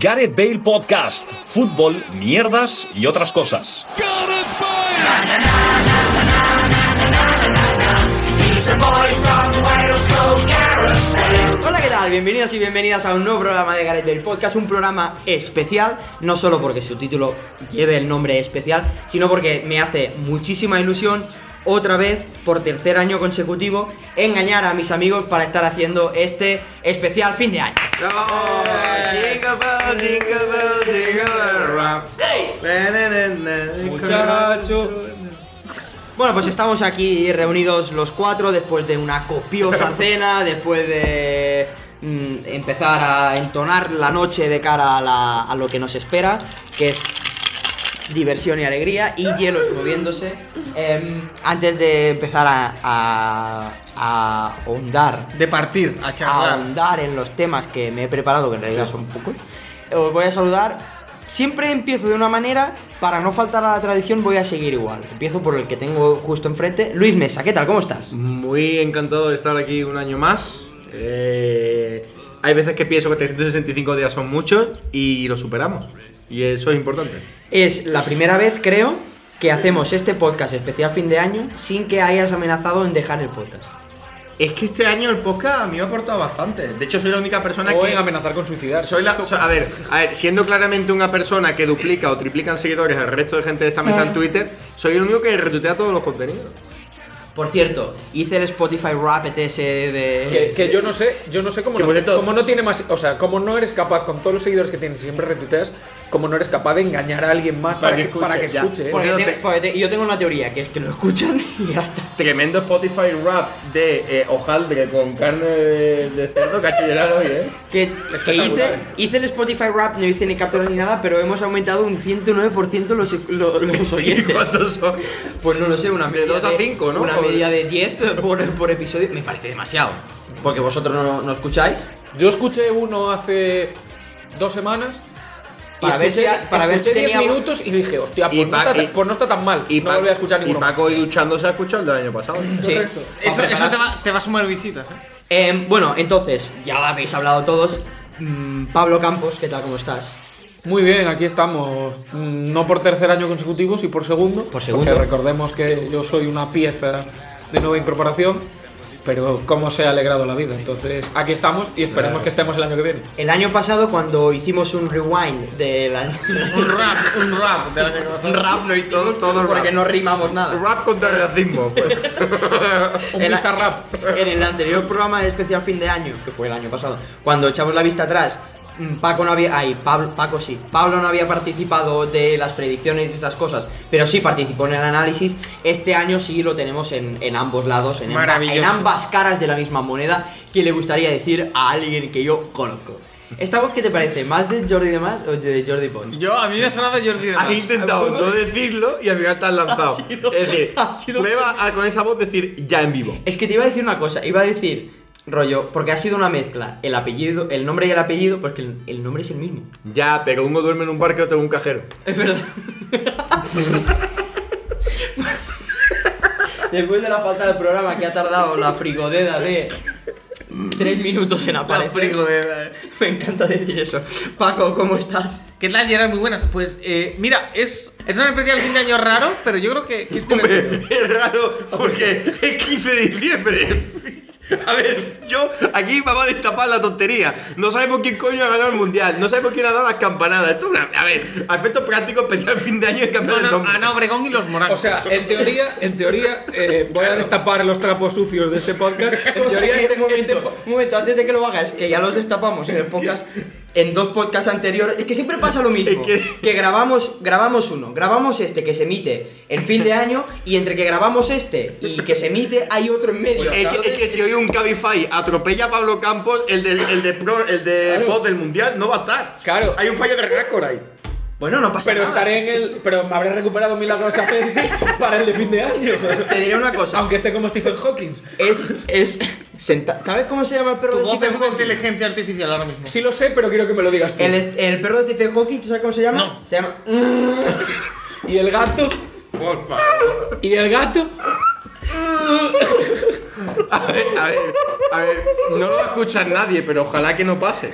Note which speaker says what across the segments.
Speaker 1: Gareth Bale Podcast, fútbol, mierdas y otras cosas.
Speaker 2: Hola, ¿qué tal? Bienvenidos y bienvenidas a un nuevo programa de Gareth Bale Podcast, un programa especial, no solo porque su título lleve el nombre especial, sino porque me hace muchísima ilusión otra vez por tercer año consecutivo engañar a mis amigos para estar haciendo este especial fin de año.
Speaker 3: Muchachos.
Speaker 2: Bueno, pues estamos aquí reunidos los cuatro después de una copiosa cena, después de mm, empezar a entonar la noche de cara a, la- a lo que nos espera, que es diversión y alegría y hielos moviéndose. Em, antes de empezar a, a, a ahondar
Speaker 3: De partir a
Speaker 2: a
Speaker 3: charlar.
Speaker 2: ahondar en los temas que me he preparado, que en realidad son pocos, os voy a saludar. Siempre empiezo de una manera, para no faltar a la tradición voy a seguir igual. Empiezo por el que tengo justo enfrente. Luis Mesa, ¿qué tal? ¿Cómo estás?
Speaker 4: Muy encantado de estar aquí un año más. Eh, hay veces que pienso que 365 días son muchos y lo superamos. Y eso es importante.
Speaker 2: Es la primera vez, creo, que hacemos este podcast especial fin de año sin que hayas amenazado en dejar el podcast.
Speaker 4: Es que este año el podcast a mí me ha aportado bastante. De hecho, soy la única persona
Speaker 3: O
Speaker 4: que.
Speaker 3: en amenazar con suicidar.
Speaker 4: Soy la, so- a, ver, a ver, siendo claramente una persona que duplica o triplica en seguidores al resto de gente de esta mesa en Twitter, soy el único que retuitea todos los contenidos.
Speaker 2: Por cierto, hice el Spotify Rap ese de...
Speaker 3: Que, que yo no sé, yo no sé cómo,
Speaker 4: Que por
Speaker 3: no,
Speaker 4: cierto-
Speaker 3: cómo no tiene más, o sea, cómo no eres capaz con todos los seguidores que tienes y siempre retuiteas, cómo no eres capaz de engañar a alguien más para,
Speaker 4: Para que
Speaker 3: que,
Speaker 4: escuche,
Speaker 3: para que
Speaker 4: ya.
Speaker 3: escuche. ¿eh?
Speaker 4: Por-
Speaker 2: Porque
Speaker 4: no
Speaker 2: te-
Speaker 4: te-
Speaker 2: porque te- yo tengo una teoría, que es que lo escuchan y ya está.
Speaker 4: Tremendo Spotify rap de eh, hojaldre con carne de, de cerdo cachilleral hoy, ¿eh?
Speaker 2: Que, que hice,
Speaker 3: Espectacular.
Speaker 2: hice el Spotify Rap, no hice ni capturas ni nada, pero hemos aumentado un 109% los, lo- los
Speaker 4: ¿Y
Speaker 2: oyentes.
Speaker 4: cuántos son?
Speaker 2: Pues no lo sé, una
Speaker 4: De
Speaker 2: media
Speaker 4: dos a cinco, ¿no?
Speaker 2: Una
Speaker 4: Joder.
Speaker 2: media de 10 por, por episodio. Me parece demasiado. Porque vosotros no, no escucháis.
Speaker 3: Yo escuché uno hace dos semanas. y
Speaker 2: Para ver si
Speaker 3: escuché-
Speaker 2: ha- para ver
Speaker 3: escuché
Speaker 2: si
Speaker 3: 10
Speaker 2: teníamos-
Speaker 3: minutos y dije, hostia, pues,
Speaker 4: Y
Speaker 3: no,
Speaker 4: pa-
Speaker 3: está, tan-
Speaker 4: y-
Speaker 3: pues no está tan mal. no
Speaker 4: Pa-
Speaker 3: lo voy a escuchar
Speaker 4: Y
Speaker 3: ninguno. más.
Speaker 4: Paco hoy duchándose ha escuchado el del año pasado.
Speaker 2: Sí.
Speaker 5: Eso,
Speaker 2: Para
Speaker 5: eso te,
Speaker 2: preparar-
Speaker 5: va, te va a sumar visitas, ¿eh?
Speaker 2: Em, bueno, entonces, ya habéis hablado todos. Mm, Pablo Campos, ¿qué tal? ¿Cómo estás?
Speaker 3: Muy bien, aquí estamos. Mm, No por tercer año consecutivo, sino por segundo.
Speaker 2: Por segundo.
Speaker 3: Porque recordemos que yo soy una pieza de nueva incorporación, pero cómo se ha alegrado la vida. Entonces, aquí estamos y esperemos que estemos el año que viene.
Speaker 2: El año pasado, cuando hicimos un rewind de la.
Speaker 5: Un rap, un rap del año pasado.
Speaker 2: un rap, no hicimos
Speaker 4: Todo- todo
Speaker 2: porque
Speaker 4: rap.
Speaker 2: no rimamos nada.
Speaker 4: Rap contra el racismo. pues.
Speaker 3: Un
Speaker 2: En la-
Speaker 3: bizarrap.
Speaker 2: En el anterior programa de especial fin de año, que fue el año pasado, cuando echamos la vista atrás, mm, Paco no había. Ay, Pablo, Paco sí. Pablo no había participado de las predicciones y esas cosas, pero sí participó en el análisis. Este año sí lo tenemos en, en ambos lados, en, amba-
Speaker 5: Maravilloso.
Speaker 2: en ambas caras de la misma moneda, que le gustaría decir a alguien que yo conozco. ¿Esta voz qué te parece? ¿Más de Jordi de Más o de Jordi Pons?
Speaker 5: Yo, a mí me ha sonado Jordi de
Speaker 4: Has
Speaker 5: Mas.
Speaker 4: intentado no decirlo y al final te has lanzado.
Speaker 2: Ha sido-
Speaker 4: es decir,
Speaker 2: ha sido-
Speaker 4: prueba a- con esa voz decir ya en vivo.
Speaker 2: Es que te iba a decir una cosa, iba a decir. Rollo, porque ha sido una mezcla, el apellido, el nombre y el apellido, porque el- el nombre es el mismo.
Speaker 4: Ya, pero uno duerme en un parque, otro en un cajero.
Speaker 2: Es verdad. Después de la falta de programa que ha tardado la frigodeda de tres minutos en aparecer. Me encanta decir eso. Paco, ¿cómo estás?
Speaker 5: eh. ¿Qué tal, Gerard? Muy buenas. Pues, eh, mira, es, es un especial fin de año raro, pero yo creo que, este que es divertido.
Speaker 4: Hombre, es raro porque es 15 de diciembre. A ver, yo aquí vamos a destapar la tontería. No sabemos quién coño ha ganado el mundial, no sabemos quién ha dado las campanadas. Esto es una- a ver, a efectos prácticos, especial fin de año es
Speaker 5: No,
Speaker 4: campeón del
Speaker 5: no,
Speaker 2: ah,
Speaker 4: mundo.
Speaker 5: Ana Obregón y los Morales.
Speaker 3: O sea, en teoría, en teoría, eh, voy a destapar los trapos sucios de este podcast. En
Speaker 2: O sea,
Speaker 3: teoría,
Speaker 2: que
Speaker 3: este-
Speaker 2: un, momento,
Speaker 3: este-
Speaker 2: un momento, antes de que lo hagas, que ya los destapamos en el podcast, en dos podcasts anteriores, es que siempre pasa lo mismo,
Speaker 4: Es que-
Speaker 2: que grabamos, grabamos uno, grabamos este que se emite en fin de año y entre que grabamos este y que se emite hay otro en
Speaker 5: Pues,
Speaker 2: medio.
Speaker 5: eh,
Speaker 4: Es que, es que si hoy un Cabify atropella a Pablo Campos, el del el de pro, el de
Speaker 3: Claro.
Speaker 4: post del mundial no va a estar.
Speaker 3: Claro.
Speaker 4: Hay un fallo de récord ahí.
Speaker 2: Bueno, no pasa
Speaker 3: Pero
Speaker 2: nada.
Speaker 3: estaré en el. Pero me habré recuperado milagrosamente para el de fin de año.
Speaker 2: Te diré una cosa.
Speaker 3: Aunque esté como Stephen Hawking.
Speaker 2: Es. es senta- ¿Sabes cómo se llama el perro
Speaker 5: tu
Speaker 2: de
Speaker 5: voz es
Speaker 2: Stephen
Speaker 5: una
Speaker 2: Hawking?
Speaker 5: inteligencia artificial ahora mismo.
Speaker 3: Sí lo sé, pero quiero que me lo digas tú.
Speaker 2: El, est- el perro de Stephen Hawking, ¿tú sabes cómo se llama?
Speaker 5: No.
Speaker 2: Se llama.
Speaker 3: Y el gato.
Speaker 4: Por favor.
Speaker 3: Y el gato.
Speaker 4: A ver, a ver, a ver, no lo va a escuchar nadie, pero ojalá que no pase.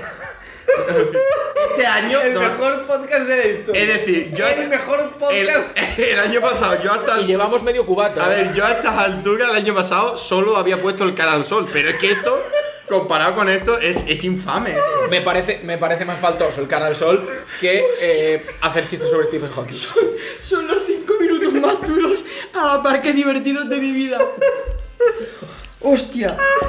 Speaker 4: este año.
Speaker 6: El
Speaker 4: no-
Speaker 6: mejor podcast de la historia.
Speaker 4: Es decir, yo.
Speaker 6: El mejor podcast.
Speaker 4: El, el año pasado, yo hasta.
Speaker 3: Y llevamos medio cubata.
Speaker 4: A ver, yo a estas alturas el año pasado solo había puesto el cara al sol, pero es que esto, comparado con esto, es, es infame.
Speaker 3: Me parece, me parece más faltoso el cara al sol que eh, hacer chistes sobre Stephen Hawking.
Speaker 2: Son los 5 minutos más duros a la par que divertidos de mi vida. Hostia. Ay,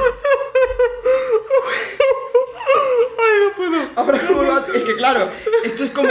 Speaker 2: no puedo. Ahora como lo hace- Es que claro, esto es como.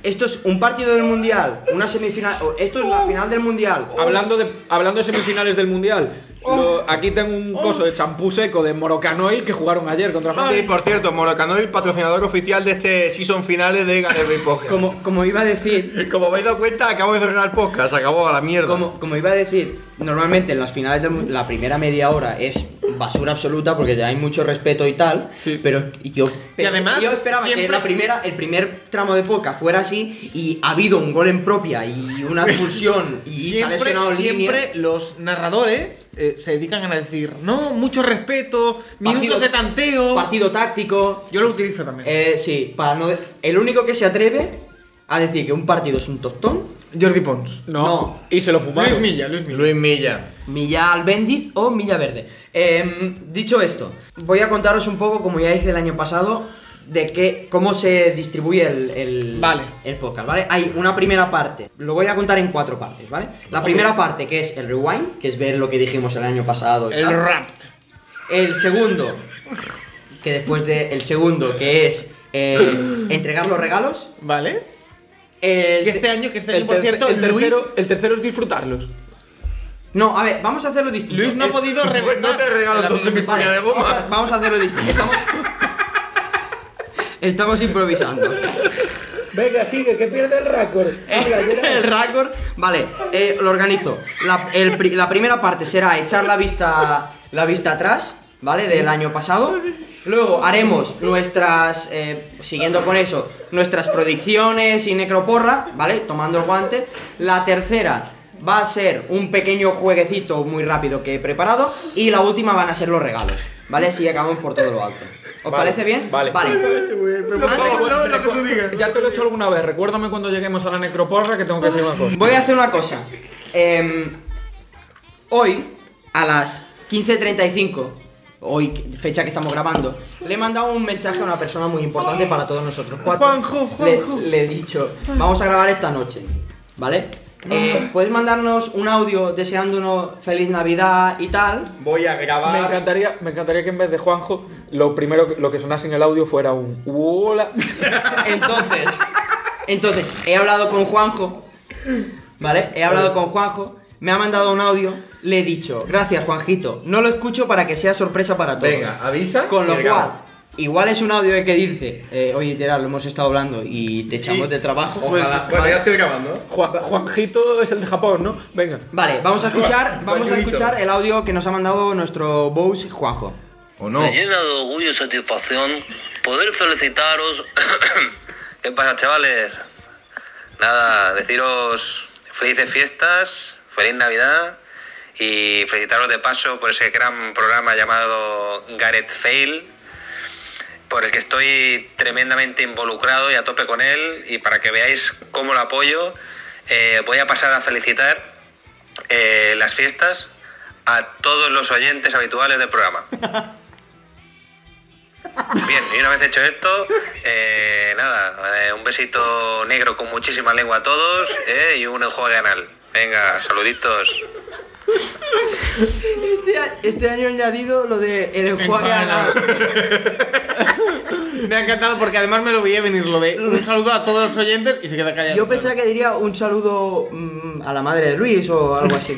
Speaker 2: Esto es un partido del mundial, una semifinal. o Esto es la final del mundial.
Speaker 3: Hablando de, hablando de semifinales del mundial, lo- aquí tengo un coso de champú seco de Morocanoil que jugaron ayer contra
Speaker 4: Sí,
Speaker 3: Francia.
Speaker 4: por cierto, Morocanoil, patrocinador oficial de este season finales de Galerby Podcast.
Speaker 2: Como, como iba a decir,
Speaker 4: Como habéis dado cuenta, acabo de cerrar el podcast, se acabó a la mierda.
Speaker 2: Como, como iba a decir, normalmente en las finales del mu- la primera media hora es basura absoluta porque ya hay mucho respeto y tal.
Speaker 3: Sí.
Speaker 2: Pero yo,
Speaker 5: Y además,
Speaker 2: yo esperaba que
Speaker 5: siempre-
Speaker 2: la primera, el primer tramo de poca fuera así y ha habido un gol en propia y una expulsión y se ha
Speaker 5: Siempre,
Speaker 2: lesionado Linier.
Speaker 5: siempre los narradores eh, se dedican a decir, no, mucho respeto, minutos
Speaker 2: Partido-
Speaker 5: de tanteo.
Speaker 2: Partido táctico.
Speaker 5: Yo lo utilizo también.
Speaker 2: Eh, sí, para no. de- El único que se atreve a decir que un partido es un tostón,
Speaker 5: Jordi Pons.
Speaker 3: No,
Speaker 2: No.
Speaker 3: y se lo fumaron.
Speaker 5: Luis Milla, Luis Milla.
Speaker 4: Luis Milla.
Speaker 2: Milla Albendiz o Milla Verde. Em, dicho esto, voy a contaros un poco, como ya hice el año pasado, de qué, cómo se distribuye el, el,
Speaker 5: Vale.
Speaker 2: el podcast, ¿vale? Hay una primera parte, lo voy a contar en cuatro partes, ¿vale? La primera parte que es el rewind, que es ver lo que dijimos el año pasado. y
Speaker 5: El
Speaker 2: tal.
Speaker 5: Rapt.
Speaker 2: El segundo, que después de el segundo, que es eh, entregar los regalos.
Speaker 5: ¿Vale?
Speaker 2: El
Speaker 5: Que este año, que este
Speaker 3: El,
Speaker 5: año, por
Speaker 3: ter-
Speaker 5: cierto,
Speaker 3: el
Speaker 5: Luis,
Speaker 3: tercero, el tercero es disfrutarlos.
Speaker 2: No, a ver, vamos a hacerlo distinto.
Speaker 5: Luis no ha
Speaker 2: El-
Speaker 5: podido reventar.
Speaker 4: Pues no te regalo
Speaker 5: la
Speaker 4: dos de
Speaker 5: primera
Speaker 4: mis
Speaker 5: vez.
Speaker 4: puñas de
Speaker 2: Vamos
Speaker 4: goma.
Speaker 2: a, vamos a hacerlo distinto. Estamos, estamos improvisando.
Speaker 3: Venga, sigue, que pierde el récord.
Speaker 2: Eh, El récord. Vale, eh, lo organizo. La, el pri- la primera parte será echar la vista, la vista atrás, ¿vale? Del año pasado. Luego haremos nuestras, eh, siguiendo con eso, nuestras predicciones y necroporra, ¿vale? Tomando el guante. La tercera va a ser un pequeño jueguecito muy rápido que he preparado. Y la última van a ser los regalos, ¿vale? Si acabamos por todo lo alto. ¿Os
Speaker 3: Vale,
Speaker 2: parece bien?
Speaker 3: vale.
Speaker 4: Por favor, no, lo que tú digas.
Speaker 3: Ya te lo he hecho alguna vez. Recuérdame cuando lleguemos a la necroporra que tengo que decir una cosa.
Speaker 2: Voy a hacer una cosa. Em, hoy, a las 15.35, hoy, fecha que estamos grabando, le he mandado un mensaje a una persona muy importante para todos nosotros. cuatro.
Speaker 5: Juanjo,
Speaker 2: Le-
Speaker 5: Juanjo.
Speaker 2: Le, he dicho, vamos a grabar esta noche, ¿vale? Eh, Puedes mandarnos un audio deseándonos feliz Navidad y tal.
Speaker 4: Voy a
Speaker 5: Ah.
Speaker 3: Me
Speaker 4: grabar.
Speaker 3: encantaría, me encantaría que en vez de Juanjo, lo primero que- lo que sonase en el audio fuera un hola.
Speaker 2: Entonces, entonces, he hablado con Juanjo, ¿vale? He hablado con Juanjo, me ha mandado un audio, le he dicho, gracias Juanjito, no lo escucho para que sea sorpresa para todos.
Speaker 4: Venga, avisa.
Speaker 2: Con
Speaker 4: y
Speaker 2: lo
Speaker 4: grabo.
Speaker 2: cual, igual es un audio que dice, eh, oye Gerard, lo hemos estado hablando y te echamos de trabajo.
Speaker 4: Ojalá. bueno, ya estoy grabando.
Speaker 3: Juan- Juanjito es el de Japón, ¿no? Venga.
Speaker 2: Vale, vamos a escuchar, vamos a
Speaker 4: pues, Juanjito.
Speaker 2: escuchar el audio que nos ha mandado nuestro boss Juanjo.
Speaker 4: ¿O no?
Speaker 7: Me llena de orgullo y satisfacción poder felicitaros. ¿Qué pasa, chavales? Nada, deciros felices fiestas, feliz Navidad y felicitaros de paso por ese gran programa llamado Gareth Fail, por el que estoy tremendamente involucrado y a tope con él. Y para que veáis cómo lo apoyo, eh, voy a pasar a felicitar eh, las fiestas a todos los oyentes habituales del programa. Bien, y una vez hecho esto, eh, nada, eh, un besito negro con muchísima lengua a todos eh, y un enjuague anal. Venga, saluditos.
Speaker 2: Este, este año he añadido lo de el enjuague anal.
Speaker 5: Me ha encantado porque además me lo veía venir lo de un saludo a todos los oyentes y se queda callado.
Speaker 2: Yo pensaba que diría un saludo mm, a la madre de Luis o algo así.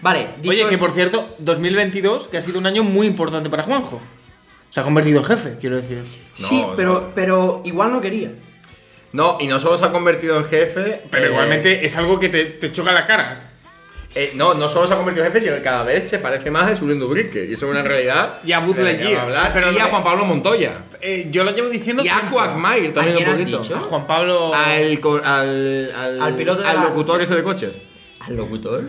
Speaker 2: vale, dicho
Speaker 5: Oye, que
Speaker 2: esto-
Speaker 5: por cierto, 2022, que ha sido un año muy importante para Juanjo. Se ha convertido en jefe, quiero decir.
Speaker 2: Sí,
Speaker 4: No,
Speaker 2: pero,
Speaker 4: no.
Speaker 2: pero igual no quería.
Speaker 4: No, y no solo se ha convertido en jefe.
Speaker 5: Pero
Speaker 4: eh,
Speaker 5: igualmente es algo que te, te choca la cara.
Speaker 4: eh, no, no solo se ha convertido en jefe, sino que cada vez se parece más a Julián Dubrique. Y eso es una realidad.
Speaker 5: Y a Buzz
Speaker 4: de la que
Speaker 5: Lightyear.
Speaker 4: vamos a hablar.
Speaker 5: Pero
Speaker 4: y
Speaker 5: lo
Speaker 4: a
Speaker 5: que-
Speaker 4: Juan Pablo Montoya.
Speaker 5: Eh, yo lo llevo diciendo.
Speaker 4: Y a
Speaker 5: tiempo.
Speaker 4: Quagmire también
Speaker 2: ¿A
Speaker 4: un
Speaker 2: quién has
Speaker 4: poquito.
Speaker 5: A
Speaker 2: dicho?
Speaker 5: Juan Pablo.
Speaker 4: Al, co- al, al,
Speaker 2: Al piloto de
Speaker 4: al
Speaker 2: la-
Speaker 4: locutor ese de coches.
Speaker 2: ¿Al locutor?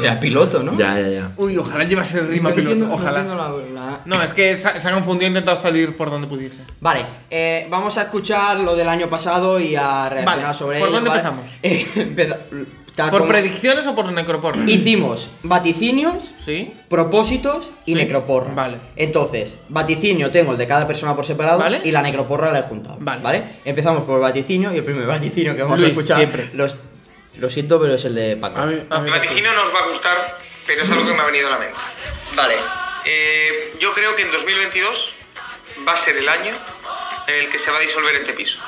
Speaker 2: Era piloto, ¿no?
Speaker 4: Ya, ya, ya.
Speaker 5: Uy, ojalá llevase el rima
Speaker 3: No
Speaker 5: piloto.
Speaker 3: entiendo- no
Speaker 5: ojalá. No,
Speaker 3: entiendo la- la-
Speaker 5: es que se, se han confundido e intentado salir por donde pudiese.
Speaker 2: Vale, eh, vamos a escuchar lo del año pasado y a reaccionar
Speaker 5: Vale,
Speaker 2: sobre
Speaker 5: ¿por
Speaker 2: ello,
Speaker 5: dónde
Speaker 2: ¿vale?
Speaker 5: empezamos?
Speaker 2: Eh, empeza-
Speaker 3: Ah,
Speaker 2: tal
Speaker 5: ¿Por
Speaker 2: como-
Speaker 5: predicciones o por necroporra?
Speaker 2: Hicimos vaticinios,
Speaker 5: ¿Sí?
Speaker 2: propósitos y
Speaker 5: Sí,
Speaker 2: necroporra.
Speaker 5: vale.
Speaker 2: Entonces, vaticinio tengo el de cada persona por separado
Speaker 5: Vale.
Speaker 2: y la necroporra la he juntado.
Speaker 5: Vale.
Speaker 2: Empezamos por vaticinio y el primer vaticinio que vamos
Speaker 5: Luis,
Speaker 2: a escuchar.
Speaker 5: siempre.
Speaker 2: Los, lo siento, pero es el de Paco.
Speaker 3: A mí, a
Speaker 4: Ah,
Speaker 3: mí-
Speaker 7: El vaticinio no os va a gustar, pero es algo que me ha venido a la mente.
Speaker 8: Vale.
Speaker 7: Eh, yo creo que en 2022 va a ser el año en el que se va a disolver este piso.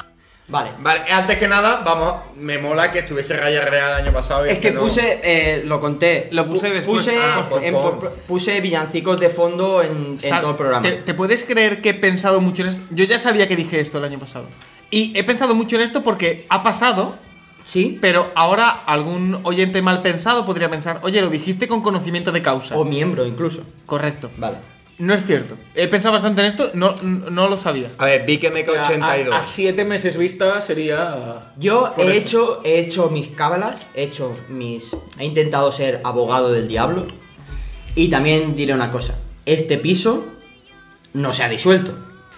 Speaker 2: Vale.
Speaker 4: Vale, antes que nada, vamos, me mola que estuviese Raya Real el año pasado. y
Speaker 2: Es que
Speaker 4: no.
Speaker 2: puse, eh, lo conté.
Speaker 5: Lo puse
Speaker 2: Pu-
Speaker 5: después. pues,
Speaker 2: Puse,
Speaker 4: Ah, pon,
Speaker 2: en-
Speaker 4: pon.
Speaker 2: por- puse villancicos de fondo en, en
Speaker 5: Sab-
Speaker 2: todo el programa.
Speaker 5: ¿Te, te puedes creer que he pensado mucho en esto? Yo ya sabía que dije esto el año pasado. Y he pensado mucho en esto porque ha pasado,
Speaker 2: ¿Sí?
Speaker 5: pero ahora algún oyente mal pensado podría pensar, oye, lo dijiste con conocimiento de causa.
Speaker 2: O miembro incluso.
Speaker 5: Correcto.
Speaker 2: Vale.
Speaker 5: No es cierto. He pensado bastante en esto, no, n- no lo sabía.
Speaker 4: A ver, vi que me
Speaker 2: ah,
Speaker 3: a- A, a
Speaker 4: 82.
Speaker 3: siete meses vista sería.
Speaker 2: Yo
Speaker 3: Por
Speaker 2: he
Speaker 3: eso.
Speaker 2: hecho, he hecho mis cábalas, he hecho mis. He intentado ser abogado del diablo. Y también diré una cosa: este piso no se ha disuelto.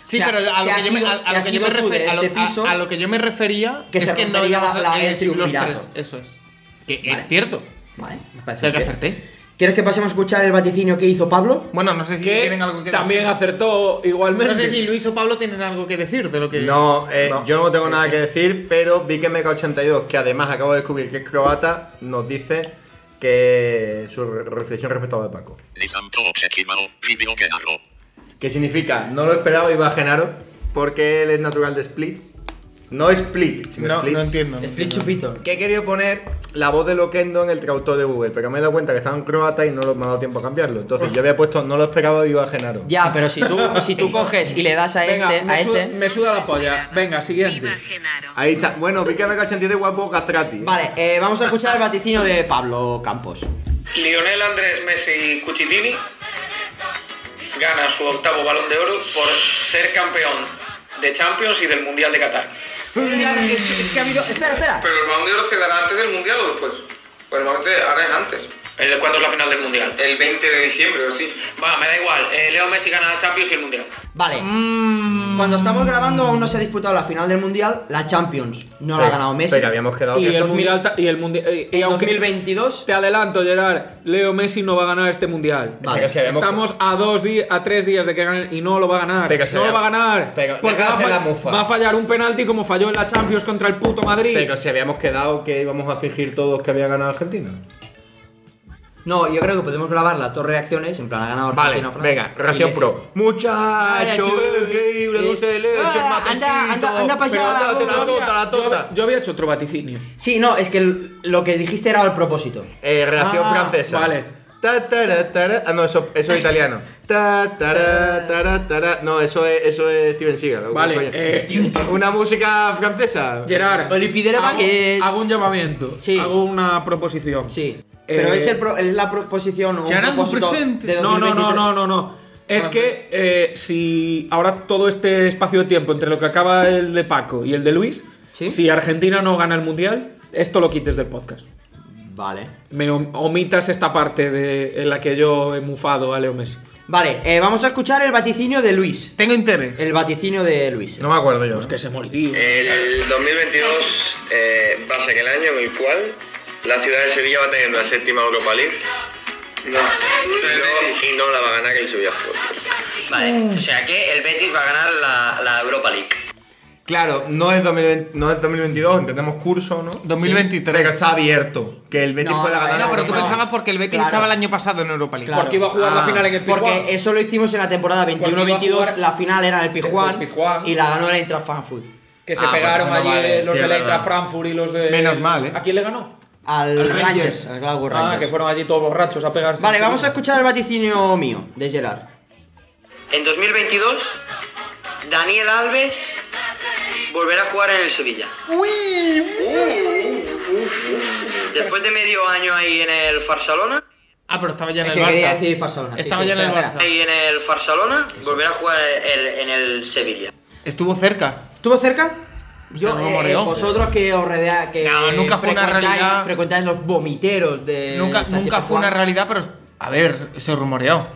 Speaker 5: Sí,
Speaker 2: O sea,
Speaker 5: pero a lo
Speaker 2: ha
Speaker 5: que yo me-
Speaker 2: sido-
Speaker 5: a- a
Speaker 2: ha
Speaker 5: lo que yo
Speaker 2: sido
Speaker 5: me
Speaker 2: tú de
Speaker 5: refer- a
Speaker 2: este
Speaker 5: lo- a-
Speaker 2: piso-
Speaker 5: a lo que yo me refería
Speaker 2: que
Speaker 5: es
Speaker 2: se
Speaker 5: que no
Speaker 2: rompería
Speaker 5: íbamos
Speaker 2: la-
Speaker 5: a
Speaker 2: la- el
Speaker 5: es los
Speaker 2: triunvirato.
Speaker 5: tres. Eso es. Que
Speaker 2: Vale.
Speaker 5: es cierto.
Speaker 2: Vale, me
Speaker 5: O
Speaker 2: parece
Speaker 5: sea, que
Speaker 2: bien.
Speaker 5: acerté.
Speaker 2: ¿Quieres que pasemos a escuchar el vaticinio que hizo Pablo?
Speaker 5: Bueno, no sé si
Speaker 3: Que
Speaker 5: tienen algo que
Speaker 3: también
Speaker 5: decir.
Speaker 3: acertó igualmente.
Speaker 5: No sé si Luis o Pablo tienen algo que decir de lo que.
Speaker 4: No, eh,
Speaker 3: No.
Speaker 4: yo no tengo nada que decir, pero vi que Meca 82, que además acabo de descubrir que es croata, nos dice que su re- reflexión respecto a lo de Paco.
Speaker 9: Nisam to očekivao, živio Genaro.
Speaker 4: Que significa, no lo esperaba iba a Genaro, porque él es natural de Splits. No Split, sino
Speaker 5: No,
Speaker 4: Splits.
Speaker 5: no entiendo. no
Speaker 2: Split
Speaker 5: entiendo.
Speaker 2: Chupito.
Speaker 4: Que he querido poner la voz de Loquendo en el traductor de Google, pero me he dado cuenta que estaba en croata y no lo- me ha dado tiempo a cambiarlo. Entonces yo había puesto, no lo esperaba iba a Genaro.
Speaker 5: Ah,
Speaker 2: Ya, pero si tú, si tú coges y le das a
Speaker 3: Venga,
Speaker 2: este,
Speaker 3: me,
Speaker 2: a
Speaker 3: suda,
Speaker 2: este.
Speaker 3: me suda la polla. Venga, siguiente.
Speaker 4: Ahí está. Bueno, vi que Meca 82 guapo castrati.
Speaker 2: Vale, eh, vamos a escuchar el vaticinio de Pablo Campos.
Speaker 7: Lionel Andrés Messi Cuchitini gana su octavo balón de oro por ser campeón de Champions y del Mundial de Qatar.
Speaker 2: Claro, es, es que ha habido. Espera, espera.
Speaker 7: ¿Pero el balón de oro se dará antes del mundial o después? Pues normalmente ahora es antes. ¿Cuándo es la final del mundial? El 20 de diciembre o así. Va, me da igual. Eh, Leo Messi gana la Champions y el mundial.
Speaker 2: Vale.
Speaker 4: Mm.
Speaker 2: Cuando estamos grabando aún no se ha disputado la final del mundial, la Champions. No la ha
Speaker 4: Pero-
Speaker 2: ganado Messi.
Speaker 4: Pero habíamos quedado
Speaker 3: Y
Speaker 4: que
Speaker 3: el,
Speaker 4: esto es un-
Speaker 3: mundial ta- y el mundi- eh, y
Speaker 2: En
Speaker 3: aunque
Speaker 2: 2022.
Speaker 3: te adelanto, Gerard, Leo Messi no va a ganar este mundial.
Speaker 2: Vale.
Speaker 4: Pero si habíamos-
Speaker 3: Estamos a dos di- a tres días de que gane y no lo va a ganar.
Speaker 4: Pero se
Speaker 3: no
Speaker 4: vea-
Speaker 3: lo va a ganar.
Speaker 4: pero
Speaker 3: porque
Speaker 4: deja
Speaker 3: va
Speaker 4: de
Speaker 3: a,
Speaker 4: hacer
Speaker 3: fa-
Speaker 4: la mufa.
Speaker 3: va a fallar un penalti como falló en la Champions contra el puto Madrid.
Speaker 4: Pero si habíamos quedado que íbamos a fingir todos que había ganado Argentina.
Speaker 2: No, yo creo que podemos grabar las dos reacciones. En plan, ha ganado
Speaker 4: Vale,
Speaker 2: Argentina o Francia.
Speaker 4: venga, reacción
Speaker 2: Y-
Speaker 4: pro. Muchacho,
Speaker 3: Ay,
Speaker 4: que una
Speaker 2: sí.
Speaker 4: dulce de leche, el
Speaker 2: Ah,
Speaker 4: matecito.
Speaker 2: anda, anda, anda pa' allá,
Speaker 4: Pero andate
Speaker 2: gordo,
Speaker 4: la tota, la
Speaker 3: yo,
Speaker 4: tota.
Speaker 3: yo había hecho otro vaticinio.
Speaker 2: Sí, no, es que el- lo que dijiste era el propósito.
Speaker 4: Eh, reacción
Speaker 3: Ah,
Speaker 4: francesa.
Speaker 3: vale.
Speaker 4: Ta, tara, tara. Ah, no, eso, eso es italiano. Ta, tara, tara, tara. No, eso es, eso es Steven Seagal.
Speaker 3: Vale,
Speaker 4: Coño.
Speaker 3: eh,
Speaker 4: Una música francesa.
Speaker 3: Gerard,
Speaker 2: Olipidera
Speaker 3: hago,
Speaker 2: Baguette.
Speaker 3: hago un llamamiento.
Speaker 2: Sí.
Speaker 3: Hago una proposición.
Speaker 2: Sí. Pero
Speaker 3: Eh,
Speaker 2: es, el pro- es la proposición o un
Speaker 5: Gerardo
Speaker 2: propósito
Speaker 5: presente.
Speaker 2: de
Speaker 3: No, no, no,
Speaker 2: 2023.
Speaker 3: no, no, no. Es que eh, si ahora todo este espacio de tiempo entre lo que acaba el de Paco y el de Luis,
Speaker 2: Sí.
Speaker 3: si Argentina no gana el Mundial, esto lo quites del podcast.
Speaker 2: Vale.
Speaker 3: Me om- omitas esta parte de, en la que yo he mufado a Leo Messi.
Speaker 2: Vale, eh, vamos a escuchar el vaticinio de Luis.
Speaker 5: Tengo interés.
Speaker 2: El vaticinio de Luis.
Speaker 4: No me acuerdo yo.
Speaker 3: Pues que se moriría.
Speaker 7: Eh, El 2022 eh, va a ser el año en el cual la ciudad de Sevilla va a tener la séptima Europa League. No. Pero, y no la va a ganar el Sevilla Fútbol.
Speaker 8: Vale. O sea que el Betis va a ganar la, la Europa League.
Speaker 4: Claro, no es, 2020 no es 2022, entendemos curso, ¿no?
Speaker 5: 2023.
Speaker 4: Pero está abierto. Que el Betis
Speaker 2: No,
Speaker 4: pueda
Speaker 2: no,
Speaker 4: ganar.
Speaker 5: No,
Speaker 4: la
Speaker 5: pero tú
Speaker 4: Copa.
Speaker 5: pensabas porque el Betis
Speaker 2: Claro.
Speaker 5: estaba el año pasado en Europa League.
Speaker 2: Claro.
Speaker 3: Porque iba a jugar la
Speaker 4: Ah,
Speaker 3: final en el Pizjuán.
Speaker 2: Porque eso lo hicimos en la temporada
Speaker 3: Porque iba a
Speaker 2: 21-22.
Speaker 3: jugar-
Speaker 2: La final era en el Pizjuán,
Speaker 3: el Pizjuán.
Speaker 2: y la ganó el Eintracht Frankfurt.
Speaker 3: Que se
Speaker 4: Ah,
Speaker 3: pegaron
Speaker 4: bueno,
Speaker 3: allí eh,
Speaker 4: vale, sí,
Speaker 3: los de
Speaker 4: es
Speaker 3: la
Speaker 4: verdad.
Speaker 3: Eintracht Frankfurt y los de.
Speaker 5: Menos mal, ¿eh?
Speaker 3: ¿A quién le ganó?
Speaker 2: Al
Speaker 3: Al Rangers.
Speaker 2: Rangers, al Glasgow
Speaker 3: Ah,
Speaker 2: Rangers.
Speaker 3: que fueron allí todos borrachos a pegarse.
Speaker 2: Vale, vamos a escuchar el vaticinio mío, de Gerard.
Speaker 8: En 2022, Daniel Alves volverá a jugar en el Sevilla. Después de medio año ahí en el Barcelona,
Speaker 5: Ah, pero estaba ya en
Speaker 2: Es
Speaker 5: el
Speaker 2: que quería
Speaker 5: Barça.
Speaker 2: decir Barcelona. sí,
Speaker 5: Estaba
Speaker 2: sí,
Speaker 5: ya en el
Speaker 2: espera, espera.
Speaker 5: Barça.
Speaker 8: ahí en el Barcelona, volverá a jugar el- en el Sevilla.
Speaker 5: Estuvo cerca.
Speaker 2: ¿Estuvo cerca? Yo,
Speaker 10: Se lo
Speaker 2: eh,
Speaker 10: moreó.
Speaker 2: vosotros que os rodea, que
Speaker 10: No, nunca fue una
Speaker 2: frecuentáis-
Speaker 10: realidad.
Speaker 2: frecuentáis los vomiteros de
Speaker 10: Nunca,
Speaker 2: Eh, Sánchez
Speaker 10: nunca fue
Speaker 2: Pizjuán.
Speaker 10: una realidad, pero. A ver, se rumoreó.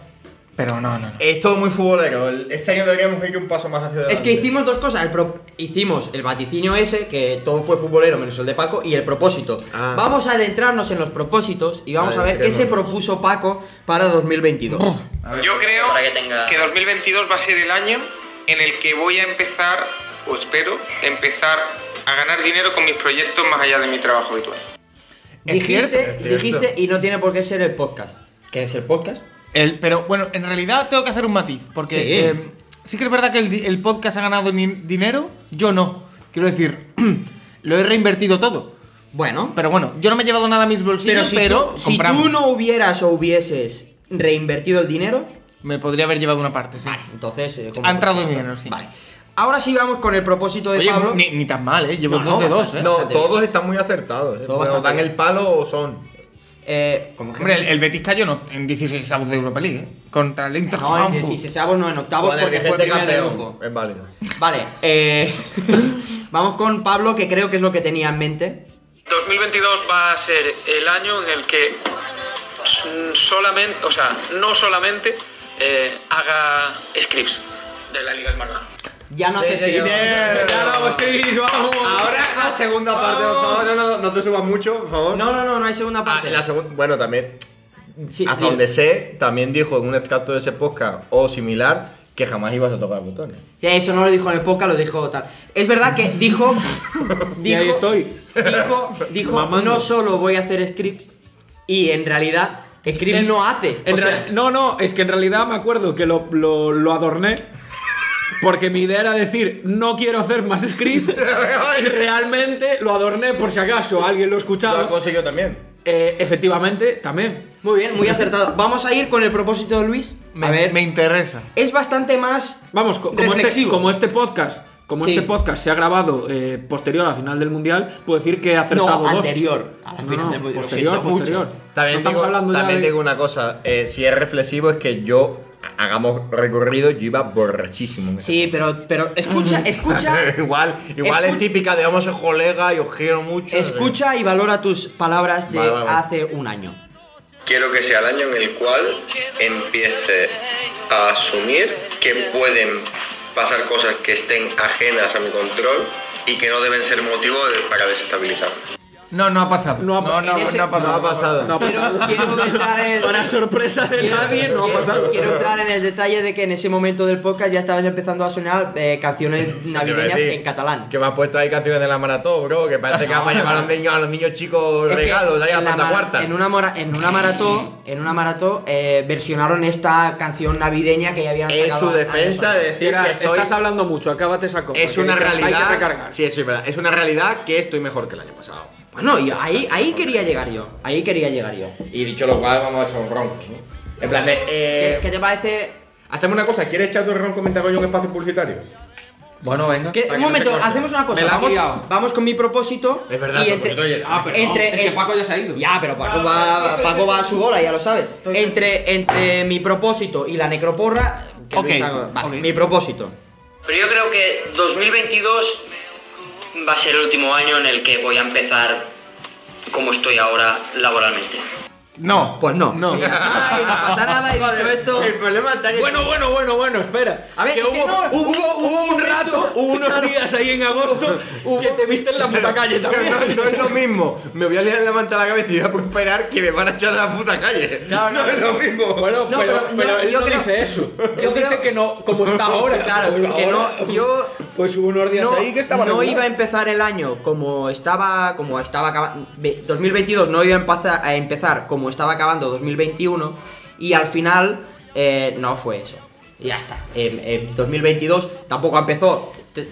Speaker 10: Pero no, no, no.
Speaker 4: Es todo muy futbolero. el- Este año deberíamos ir un paso más hacia adelante.
Speaker 2: Es que hicimos dos cosas. El pro- Hicimos el vaticinio ese, que todo fue futbolero menos el de Paco, y el propósito.
Speaker 11: Ah.
Speaker 2: Vamos a adentrarnos en los propósitos y vamos a ver qué
Speaker 11: Adentrémonos.
Speaker 2: se propuso Paco para 2022.
Speaker 12: Yo creo
Speaker 13: Para que tenga-
Speaker 12: que
Speaker 13: 2022 va a ser el año en el que voy a empezar, o espero, empezar a ganar dinero con mis proyectos más allá de mi trabajo habitual.
Speaker 10: Es
Speaker 2: dijiste,
Speaker 10: cierto,
Speaker 11: es cierto.
Speaker 2: dijiste, y no tiene por qué ser el podcast. ¿Qué es el podcast?
Speaker 10: El- pero bueno, en realidad tengo que hacer un matiz, porque
Speaker 2: Sí.
Speaker 10: eh, sí que es verdad que el, di- el podcast ha ganado ni- dinero, yo no. Quiero decir, lo he reinvertido todo.
Speaker 2: Bueno,
Speaker 10: Pero bueno, yo no me he llevado nada a mis
Speaker 2: pero
Speaker 10: bolsillos,
Speaker 2: si,
Speaker 10: pero,
Speaker 2: tú, si
Speaker 10: compramos.
Speaker 2: tú no hubieras o hubieses reinvertido el dinero,
Speaker 10: Me podría haber llevado una parte, sí.
Speaker 2: vale, entonces. eh, como
Speaker 10: Ha entrado
Speaker 2: propósito.
Speaker 10: dinero, sí.
Speaker 2: Vale. Ahora sí vamos con el propósito de
Speaker 10: Oye,
Speaker 2: Pablo.
Speaker 10: ni, ni tan mal, ¿eh? Llevo
Speaker 2: No,
Speaker 10: dos
Speaker 2: no,
Speaker 10: de dos,
Speaker 2: bastante.
Speaker 10: ¿eh?
Speaker 4: No, todos están muy acertados. eh.
Speaker 2: Todos
Speaker 4: Bueno,
Speaker 2: bastante
Speaker 4: dan
Speaker 2: bien.
Speaker 4: el palo o son.
Speaker 2: Eh, como
Speaker 10: Hombre, el, el Betis cayó no, en 16 avos de Europa Legue, ¿eh? Contra el Inter
Speaker 2: No, en
Speaker 10: Frankfurt.
Speaker 2: 16 no, en octavos
Speaker 4: Con el
Speaker 2: porque fue
Speaker 4: vigente
Speaker 2: primero del
Speaker 4: campeón.
Speaker 2: grupo.
Speaker 4: Es válido.
Speaker 2: Vale, eh, vamos con Pablo, que creo que es lo que tenía en mente.
Speaker 13: 2022 va a ser el año en el que solamente, o sea, no solamente eh, haga scripts de la Liga Esmarga.
Speaker 2: Ya no haces
Speaker 4: Sí,
Speaker 2: que-
Speaker 4: bien.
Speaker 3: ¡Vamos, Chris! ¡Vamos!
Speaker 4: Ahora la segunda parte, por favor. No, no, no te subas mucho, por favor.
Speaker 2: Oh. No, no, no, no hay segunda
Speaker 4: Ah,
Speaker 2: parte.
Speaker 4: la segunda. Bueno, también.
Speaker 2: Sí,
Speaker 4: hasta
Speaker 2: tío.
Speaker 4: donde sé, también dijo en un extracto de ese podcast o similar que jamás ibas a tocar botones.
Speaker 2: Sí, eso no lo dijo en el podcast, lo dijo tal. Es verdad que dijo. dijo
Speaker 3: Y ahí estoy.
Speaker 2: Dijo, dijo,
Speaker 3: Mamando.
Speaker 2: no solo voy a hacer scripts, y en realidad, scripts
Speaker 3: En-
Speaker 2: no hace.
Speaker 3: en
Speaker 2: o sea,
Speaker 3: rea- no, no, es que en realidad me acuerdo que lo, lo- lo adorné. Porque mi idea era decir, no quiero hacer más scripts. y realmente lo adorné por si acaso alguien lo
Speaker 4: Lo ha
Speaker 3: escuchaba.
Speaker 4: conseguido también.
Speaker 3: Eh, efectivamente, también.
Speaker 2: muy bien, muy acertado. Vamos a ir con el propósito de Luis.
Speaker 10: Me,
Speaker 2: a ver,
Speaker 10: me interesa.
Speaker 2: es bastante más.
Speaker 3: Vamos, co- como este,
Speaker 2: Reflexivo.
Speaker 3: como este podcast. Como
Speaker 2: Sí.
Speaker 3: este podcast se ha grabado eh, posterior a la final del mundial, puedo decir que he acertado
Speaker 2: No,
Speaker 3: dos.
Speaker 2: anterior a la
Speaker 3: No,
Speaker 2: final
Speaker 3: no,
Speaker 2: del Mundial, lo
Speaker 3: Posterior,
Speaker 2: siento mucho.
Speaker 3: posterior. No
Speaker 4: También,
Speaker 3: estamos
Speaker 4: digo,
Speaker 3: hablando ya
Speaker 4: también
Speaker 3: de-
Speaker 4: digo una cosa, eh, si es reflexivo es que yo, hagamos recorrido, yo iba borrachísimo. en ese
Speaker 2: Sí, pero, pero escucha, escucha.
Speaker 4: igual igual
Speaker 2: Escu-
Speaker 4: es típica, digamos, es colega y os quiero mucho.
Speaker 2: Escucha y valora tus palabras de
Speaker 4: Vale, vale, vale.
Speaker 2: hace un año.
Speaker 7: Quiero que sea el año en el cual empiece a asumir que pueden pasar cosas que estén ajenas a mi control y que no deben ser motivo de- para desestabilizarme.
Speaker 10: No, no ha pasado.
Speaker 3: No ha-
Speaker 4: No, no,
Speaker 2: En ese-
Speaker 4: no ha pasado. No ha pasado.
Speaker 3: No ha
Speaker 2: Pero
Speaker 3: pasado.
Speaker 2: quiero entrar en el-
Speaker 3: Para sorpresa de
Speaker 2: quiero-
Speaker 3: nadie, no ha
Speaker 2: quiero-
Speaker 3: pasado.
Speaker 2: Quiero entrar en el detalle de que en ese momento del podcast ya estabas empezando a sonar eh, canciones
Speaker 4: Te iba a
Speaker 2: navideñas
Speaker 4: decir
Speaker 2: en catalán.
Speaker 4: Que me ha puesto ahí canciones de la maratón, bro. Que parece que vamos a llevar a los niños, a los niños chicos
Speaker 2: Es que
Speaker 4: regalos ahí a
Speaker 2: en
Speaker 4: la
Speaker 2: la
Speaker 4: pata
Speaker 2: mara-
Speaker 4: cuarta.
Speaker 2: En una, mora- en una maratón, en una maratón eh, versionaron esta canción navideña que ya habían
Speaker 4: En
Speaker 2: sacado
Speaker 4: su
Speaker 2: años
Speaker 4: defensa
Speaker 2: atrás.
Speaker 4: de decir
Speaker 3: Mira,
Speaker 4: que estoy.
Speaker 3: estás hablando mucho, acábate esa cosa.
Speaker 4: es
Speaker 3: que
Speaker 4: una
Speaker 3: hay que- Hay que
Speaker 4: realidad.
Speaker 3: recargar.
Speaker 4: Sí, eso es verdad. Es una realidad que estoy mejor que el año pasado.
Speaker 2: Bueno, y ahí, ahí quería llegar yo. Ahí quería llegar yo.
Speaker 4: Y dicho lo cual, vamos a echar un ron. ¿no? En plan de.
Speaker 2: ¿Qué,
Speaker 4: Eh,
Speaker 2: qué te parece?
Speaker 4: Hacemos una cosa, ¿quieres echar tu ron comentario en un espacio publicitario?
Speaker 3: Bueno, venga.
Speaker 2: ¿Qué-
Speaker 3: Para
Speaker 2: un
Speaker 3: que no se
Speaker 2: momento,
Speaker 3: corte.
Speaker 2: hacemos una cosa.
Speaker 3: Me la has
Speaker 2: vamos,
Speaker 3: liado.
Speaker 2: vamos con mi propósito.
Speaker 4: Es verdad,
Speaker 2: y
Speaker 4: el
Speaker 2: entre-
Speaker 4: propósito de ayer.
Speaker 3: Ah, pero
Speaker 2: entre-
Speaker 3: no, es que
Speaker 2: en-
Speaker 3: Paco ya se ha ido.
Speaker 2: Ya, pero Paco va, Paco va a su bola, ya lo sabes. Entre, entre mi propósito y la necroporra. que
Speaker 10: Ok,
Speaker 2: Luis haga- vale,
Speaker 10: ok.
Speaker 2: Mi propósito.
Speaker 13: Pero yo creo que 2022 va a ser el último año en el que voy a empezar como estoy ahora laboralmente.
Speaker 10: No.
Speaker 2: Pues no.
Speaker 10: No.
Speaker 2: Y ya está, y no pasa nada, he dicho esto.
Speaker 4: El problema está que.
Speaker 3: Bueno, bueno, bueno, bueno, espera.
Speaker 2: A ver,
Speaker 3: que
Speaker 2: es
Speaker 3: hubo,
Speaker 2: que no, hubo
Speaker 3: hubo,
Speaker 2: un
Speaker 3: hubo un
Speaker 2: momento-
Speaker 3: rato, hubo unos días ahí en agosto que te viste en la puta calle
Speaker 4: Pero
Speaker 3: también.
Speaker 4: no, no es lo mismo. Me voy a liar la manta a la cabeza y voy a prosperar que me van a echar a la puta calle.
Speaker 2: Claro, no.
Speaker 4: no es lo mismo.
Speaker 3: Bueno,
Speaker 2: No,
Speaker 3: pero,
Speaker 2: pero
Speaker 3: pero
Speaker 2: no,
Speaker 3: él
Speaker 2: yo
Speaker 3: no
Speaker 2: creo-
Speaker 3: dice eso.
Speaker 2: yo
Speaker 3: Él dice
Speaker 2: creo-
Speaker 3: que no, como está ahora.
Speaker 2: Claro,
Speaker 3: Pues
Speaker 2: que
Speaker 3: ahora-
Speaker 2: no, yo-
Speaker 3: Pues hubo unos días
Speaker 2: no,
Speaker 3: ahí que estaba
Speaker 2: no
Speaker 3: regular.
Speaker 2: iba a empezar el año como estaba como estaba acaba- ve- 2022 no iba a empezar, a empezar como estaba acabando 2021 y al final eh, no fue eso Y ya está Em, em, 2022 tampoco empezó te-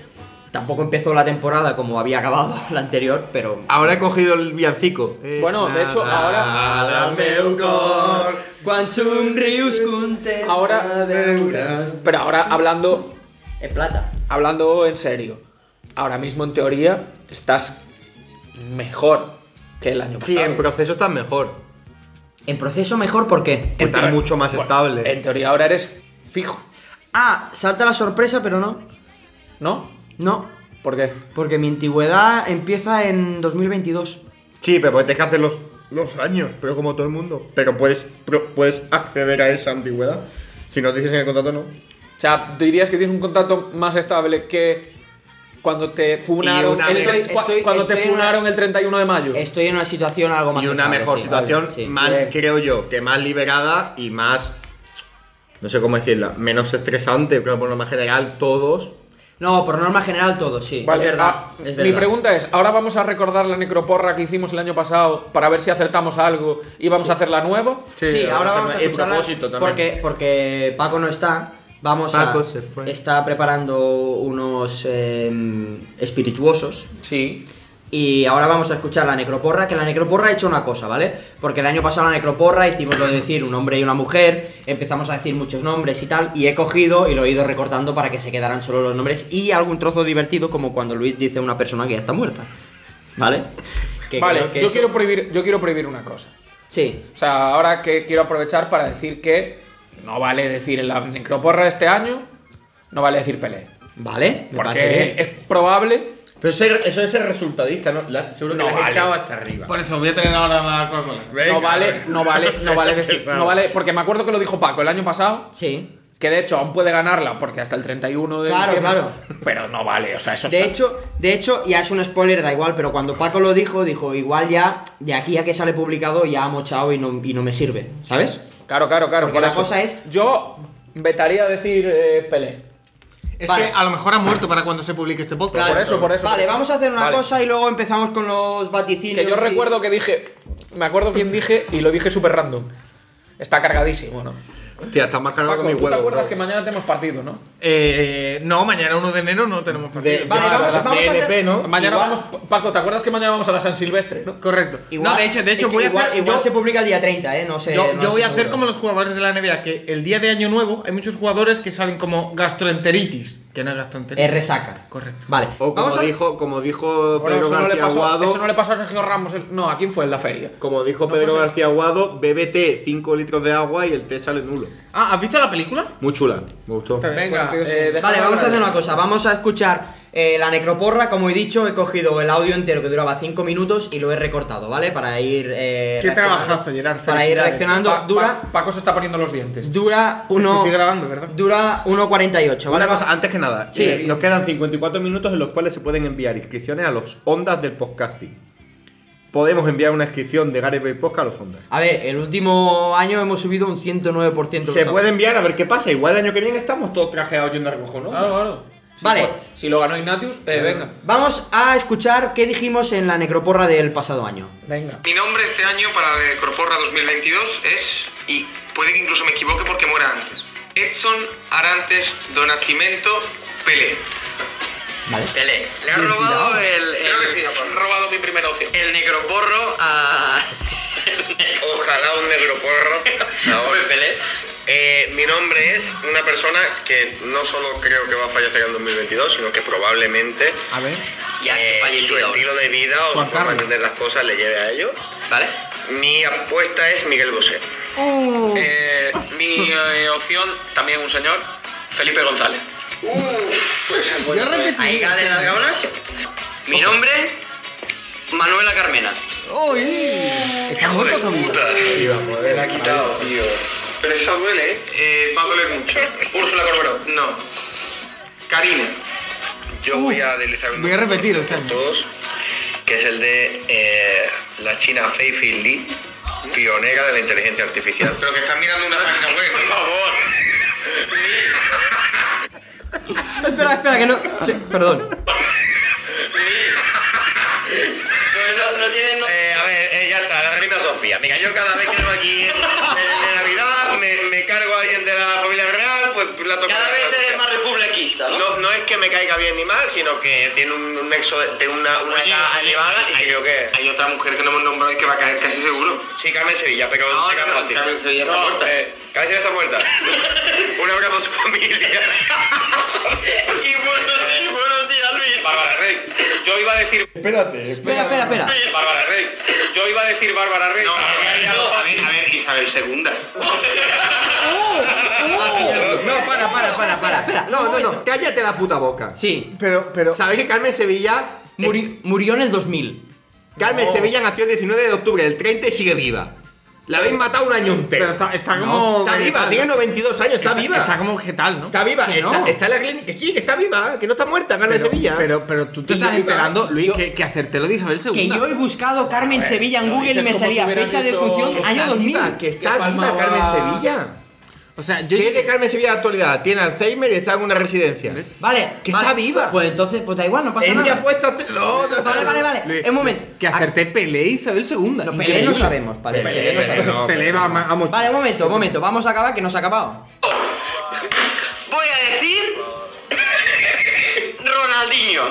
Speaker 2: tampoco empezó la temporada como había acabado la anterior pero
Speaker 4: Ahora he cogido el villancico. Eh,
Speaker 3: Bueno, de hecho, ahora-
Speaker 4: nada, meu cor.
Speaker 3: Ahora. Pero ahora hablando,
Speaker 2: en plata
Speaker 3: hablando en serio. Ahora mismo, en teoría, estás mejor que el año pasado.
Speaker 4: Sí, en proceso estás mejor.
Speaker 2: en proceso mejor por qué
Speaker 3: En
Speaker 4: Estás
Speaker 3: teoría-
Speaker 4: mucho más
Speaker 3: bueno,
Speaker 4: estable.
Speaker 3: En teoría ahora eres fijo,
Speaker 2: ah salta la sorpresa pero no
Speaker 3: ¿no?
Speaker 2: no
Speaker 3: ¿Por qué?
Speaker 2: Porque mi antigüedad empieza en 2022.
Speaker 4: Sí, pero porque tienes que hacer los, los años, pero como todo el mundo. Pero puedes, pro- puedes acceder a esa antigüedad. Si no te dices en el contrato, no.
Speaker 3: O sea, dirías que tienes un contrato más estable que cuando te funaron,
Speaker 4: una
Speaker 3: el,
Speaker 4: vez-
Speaker 3: tre- cua-
Speaker 2: estoy-
Speaker 3: cuando te
Speaker 2: estoy en una-
Speaker 3: funaron el 31 de mayo.
Speaker 2: Estoy en una situación algo más
Speaker 4: Y una
Speaker 2: estable,
Speaker 4: mejor
Speaker 2: sí.
Speaker 4: situación,
Speaker 2: Sí.
Speaker 4: más,
Speaker 3: Bien.
Speaker 4: creo yo, que más liberada y más. No sé cómo decirla, menos estresante, creo que por lo más general, todos.
Speaker 2: No, por norma general todo, sí.
Speaker 3: Vale,
Speaker 2: es, verdad,
Speaker 3: ah,
Speaker 2: es
Speaker 3: Mi
Speaker 2: verdad.
Speaker 3: pregunta es, ahora vamos a recordar la necroporra que hicimos el año pasado para ver si acertamos algo y vamos a hacer la nueva.
Speaker 2: Sí, ahora vamos a
Speaker 4: el
Speaker 2: escucharla
Speaker 4: propósito también.
Speaker 2: Porque, porque Paco no está. Vamos
Speaker 4: Paco
Speaker 2: a.
Speaker 4: se fue.
Speaker 2: Está preparando unos em, espirituosos.
Speaker 3: Sí.
Speaker 2: Y ahora vamos a escuchar la necroporra, que la necroporra ha hecho una cosa, ¿vale? Porque el año pasado la necroporra hicimos lo de decir un hombre y una mujer, empezamos a decir muchos nombres y tal, y he cogido y lo he ido recortando para que se quedaran solo los nombres y algún trozo divertido, como cuando Luis dice a una persona que ya está muerta, ¿vale? Que
Speaker 3: vale,
Speaker 2: creo que
Speaker 3: yo
Speaker 2: eso-
Speaker 3: quiero, prohibir, yo quiero prohibir una cosa.
Speaker 2: Sí,
Speaker 3: O sea, ahora que quiero aprovechar para decir que no vale decir en la necroporra de este año, no vale decir pelea.
Speaker 2: ¿vale? me parece
Speaker 3: Porque
Speaker 2: bien.
Speaker 3: es probable
Speaker 4: Pero ese- eso es el resultadista, ¿no? La- seguro que
Speaker 3: No
Speaker 4: lo has
Speaker 3: vale.
Speaker 4: echado hasta arriba.
Speaker 5: Por eso voy a tener ahora la Coca-Cola.
Speaker 4: Venga,
Speaker 3: no vale,
Speaker 4: venga.
Speaker 3: no vale, no vale decir,
Speaker 4: Claro.
Speaker 3: no vale, porque me acuerdo que lo dijo Paco el año pasado,
Speaker 2: Sí.
Speaker 3: que de hecho aún puede ganarla porque hasta el 31 de
Speaker 2: Claro,
Speaker 3: diciembre,
Speaker 2: claro.
Speaker 3: pero no vale, o sea, eso
Speaker 2: De
Speaker 3: es-
Speaker 2: hecho, de hecho, ya es un spoiler, da igual, pero cuando Paco lo dijo, dijo, igual ya, de aquí a que sale publicado, ya ha mochado y no, y no me sirve, ¿sabes?
Speaker 3: Claro, claro, claro,
Speaker 2: Porque
Speaker 3: por
Speaker 2: la
Speaker 3: eso.
Speaker 2: cosa es-
Speaker 3: yo vetaría decir eh, Pelé.
Speaker 10: Es
Speaker 2: Vale.
Speaker 10: que a lo mejor ha muerto para cuando se publique este podcast.
Speaker 3: Claro. Por eso, por eso,
Speaker 2: Vale,
Speaker 3: por eso.
Speaker 2: vamos a hacer una
Speaker 3: Vale.
Speaker 2: cosa y luego empezamos con los vaticinios.
Speaker 3: Que yo
Speaker 2: y-
Speaker 3: recuerdo que dije, me acuerdo quién dije y lo dije súper random. Está cargadísimo, ¿no?
Speaker 4: Hostia, está más caro
Speaker 3: Paco,
Speaker 4: que mi
Speaker 3: ¿tú te
Speaker 4: huevo. bro.
Speaker 3: acuerdas que mañana tenemos partido, no?
Speaker 10: Eh, no, mañana 1 de enero no tenemos partido.
Speaker 4: De-
Speaker 2: Vale,
Speaker 4: de-
Speaker 2: vamos-
Speaker 4: de
Speaker 2: vamos a hacer-
Speaker 4: NP, ¿no?
Speaker 3: Mañana
Speaker 2: Igual-
Speaker 3: vamos, Paco, ¿te acuerdas que mañana vamos a la San Silvestre? No,
Speaker 10: Correcto.
Speaker 2: Igual-
Speaker 10: no, de hecho, de hecho
Speaker 2: es que
Speaker 10: voy
Speaker 2: igual,
Speaker 10: a hacer.
Speaker 2: Igual
Speaker 10: yo-
Speaker 2: se publica el día 30, ¿eh? No sé.
Speaker 10: Yo,
Speaker 2: no
Speaker 10: yo
Speaker 2: sé
Speaker 10: voy a hacer
Speaker 2: seguro.
Speaker 10: como los jugadores de la NBA, que el día de Año Nuevo hay muchos jugadores que salen como gastroenteritis, que no es gastroenteritis.
Speaker 2: Es resaca.
Speaker 10: Correcto.
Speaker 2: Vale.
Speaker 4: O como
Speaker 2: a-
Speaker 4: dijo, como dijo
Speaker 3: Bueno,
Speaker 4: Pedro
Speaker 3: eso, no le
Speaker 4: García
Speaker 3: pasó,
Speaker 4: Aguado.
Speaker 3: eso no le pasó a Sergio Ramos. el- no, ¿a quién fue en la feria?
Speaker 4: Como dijo Pedro García Aguado, bébete 5 litros de agua y el té sale nulo.
Speaker 10: Ah, ¿has visto la película?
Speaker 4: Muy chula, me gustó.
Speaker 3: Venga, eh,
Speaker 2: Vale,
Speaker 3: dejadme
Speaker 2: vamos a
Speaker 3: hablar.
Speaker 2: hacer una cosa. Vamos a escuchar eh, la necroporra. Como he dicho, he cogido el audio entero que duraba 5 minutos y lo he recortado, ¿vale? Para ir. Eh,
Speaker 10: Qué
Speaker 2: reaccionando.
Speaker 10: trabajazo, Gerard,
Speaker 2: Para ir
Speaker 10: felicidades.
Speaker 2: reaccionando.
Speaker 3: Pa-
Speaker 2: dura.
Speaker 3: Pa- Paco se está poniendo los dientes.
Speaker 2: Dura 1.
Speaker 10: Estoy grabando, ¿verdad?
Speaker 2: Dura 1.48, ¿vale?
Speaker 4: Una cosa, antes que nada,
Speaker 2: Sí.
Speaker 4: eh, nos quedan 54 minutos en los cuales se pueden enviar inscripciones a los ondas del podcasting. Podemos enviar una inscripción de Gareth Bale Podcast a los ondas.
Speaker 2: A ver, el último año hemos subido un 109%.
Speaker 4: Se
Speaker 2: los
Speaker 4: puede enviar a ver qué pasa. Igual el año que viene estamos todos trajeados yendo a recoger, ¿no?
Speaker 3: Claro, claro. Si
Speaker 2: Vale.
Speaker 3: fue- Si lo ganó Ignatius, eh, venga.
Speaker 2: Vamos a escuchar qué dijimos en la necroporra del pasado año.
Speaker 3: Venga.
Speaker 7: Mi nombre este año para la Necroporra 2022 es, y puede que incluso me equivoque porque muera antes, Edson Arantes Donacimento Pelé.
Speaker 13: Pele, le has robado el,
Speaker 7: Creo que
Speaker 13: el,
Speaker 7: sí, han robado mi primera opción.
Speaker 13: el necroporro a...
Speaker 7: Ojalá un Necroporro.
Speaker 13: No, hombre, Pelé.
Speaker 7: Eh, mi nombre es una persona que no solo creo que va a fallecer en 2022, sino que probablemente
Speaker 10: A ver.
Speaker 13: Ya
Speaker 7: eh,
Speaker 13: esté
Speaker 7: su
Speaker 13: fallecido.
Speaker 7: estilo de vida o
Speaker 10: Juan
Speaker 7: su forma de
Speaker 10: Carlos.
Speaker 7: entender las cosas le lleve a ello.
Speaker 13: ¿Vale?
Speaker 7: Mi apuesta es Miguel Bosé.
Speaker 10: Oh.
Speaker 12: Eh, mi eh, opción, también un señor, Felipe González.
Speaker 10: Yo pues, repetí.
Speaker 13: Ahí cae de las gaunas. Mi nombre, Manuela Carmena.
Speaker 10: Está muerto todavía.
Speaker 7: Me ha quitado, tío. Pero esa duele, ¿eh? Eh, Va a doler mucho.
Speaker 13: Úrsula Corberó.
Speaker 7: No. Karina. Yo voy a deslizar un
Speaker 10: voy a
Speaker 7: nombre
Speaker 10: repetir
Speaker 7: por
Speaker 10: este año.
Speaker 7: todos, que es el de eh, la china Fei Fin Li, pionera de la inteligencia artificial. ¿Mm? Pero que están mirando una página web, por favor.
Speaker 2: espera, espera, que no. sí, perdón.
Speaker 13: No, no tiene nombre.
Speaker 7: Eh, a ver, eh, ya está, la reina Sofía. Mira, yo cada vez que vengo aquí en, en- en Navidad me, me cargo a alguien de la familia real, pues la toco.
Speaker 13: Cada vez eres más republiquista, ¿no?
Speaker 7: No, no es que me caiga bien ni mal, sino que tiene un, un nexo, de- tiene una, una edad elevada y creo que... Hay otra mujer que no hemos nombrado y que va a caer casi seguro. Sí, Carmen Sevilla, pero
Speaker 13: No,
Speaker 7: no,
Speaker 13: no, no,
Speaker 7: fácil.
Speaker 13: Carmen Sevilla está muerta.
Speaker 7: eh, Carmen Sevilla está muerta. un abrazo a su familia.
Speaker 13: Y bueno, y buenos días, Luis.
Speaker 12: Bárbara Rey. Yo iba a decir
Speaker 4: Espérate,
Speaker 2: Espera, espera, espera.
Speaker 12: Bárbara Rey. Yo iba a decir Bárbara Rey.
Speaker 7: No, a ver, a ver, Isabel Segunda.
Speaker 2: A
Speaker 4: No, para, para, para, para. No, no, no. Cállate la puta boca.
Speaker 2: Sí.
Speaker 14: Pero, pero.
Speaker 4: ¿Sabéis que Carmen Sevilla
Speaker 2: Muri- murió en el 2000.
Speaker 4: Carmen Sevilla nació el 19 de octubre del 30 y sigue viva. La habéis matado un año entero.
Speaker 15: Pero está, está como.
Speaker 4: está viva, tiene 92 años, está, viva.
Speaker 15: Está como vegetal, ¿no?
Speaker 4: Está viva,
Speaker 2: Que no.
Speaker 4: está, está en la clínica. Que sí, que está viva, que no está muerta, Carmen
Speaker 5: Pero,
Speaker 4: Sevilla.
Speaker 5: pero, pero tú te
Speaker 4: Y
Speaker 5: estás
Speaker 4: yo-
Speaker 5: enterando, Luis,
Speaker 2: yo-
Speaker 5: que, que hacértelo de Isabel II.
Speaker 2: Que yo he buscado Carmen Sevilla en
Speaker 3: lo
Speaker 2: Google y
Speaker 3: dices
Speaker 2: me
Speaker 3: como
Speaker 2: salía
Speaker 3: si hubieran
Speaker 2: fecha de
Speaker 3: dicho-
Speaker 2: función
Speaker 3: Que está
Speaker 2: año 2000.
Speaker 4: Viva, que está
Speaker 3: Que Palma
Speaker 4: viva Carmen
Speaker 3: va-
Speaker 4: Sevilla.
Speaker 5: O sea, yo.
Speaker 4: ¿Qué es de Carmen Sevilla de actualidad? Tiene Alzheimer y está en una residencia.
Speaker 2: Vale.
Speaker 4: Que
Speaker 2: vas-
Speaker 4: está viva.
Speaker 2: Pues entonces, pues da igual, no pasa
Speaker 4: Él ya
Speaker 2: nada.
Speaker 4: puesta. No, no,
Speaker 2: Vale, vale,
Speaker 5: Luis,
Speaker 2: vale. Un momento.
Speaker 5: Que acerté Pelé y Isabel II.
Speaker 2: Los
Speaker 5: Increíble.
Speaker 2: Pelé no sabemos, padre.
Speaker 4: Pelé,
Speaker 2: Pelé no
Speaker 4: Pelé,
Speaker 2: sabemos.
Speaker 4: no.
Speaker 5: Pelé va a ma- a mochila.
Speaker 2: Vale, un momento, un momento. Vamos a acabar que no se ha acabado.
Speaker 7: Voy a decir. Ronaldinho.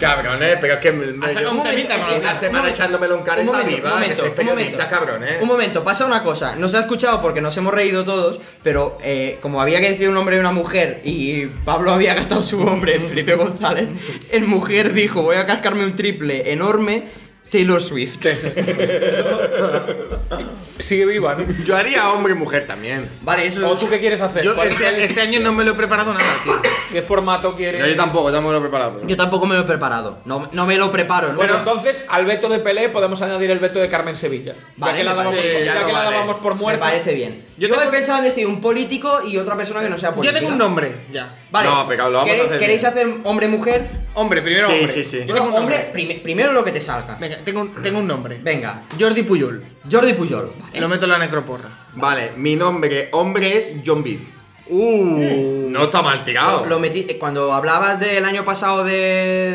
Speaker 4: Cabrones, pero es que me, me-
Speaker 15: Ha sacado
Speaker 4: yo-
Speaker 15: un temita,
Speaker 4: es que
Speaker 15: cabrón.
Speaker 4: una semana echándomelo en cara
Speaker 2: Un
Speaker 4: está
Speaker 2: momento,
Speaker 4: viva,
Speaker 2: un
Speaker 4: que
Speaker 2: momento,
Speaker 4: sois
Speaker 2: un
Speaker 4: periodistas,
Speaker 2: momento.
Speaker 4: cabrones.
Speaker 2: Un momento, pasa una cosa. No se ha escuchado porque nos hemos reído todos, pero eh, como había que decir un hombre y una mujer y Pablo había gastado su hombre en Felipe González, el mujer dijo, voy a cascarme un triple enorme Taylor Swift.
Speaker 3: Sigue viva, ¿no?
Speaker 4: Yo haría hombre y mujer también.
Speaker 2: Vale, eso
Speaker 3: ¿O tú qué quieres hacer?
Speaker 5: Yo
Speaker 3: ¿Cuál-
Speaker 5: este, este año no me lo he preparado nada, tío.
Speaker 3: ¿Qué formato quieres?
Speaker 4: No, yo tampoco, estamos lo preparado.
Speaker 2: Yo tampoco me lo he preparado. No, no me lo preparo. ¿no?
Speaker 3: Bueno, entonces al veto de Pelé podemos añadir el veto de Carmen Sevilla.
Speaker 2: Vale,
Speaker 3: ya que la
Speaker 2: me
Speaker 3: dábamos,
Speaker 2: parece,
Speaker 3: por-
Speaker 4: ya
Speaker 3: ya
Speaker 4: no
Speaker 3: que la
Speaker 4: vale.
Speaker 3: dábamos por
Speaker 2: me
Speaker 3: muerta.
Speaker 2: parece bien. Yo,
Speaker 5: Yo tengo-
Speaker 2: he pensado en decir un político y otra persona que no sea
Speaker 5: Yo
Speaker 2: política.
Speaker 5: tengo un nombre, ya.
Speaker 2: Vale.
Speaker 4: No, pero lo vamos a
Speaker 2: ¿Queréis,
Speaker 4: hacer
Speaker 2: ¿queréis
Speaker 4: bien.
Speaker 2: hacer hombre-mujer?
Speaker 5: Hombre, primero
Speaker 4: Sí,
Speaker 5: hombre.
Speaker 4: sí, sí.
Speaker 5: Yo tengo un
Speaker 2: hombre,
Speaker 5: nombre.
Speaker 2: prim- primero lo que te salga.
Speaker 5: Venga, tengo un, tengo un nombre.
Speaker 2: Venga,
Speaker 5: Jordi Puyol.
Speaker 2: Jordi Puyol. Vale.
Speaker 5: Lo meto en la necroporra.
Speaker 4: Vale, mi nombre hombre es John Beef. Uh, no está mal tirado.
Speaker 2: Lo metí, eh, cuando hablabas del año pasado de,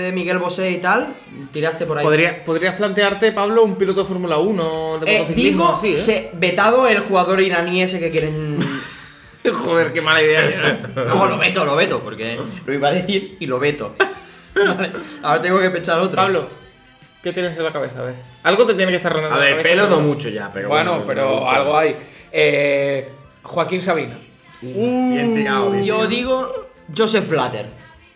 Speaker 2: de Miguel Bosé y tal, tiraste por ahí.
Speaker 5: Podría- podrías plantearte, Pablo, un piloto de Fórmula 1 de
Speaker 2: Eh,
Speaker 5: motociclismo,
Speaker 2: digo,
Speaker 5: así, ¿eh?
Speaker 2: se- vetado el jugador iraní ese que quieren.
Speaker 5: Joder, qué mala idea.
Speaker 2: No, lo veto, lo veto, porque lo iba a decir y lo veto. Vale, ahora tengo que pensar otro.
Speaker 5: Pablo, ¿qué tienes en la cabeza? A ver. Algo te tiene que estar rondando.
Speaker 4: A
Speaker 5: la
Speaker 4: ver,
Speaker 5: cabeza.
Speaker 4: pelo no mucho ya, pero
Speaker 3: Bueno,
Speaker 4: bueno,
Speaker 3: pero
Speaker 4: mucho.
Speaker 3: algo hay. Eh, Joaquín Sabina.
Speaker 4: Bien tirado, bien
Speaker 2: Yo
Speaker 4: tirado.
Speaker 2: digo Joseph Blatter.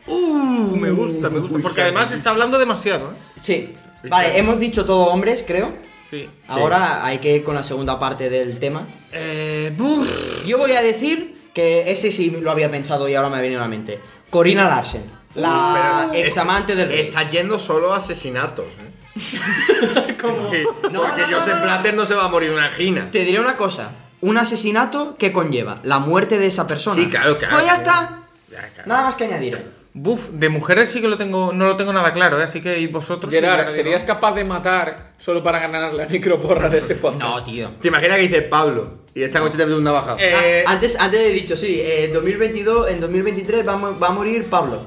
Speaker 5: Uh, me gusta, me gusta. Porque además está hablando demasiado, ¿eh?
Speaker 2: Sí. Vale, hemos dicho todo hombres, creo.
Speaker 5: Sí.
Speaker 2: Ahora hay que ir con la segunda parte del tema.
Speaker 5: Eh. buf.
Speaker 2: Yo voy a decir que ese sí lo había pensado y ahora me ha venido a la mente. Corina Larsen, la
Speaker 4: pero es-
Speaker 2: ex amante del rey.
Speaker 4: Está yendo solo a asesinatos. ¿eh? Porque,
Speaker 2: No,
Speaker 4: porque
Speaker 2: no, no,
Speaker 4: Joseph
Speaker 2: no, no.
Speaker 4: Blatter no se va a morir de una angina.
Speaker 2: Te diré una cosa. Un asesinato que conlleva la muerte de esa persona.
Speaker 4: Sí, claro, claro.
Speaker 2: Pues ya está.
Speaker 4: Ya, claro.
Speaker 2: Nada más que añadir.
Speaker 5: Buf, de mujeres sí que lo tengo, no lo tengo nada claro, ¿eh? así que id vosotros. y yo
Speaker 3: Gerard,
Speaker 5: ahora
Speaker 3: ¿serías
Speaker 5: digo.
Speaker 3: capaz de matar solo para ganar la microporra de este podcast?
Speaker 2: No, tío.
Speaker 4: ¿Te imaginas que dices Pablo y esta noche te mete una baja?
Speaker 5: Eh,
Speaker 2: Ah, antes, antes he dicho, sí, eh, 2022, en 2023 va a, mu- va a morir Pablo.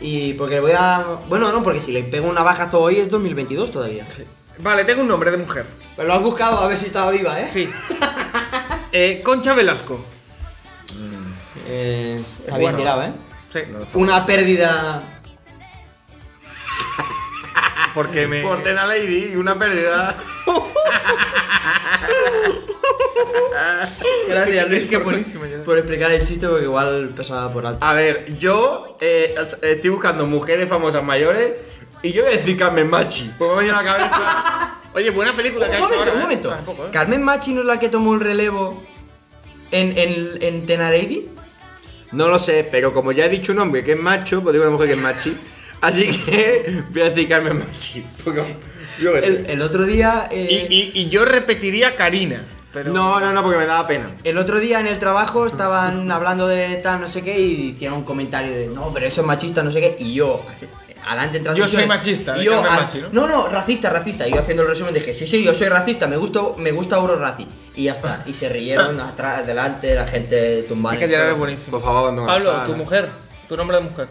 Speaker 2: Y porque le voy a... Bueno, no, porque si le pego un navajazo hoy es 2022 todavía.
Speaker 5: Vale, tengo un nombre de mujer.
Speaker 2: Pero lo has buscado a ver si estaba viva, ¿eh?
Speaker 5: Sí. Eh, Concha Velasco.
Speaker 2: Eh,
Speaker 5: Es
Speaker 2: habéis
Speaker 5: bueno.
Speaker 2: tirado, ¿eh?
Speaker 5: Sí.
Speaker 2: Una pérdida
Speaker 5: Ah, Porque me.
Speaker 4: Por tener a Lady y una pérdida.
Speaker 2: Gracias, Luis,
Speaker 5: Es que
Speaker 2: por,
Speaker 5: buenísimo, ya.
Speaker 2: por explicar el chiste porque igual pesaba por
Speaker 5: Ah,
Speaker 2: alto.
Speaker 4: A ver, yo eh, as- estoy buscando mujeres famosas mayores y yo voy a decir Carmen Machi. Porque me ha venido a la cabeza.
Speaker 5: Oye, buena película
Speaker 2: un
Speaker 5: que ha
Speaker 2: momento,
Speaker 5: hecho ahora.
Speaker 2: un
Speaker 5: ¿eh?
Speaker 2: momento.
Speaker 5: Ah, poco, ¿eh?
Speaker 2: ¿Carmen Machi no es la que tomó el relevo en, en, en Tenarady?
Speaker 4: No lo sé, pero como ya he dicho un hombre que es macho, pues digo una mujer que es machi. Así que voy a decir Carmen Machi. Porque yo
Speaker 11: Pues
Speaker 4: qué sé.
Speaker 2: El, el otro día. eh,
Speaker 5: Y, y- y yo repetiría Karina. Pero...
Speaker 4: No, no, no, porque me daba pena.
Speaker 2: El otro día en el trabajo estaban hablando de tal, no sé qué, y hicieron un comentario de no, pero eso es machista, no sé qué. Y yo, adelante en
Speaker 5: Yo soy
Speaker 2: transiciones,
Speaker 5: machista,
Speaker 2: y
Speaker 5: de
Speaker 2: yo,
Speaker 5: Carmen
Speaker 2: ah,
Speaker 5: Machi, ¿no?
Speaker 2: no, no, racista, racista. Y yo haciendo el resumen dije, sí, sí, yo soy racista, me gusta, me gusta Euro Racist. Y ya está. Y se rieron atrás, adelante, la gente tumbada.
Speaker 5: Es que
Speaker 2: en el
Speaker 5: Gerard es
Speaker 2: suelo.
Speaker 4: Por
Speaker 5: buenísimo.
Speaker 4: favor, abandona la
Speaker 5: Pablo,
Speaker 4: sala.
Speaker 5: tu mujer. Tu nombre de mujer.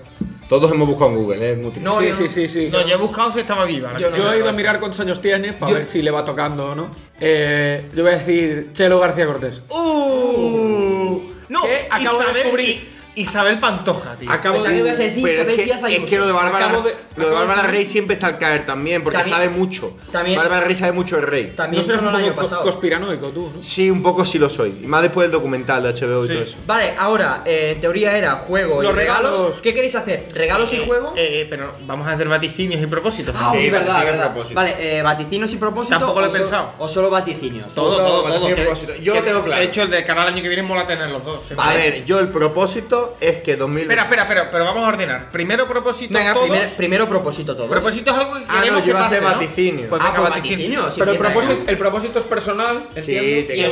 Speaker 4: Todos hemos buscado en Google, ¿eh? es muy triste.
Speaker 2: No,
Speaker 3: sí,
Speaker 2: yo
Speaker 3: sí, sí, sí.
Speaker 5: No, yo he buscado si estaba viva. la
Speaker 3: Yo,
Speaker 5: que-
Speaker 3: yo he ido a mirar cuántos años tiene para
Speaker 2: Yo-
Speaker 3: ver si le va tocando o no. Eh, yo voy a decir Chelo García Cortés.
Speaker 5: Uh, no,
Speaker 3: ¿Qué? Acabo de
Speaker 5: Isabel-
Speaker 3: descubrir.
Speaker 5: I-
Speaker 10: Isabel Pantoja, tío.
Speaker 11: Acabo
Speaker 2: Pensaba
Speaker 11: de-
Speaker 2: que ibas a decir
Speaker 11: pero
Speaker 2: Isabel
Speaker 11: es que,
Speaker 2: Díaz Ayuso.
Speaker 11: es que lo de Bárbara,
Speaker 2: Acabo de-
Speaker 11: lo de
Speaker 2: acabo
Speaker 11: Bárbara
Speaker 2: de-
Speaker 11: Rey siempre está al caer también, porque
Speaker 2: También-
Speaker 11: sabe mucho.
Speaker 2: también-
Speaker 11: Bárbara Rey sabe mucho de Rey.
Speaker 2: También
Speaker 3: no serás
Speaker 2: sonó
Speaker 3: un
Speaker 2: el año
Speaker 3: poco co-
Speaker 2: pasado.
Speaker 3: conspiranoico tú, ¿no?
Speaker 11: Sí, un poco sí lo soy. y Más después del documental de HBO y todo eso.
Speaker 2: Vale, ahora, eh, en teoría era juego y
Speaker 5: Los
Speaker 2: regalos.
Speaker 5: regalos.
Speaker 2: ¿Qué queréis hacer? ¿Regalos y juego?
Speaker 5: Eh, pero vamos a hacer vaticinios y propósitos.
Speaker 2: Ah,
Speaker 5: Sí,
Speaker 2: sí, verdad,
Speaker 5: vaticinios y
Speaker 2: verdad.
Speaker 5: propósitos.
Speaker 2: Vale, eh, vaticinios y propósitos.
Speaker 5: Tampoco lo
Speaker 2: o
Speaker 5: he
Speaker 2: solo-
Speaker 5: pensado.
Speaker 2: O solo vaticinios.
Speaker 5: Todo, todo, todo.
Speaker 11: vaticinios y
Speaker 5: Que-
Speaker 11: propósitos. Yo lo
Speaker 5: que,
Speaker 11: tengo claro.
Speaker 5: De hecho, el de canal año que viene mola tener los dos. siempre.
Speaker 11: A ver, yo el propósito es que 2020.
Speaker 5: Espera, espera, espera, pero vamos a ordenar. Primero propósito
Speaker 2: Venga,
Speaker 5: todos.
Speaker 2: primer- primero propósito todo.
Speaker 5: Propósito es algo que
Speaker 11: Ah,
Speaker 5: queremos
Speaker 11: no, yo
Speaker 5: que
Speaker 11: iba a
Speaker 5: pase,
Speaker 11: hacer
Speaker 5: ¿no?
Speaker 11: vaticinio.
Speaker 5: Pues
Speaker 2: Ah,
Speaker 5: venga,
Speaker 2: pues
Speaker 5: vaticinios.
Speaker 2: vaticinios.
Speaker 3: Pero el
Speaker 2: empieza
Speaker 3: propósito,
Speaker 2: ya.
Speaker 3: el propósito es personal, entiendo,
Speaker 11: te
Speaker 3: y el
Speaker 11: quedas
Speaker 3: vaticinio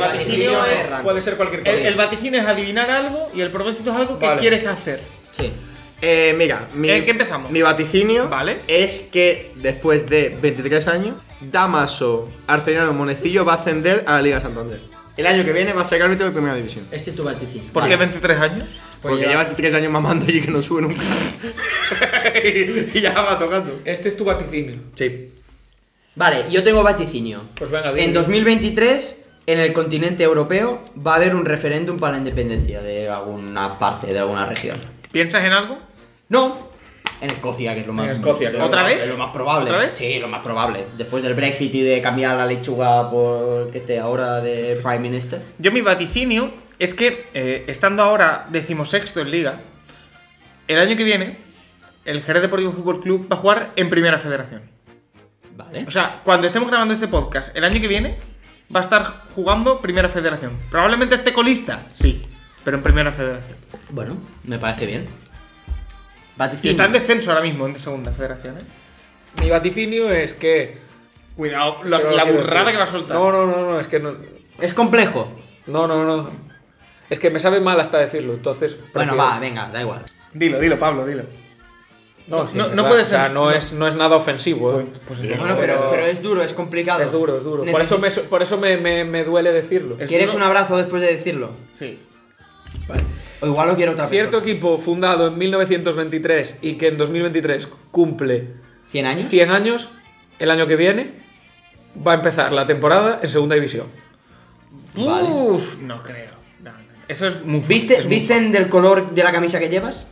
Speaker 2: vaticinio
Speaker 3: es-
Speaker 2: es rango.
Speaker 3: puede ser cualquier cosa.
Speaker 5: El, el vaticinio es adivinar algo y el propósito es algo que
Speaker 2: Vale.
Speaker 5: quieres hacer.
Speaker 2: Sí.
Speaker 11: Eh, mira, mi,
Speaker 5: ¿En qué empezamos?
Speaker 11: mi vaticinio
Speaker 5: Vale.
Speaker 11: es que después de 23 años, Damaso Arcediano Monecillo va a ascender a la Liga Santander. El año que viene va a ser árbitro de primera
Speaker 5: Pues
Speaker 11: división.
Speaker 2: Este es tu vaticinio.
Speaker 5: ¿Por qué 23 años?
Speaker 11: Porque
Speaker 2: ya-
Speaker 11: lleva 23 años mamando y que no sube nunca. y ya va tocando.
Speaker 3: Este es tu vaticinio.
Speaker 11: Sí.
Speaker 2: Vale, yo tengo vaticinio.
Speaker 3: Pues venga, dime.
Speaker 2: En 2023, en el continente europeo, va a haber un referéndum para la independencia de alguna parte, de alguna región.
Speaker 5: ¿Piensas en algo?
Speaker 2: No. En Escocia, que es lo más.
Speaker 3: En Escocia,
Speaker 2: lo
Speaker 5: ¿otra
Speaker 2: más-
Speaker 5: vez?
Speaker 2: es Lo más probable.
Speaker 5: ¿Otra vez?
Speaker 2: Sí, lo más probable. Después del Brexit y de cambiar la lechuga por que esté ahora de Prime Minister.
Speaker 5: Yo mi vaticinio es que, eh, estando ahora decimosexto en liga, el año que viene, el Jerez Deportivo Fútbol Club va a jugar en Primera Federación.
Speaker 2: Vale.
Speaker 5: O sea, cuando estemos grabando este podcast, el año que viene, va a estar jugando Primera Federación. Probablemente esté colista, sí, pero en Primera Federación.
Speaker 2: Bueno, me parece bien.
Speaker 5: Y
Speaker 2: Vaticinio.
Speaker 5: está en descenso ahora mismo, en Segunda Federación, ¿eh?
Speaker 3: Mi vaticinio es que.
Speaker 5: Cuidado, la,
Speaker 3: Pero
Speaker 5: la
Speaker 3: quiero
Speaker 5: burrada
Speaker 3: decir-
Speaker 5: que va a soltar.
Speaker 3: No, no, no, no, es que no.
Speaker 2: Es complejo.
Speaker 3: No, no, no. Es que me sabe mal hasta decirlo, entonces.
Speaker 2: Bueno,
Speaker 3: prefiero-
Speaker 2: va, venga, da igual.
Speaker 5: Dilo, dilo, Pablo, dilo.
Speaker 3: No, sí,
Speaker 5: no- no
Speaker 3: es verdad,
Speaker 5: puede
Speaker 3: o sea,
Speaker 5: ser,
Speaker 3: no,
Speaker 5: no.
Speaker 3: Es, no es nada ofensivo. ¿eh?
Speaker 5: Pues
Speaker 2: Sí, bueno, pero, pero es duro, es complicado.
Speaker 3: Es duro, es duro. Por eso me, por eso me, me- me duele decirlo.
Speaker 5: Es
Speaker 2: ¿Quieres
Speaker 5: duro.
Speaker 2: un abrazo después de decirlo?
Speaker 5: Sí.
Speaker 2: O igual lo quiero otra
Speaker 3: Cierto
Speaker 2: persona.
Speaker 3: equipo fundado en 1923 y que en 2023 cumple
Speaker 2: ¿100 años?
Speaker 3: 100 años, el año que viene va a empezar la temporada en segunda división.
Speaker 5: Uf, no creo. No, no, no. Eso es muy
Speaker 2: ¿Viste,
Speaker 5: es muy
Speaker 2: ¿Visten del color de la camisa que llevas?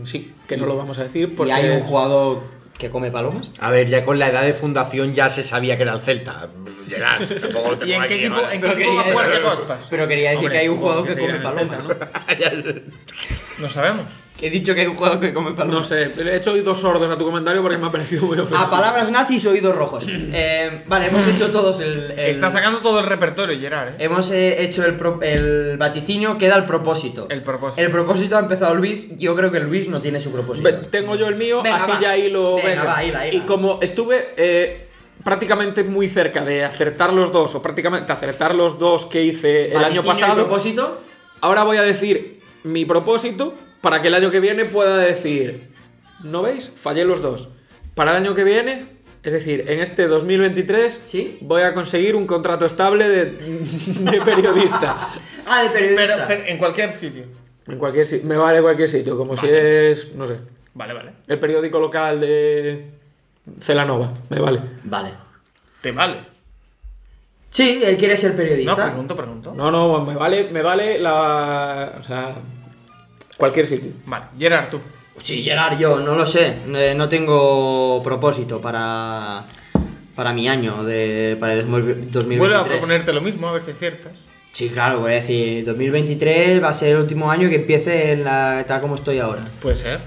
Speaker 3: Mm, Sí, que no lo vamos a decir porque
Speaker 2: Y hay un jugador que come palomas.
Speaker 4: A ver, ya con la edad de fundación ya se sabía que era el Celta. Gerard, tampoco te
Speaker 5: ¿Y en
Speaker 4: pongas
Speaker 5: qué
Speaker 4: aquí,
Speaker 5: equipo,
Speaker 4: ¿vale?
Speaker 5: en qué equipo va a jugar Cospas?
Speaker 2: Pero quería decir
Speaker 5: Hombre,
Speaker 2: que hay un
Speaker 5: supongo que
Speaker 2: jugador que come
Speaker 5: seguirá en el
Speaker 2: palomas, ¿no?
Speaker 5: No sabemos.
Speaker 2: Que he dicho que hay un jugador que come
Speaker 3: No Ah,
Speaker 2: palomas.
Speaker 3: sé, pero he hecho oídos sordos a tu comentario porque me ha parecido muy ofensivo.
Speaker 2: A palabras nazis, oídos rojos. Eh, vale, hemos hecho todos el... el-
Speaker 5: Está sacando todo el repertorio, Gerard, ¿eh?
Speaker 2: Hemos eh, hecho el, pro- el vaticinio, queda el propósito.
Speaker 5: El propósito.
Speaker 2: El propósito ha empezado Luis, yo creo que Luis no tiene su propósito.
Speaker 3: Ve- Tengo yo el mío,
Speaker 2: Venga,
Speaker 3: así
Speaker 2: va.
Speaker 3: ya hilo.
Speaker 2: Venga,
Speaker 3: venga.
Speaker 2: va, hila, hila.
Speaker 3: Y como estuve eh, prácticamente muy cerca de acertar los dos, o prácticamente acertar los dos que hice el
Speaker 2: Vaticinio
Speaker 3: año
Speaker 2: y
Speaker 3: pasado,
Speaker 2: propósito?
Speaker 3: ahora voy a decir mi propósito para que el año que viene pueda decir, ¿no veis? Fallé los dos. Para el año que viene, es decir, en este 2023,
Speaker 2: Sí.
Speaker 3: voy a conseguir un contrato estable de, de periodista.
Speaker 2: Ah, de
Speaker 5: Pero,
Speaker 2: periodista.
Speaker 5: pero en cualquier sitio.
Speaker 3: en cualquier si- me vale cualquier sitio, como si es, no sé,
Speaker 5: Vale, vale.
Speaker 3: el periódico local de Celanova, me vale.
Speaker 2: Vale.
Speaker 5: Te vale.
Speaker 2: Sí, él quiere ser
Speaker 5: No,
Speaker 2: periodista.
Speaker 5: pregunto, pregunto.
Speaker 3: No, no, me vale, me vale la. O sea. Cualquier sitio.
Speaker 5: Vale, Gerard, tú.
Speaker 2: sí, Gerard, yo no lo sé. Eh, no tengo propósito para para mi año de para el 2023.
Speaker 5: Vuelve a proponerte lo mismo, a ver si aciertas.
Speaker 2: Sí, claro, voy a decir 2023 va a ser el último año que empiece en la, tal como estoy ahora.
Speaker 5: Puede ser.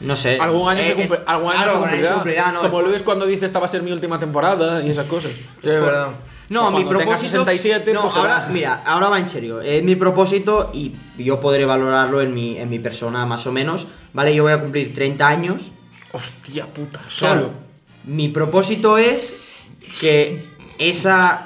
Speaker 2: No sé.
Speaker 3: Algún año,
Speaker 2: Eh,
Speaker 3: se, cumple-
Speaker 2: es-
Speaker 3: algún año
Speaker 2: claro,
Speaker 3: se
Speaker 2: algún año
Speaker 3: cumplirá.
Speaker 2: ¿no?
Speaker 3: Como Luis cuando dice esta va a ser mi última temporada y esas cosas.
Speaker 4: Sí, es verdad.
Speaker 2: No, mi
Speaker 3: Cuando tenga
Speaker 2: propósito.
Speaker 3: 67,
Speaker 2: no,
Speaker 3: pues
Speaker 2: ahora,
Speaker 3: será.
Speaker 2: mira, ahora va en serio. Es mi propósito y yo podré valorarlo en mi, en mi persona más o menos. Vale, yo voy a cumplir 30 años.
Speaker 5: Hostia puta,
Speaker 2: Claro. Mi propósito es que esa.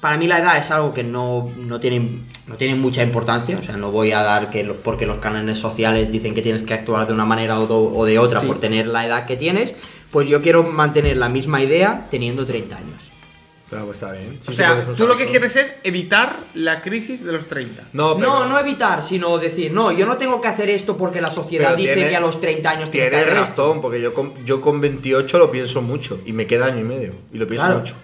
Speaker 2: Para mí la edad es algo que no, no, tiene, no tiene mucha importancia. O sea, no voy a dar que. lo- Porque los canales sociales dicen que tienes que actuar de una manera o, do- o de otra por tener la edad que tienes. Pues yo quiero mantener la misma idea teniendo 30 años.
Speaker 4: Pero pues está bien. Sí,
Speaker 5: O
Speaker 4: sí,
Speaker 5: sea,
Speaker 4: porque es un
Speaker 5: tú lo que
Speaker 4: salto.
Speaker 5: quieres es evitar la crisis de los 30.
Speaker 4: No, pero.
Speaker 2: No, no evitar, sino decir, no, yo no tengo que hacer esto porque la sociedad
Speaker 4: Pero
Speaker 2: dice
Speaker 4: tiene-
Speaker 2: que a los 30 años tienes que
Speaker 4: Tienes
Speaker 2: hacer esto.
Speaker 4: razón, porque yo con, yo con 28 lo pienso mucho y me queda año y medio y lo pienso
Speaker 2: Claro.
Speaker 4: mucho.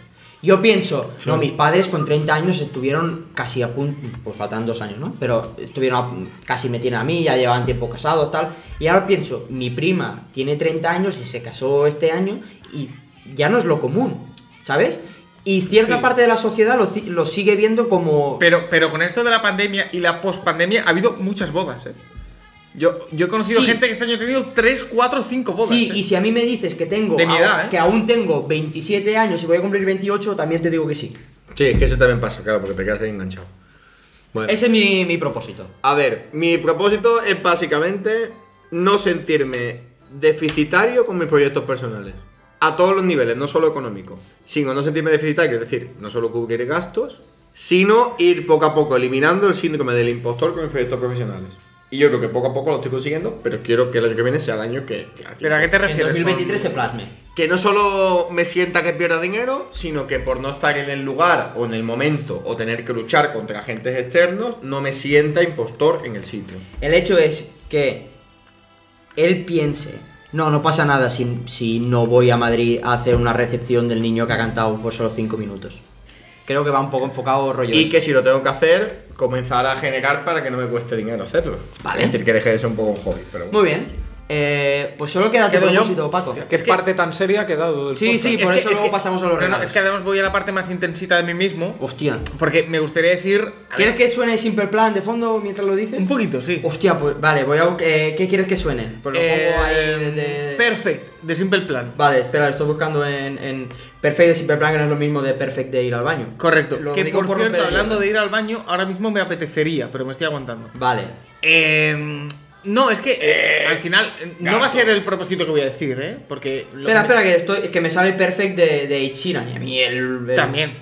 Speaker 2: Yo pienso, no, mis padres con 30 años estuvieron casi a punto, pues faltan dos años, ¿no? Pero estuvieron a pun- casi me tienen a mí, ya llevaban tiempo casados, tal. Y ahora pienso, mi prima tiene 30 años y se casó este año y ya no es lo común, ¿sabes? Y cierta parte de la sociedad lo, ci- lo sigue viendo como...
Speaker 5: Pero, pero con esto de la pandemia y la pospandemia ha habido muchas bodas, ¿eh? Yo, yo he conocido
Speaker 2: Sí.
Speaker 5: gente que este año ha tenido 3, 4, 5 bodas.
Speaker 2: Sí,
Speaker 5: ¿eh?
Speaker 2: y si a mí me dices que tengo
Speaker 5: De mi
Speaker 2: a-
Speaker 5: edad, ¿eh?
Speaker 2: que aún tengo 27 años y voy a cumplir 28, también te digo que sí.
Speaker 4: Sí, es que eso también pasa, claro, porque te quedas ahí enganchado. Bueno.
Speaker 2: Ese es mi, mi propósito.
Speaker 4: A ver, mi propósito es básicamente no sentirme deficitario con mis proyectos personales. A todos los niveles, no solo económico. Sino no sentirme deficitario, es decir, no solo cubrir gastos, sino ir poco a poco eliminando el síndrome del impostor con mis proyectos profesionales. Y yo creo que poco a poco lo estoy consiguiendo, pero quiero que el año que viene sea el año que... que
Speaker 5: ¿Pero a qué te refieres?
Speaker 2: En 2023 se plasme.
Speaker 4: que no solo me sienta que pierda dinero, sino que por no estar en el lugar o en el momento o tener que luchar contra agentes externos, no me sienta impostor en el sitio.
Speaker 2: El hecho es que él piense, no, no pasa nada si, si no voy a Madrid a hacer una recepción del niño que ha cantado por solo 5 minutos. Creo que va un poco enfocado rollo.
Speaker 4: Y
Speaker 2: eso.
Speaker 4: que si lo tengo que hacer, comenzar a generar para que no me cueste dinero hacerlo.
Speaker 2: Vale.
Speaker 4: Es decir, que deje de ser un poco un hobby. Pero bueno.
Speaker 2: Muy bien. Eh, pues solo queda tu
Speaker 5: ¿Quedo yo?
Speaker 2: propósito, Paco.
Speaker 3: Que es parte tan seria que ha dado. el
Speaker 2: Sí,
Speaker 3: podcast.
Speaker 2: sí, por eso luego pasamos a los
Speaker 5: No, no,
Speaker 2: regalos.
Speaker 5: es que además voy a la parte más intensita de mí mismo.
Speaker 2: Hostia.
Speaker 5: Porque me gustaría decir. a
Speaker 2: ¿Quieres
Speaker 5: ver,
Speaker 2: que suene Simple Plan de fondo mientras lo dices?
Speaker 5: Un poquito, sí.
Speaker 2: Hostia, pues vale, voy a. eh, ¿Qué quieres que suene? Pues lo pongo ahí
Speaker 5: Eh,
Speaker 2: de- de-
Speaker 5: Perfect, de Simple Plan.
Speaker 2: Vale, espera, estoy buscando en, en Perfect de Simple Plan, que no es lo mismo de Perfect de ir al baño.
Speaker 5: Correcto.
Speaker 2: Lo
Speaker 5: que
Speaker 2: digo
Speaker 5: por,
Speaker 2: por
Speaker 5: cierto,
Speaker 2: romper el
Speaker 5: hablando
Speaker 2: hielo.
Speaker 5: de ir al baño, ahora mismo me apetecería, pero me estoy aguantando.
Speaker 2: Vale.
Speaker 5: Eh, no, es que eh, al final eh, no va a ser el propósito que voy a decir, ¿eh? Porque. lo
Speaker 2: Espera,
Speaker 5: que-
Speaker 2: espera, que, estoy, es que me sale Perfect de, de Ichiran y a mí el. el-
Speaker 5: También.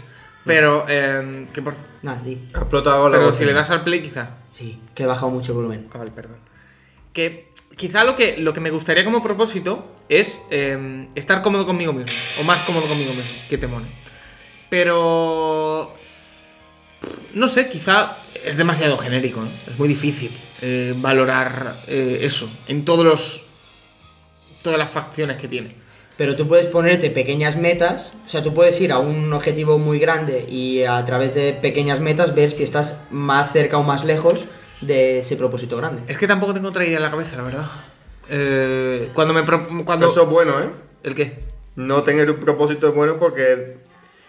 Speaker 5: Pero. eh, que por-
Speaker 2: Nah, di.
Speaker 4: Ha explotado la
Speaker 5: pero
Speaker 4: bocina.
Speaker 5: si le das al play, quizá.
Speaker 2: Sí, que he bajado mucho el volumen.
Speaker 5: Ah, vale, perdón. Que quizá lo que, lo que me gustaría como propósito es eh, estar cómodo conmigo mismo. O más cómodo conmigo mismo. Que te mone. Pero. No sé, quizá es demasiado genérico, ¿no? Es muy difícil eh, valorar eh, eso en todos los. todas las facciones que tiene.
Speaker 2: Pero tú puedes ponerte pequeñas metas, o sea, tú puedes ir a un objetivo muy grande y a través de pequeñas metas ver si estás más cerca o más lejos de ese propósito grande.
Speaker 5: Es que tampoco tengo otra idea en la cabeza, la verdad. Eh, cuando me. pro- Cuando,
Speaker 4: Eso es bueno, ¿eh?
Speaker 5: ¿El qué?
Speaker 4: No tener un propósito es bueno porque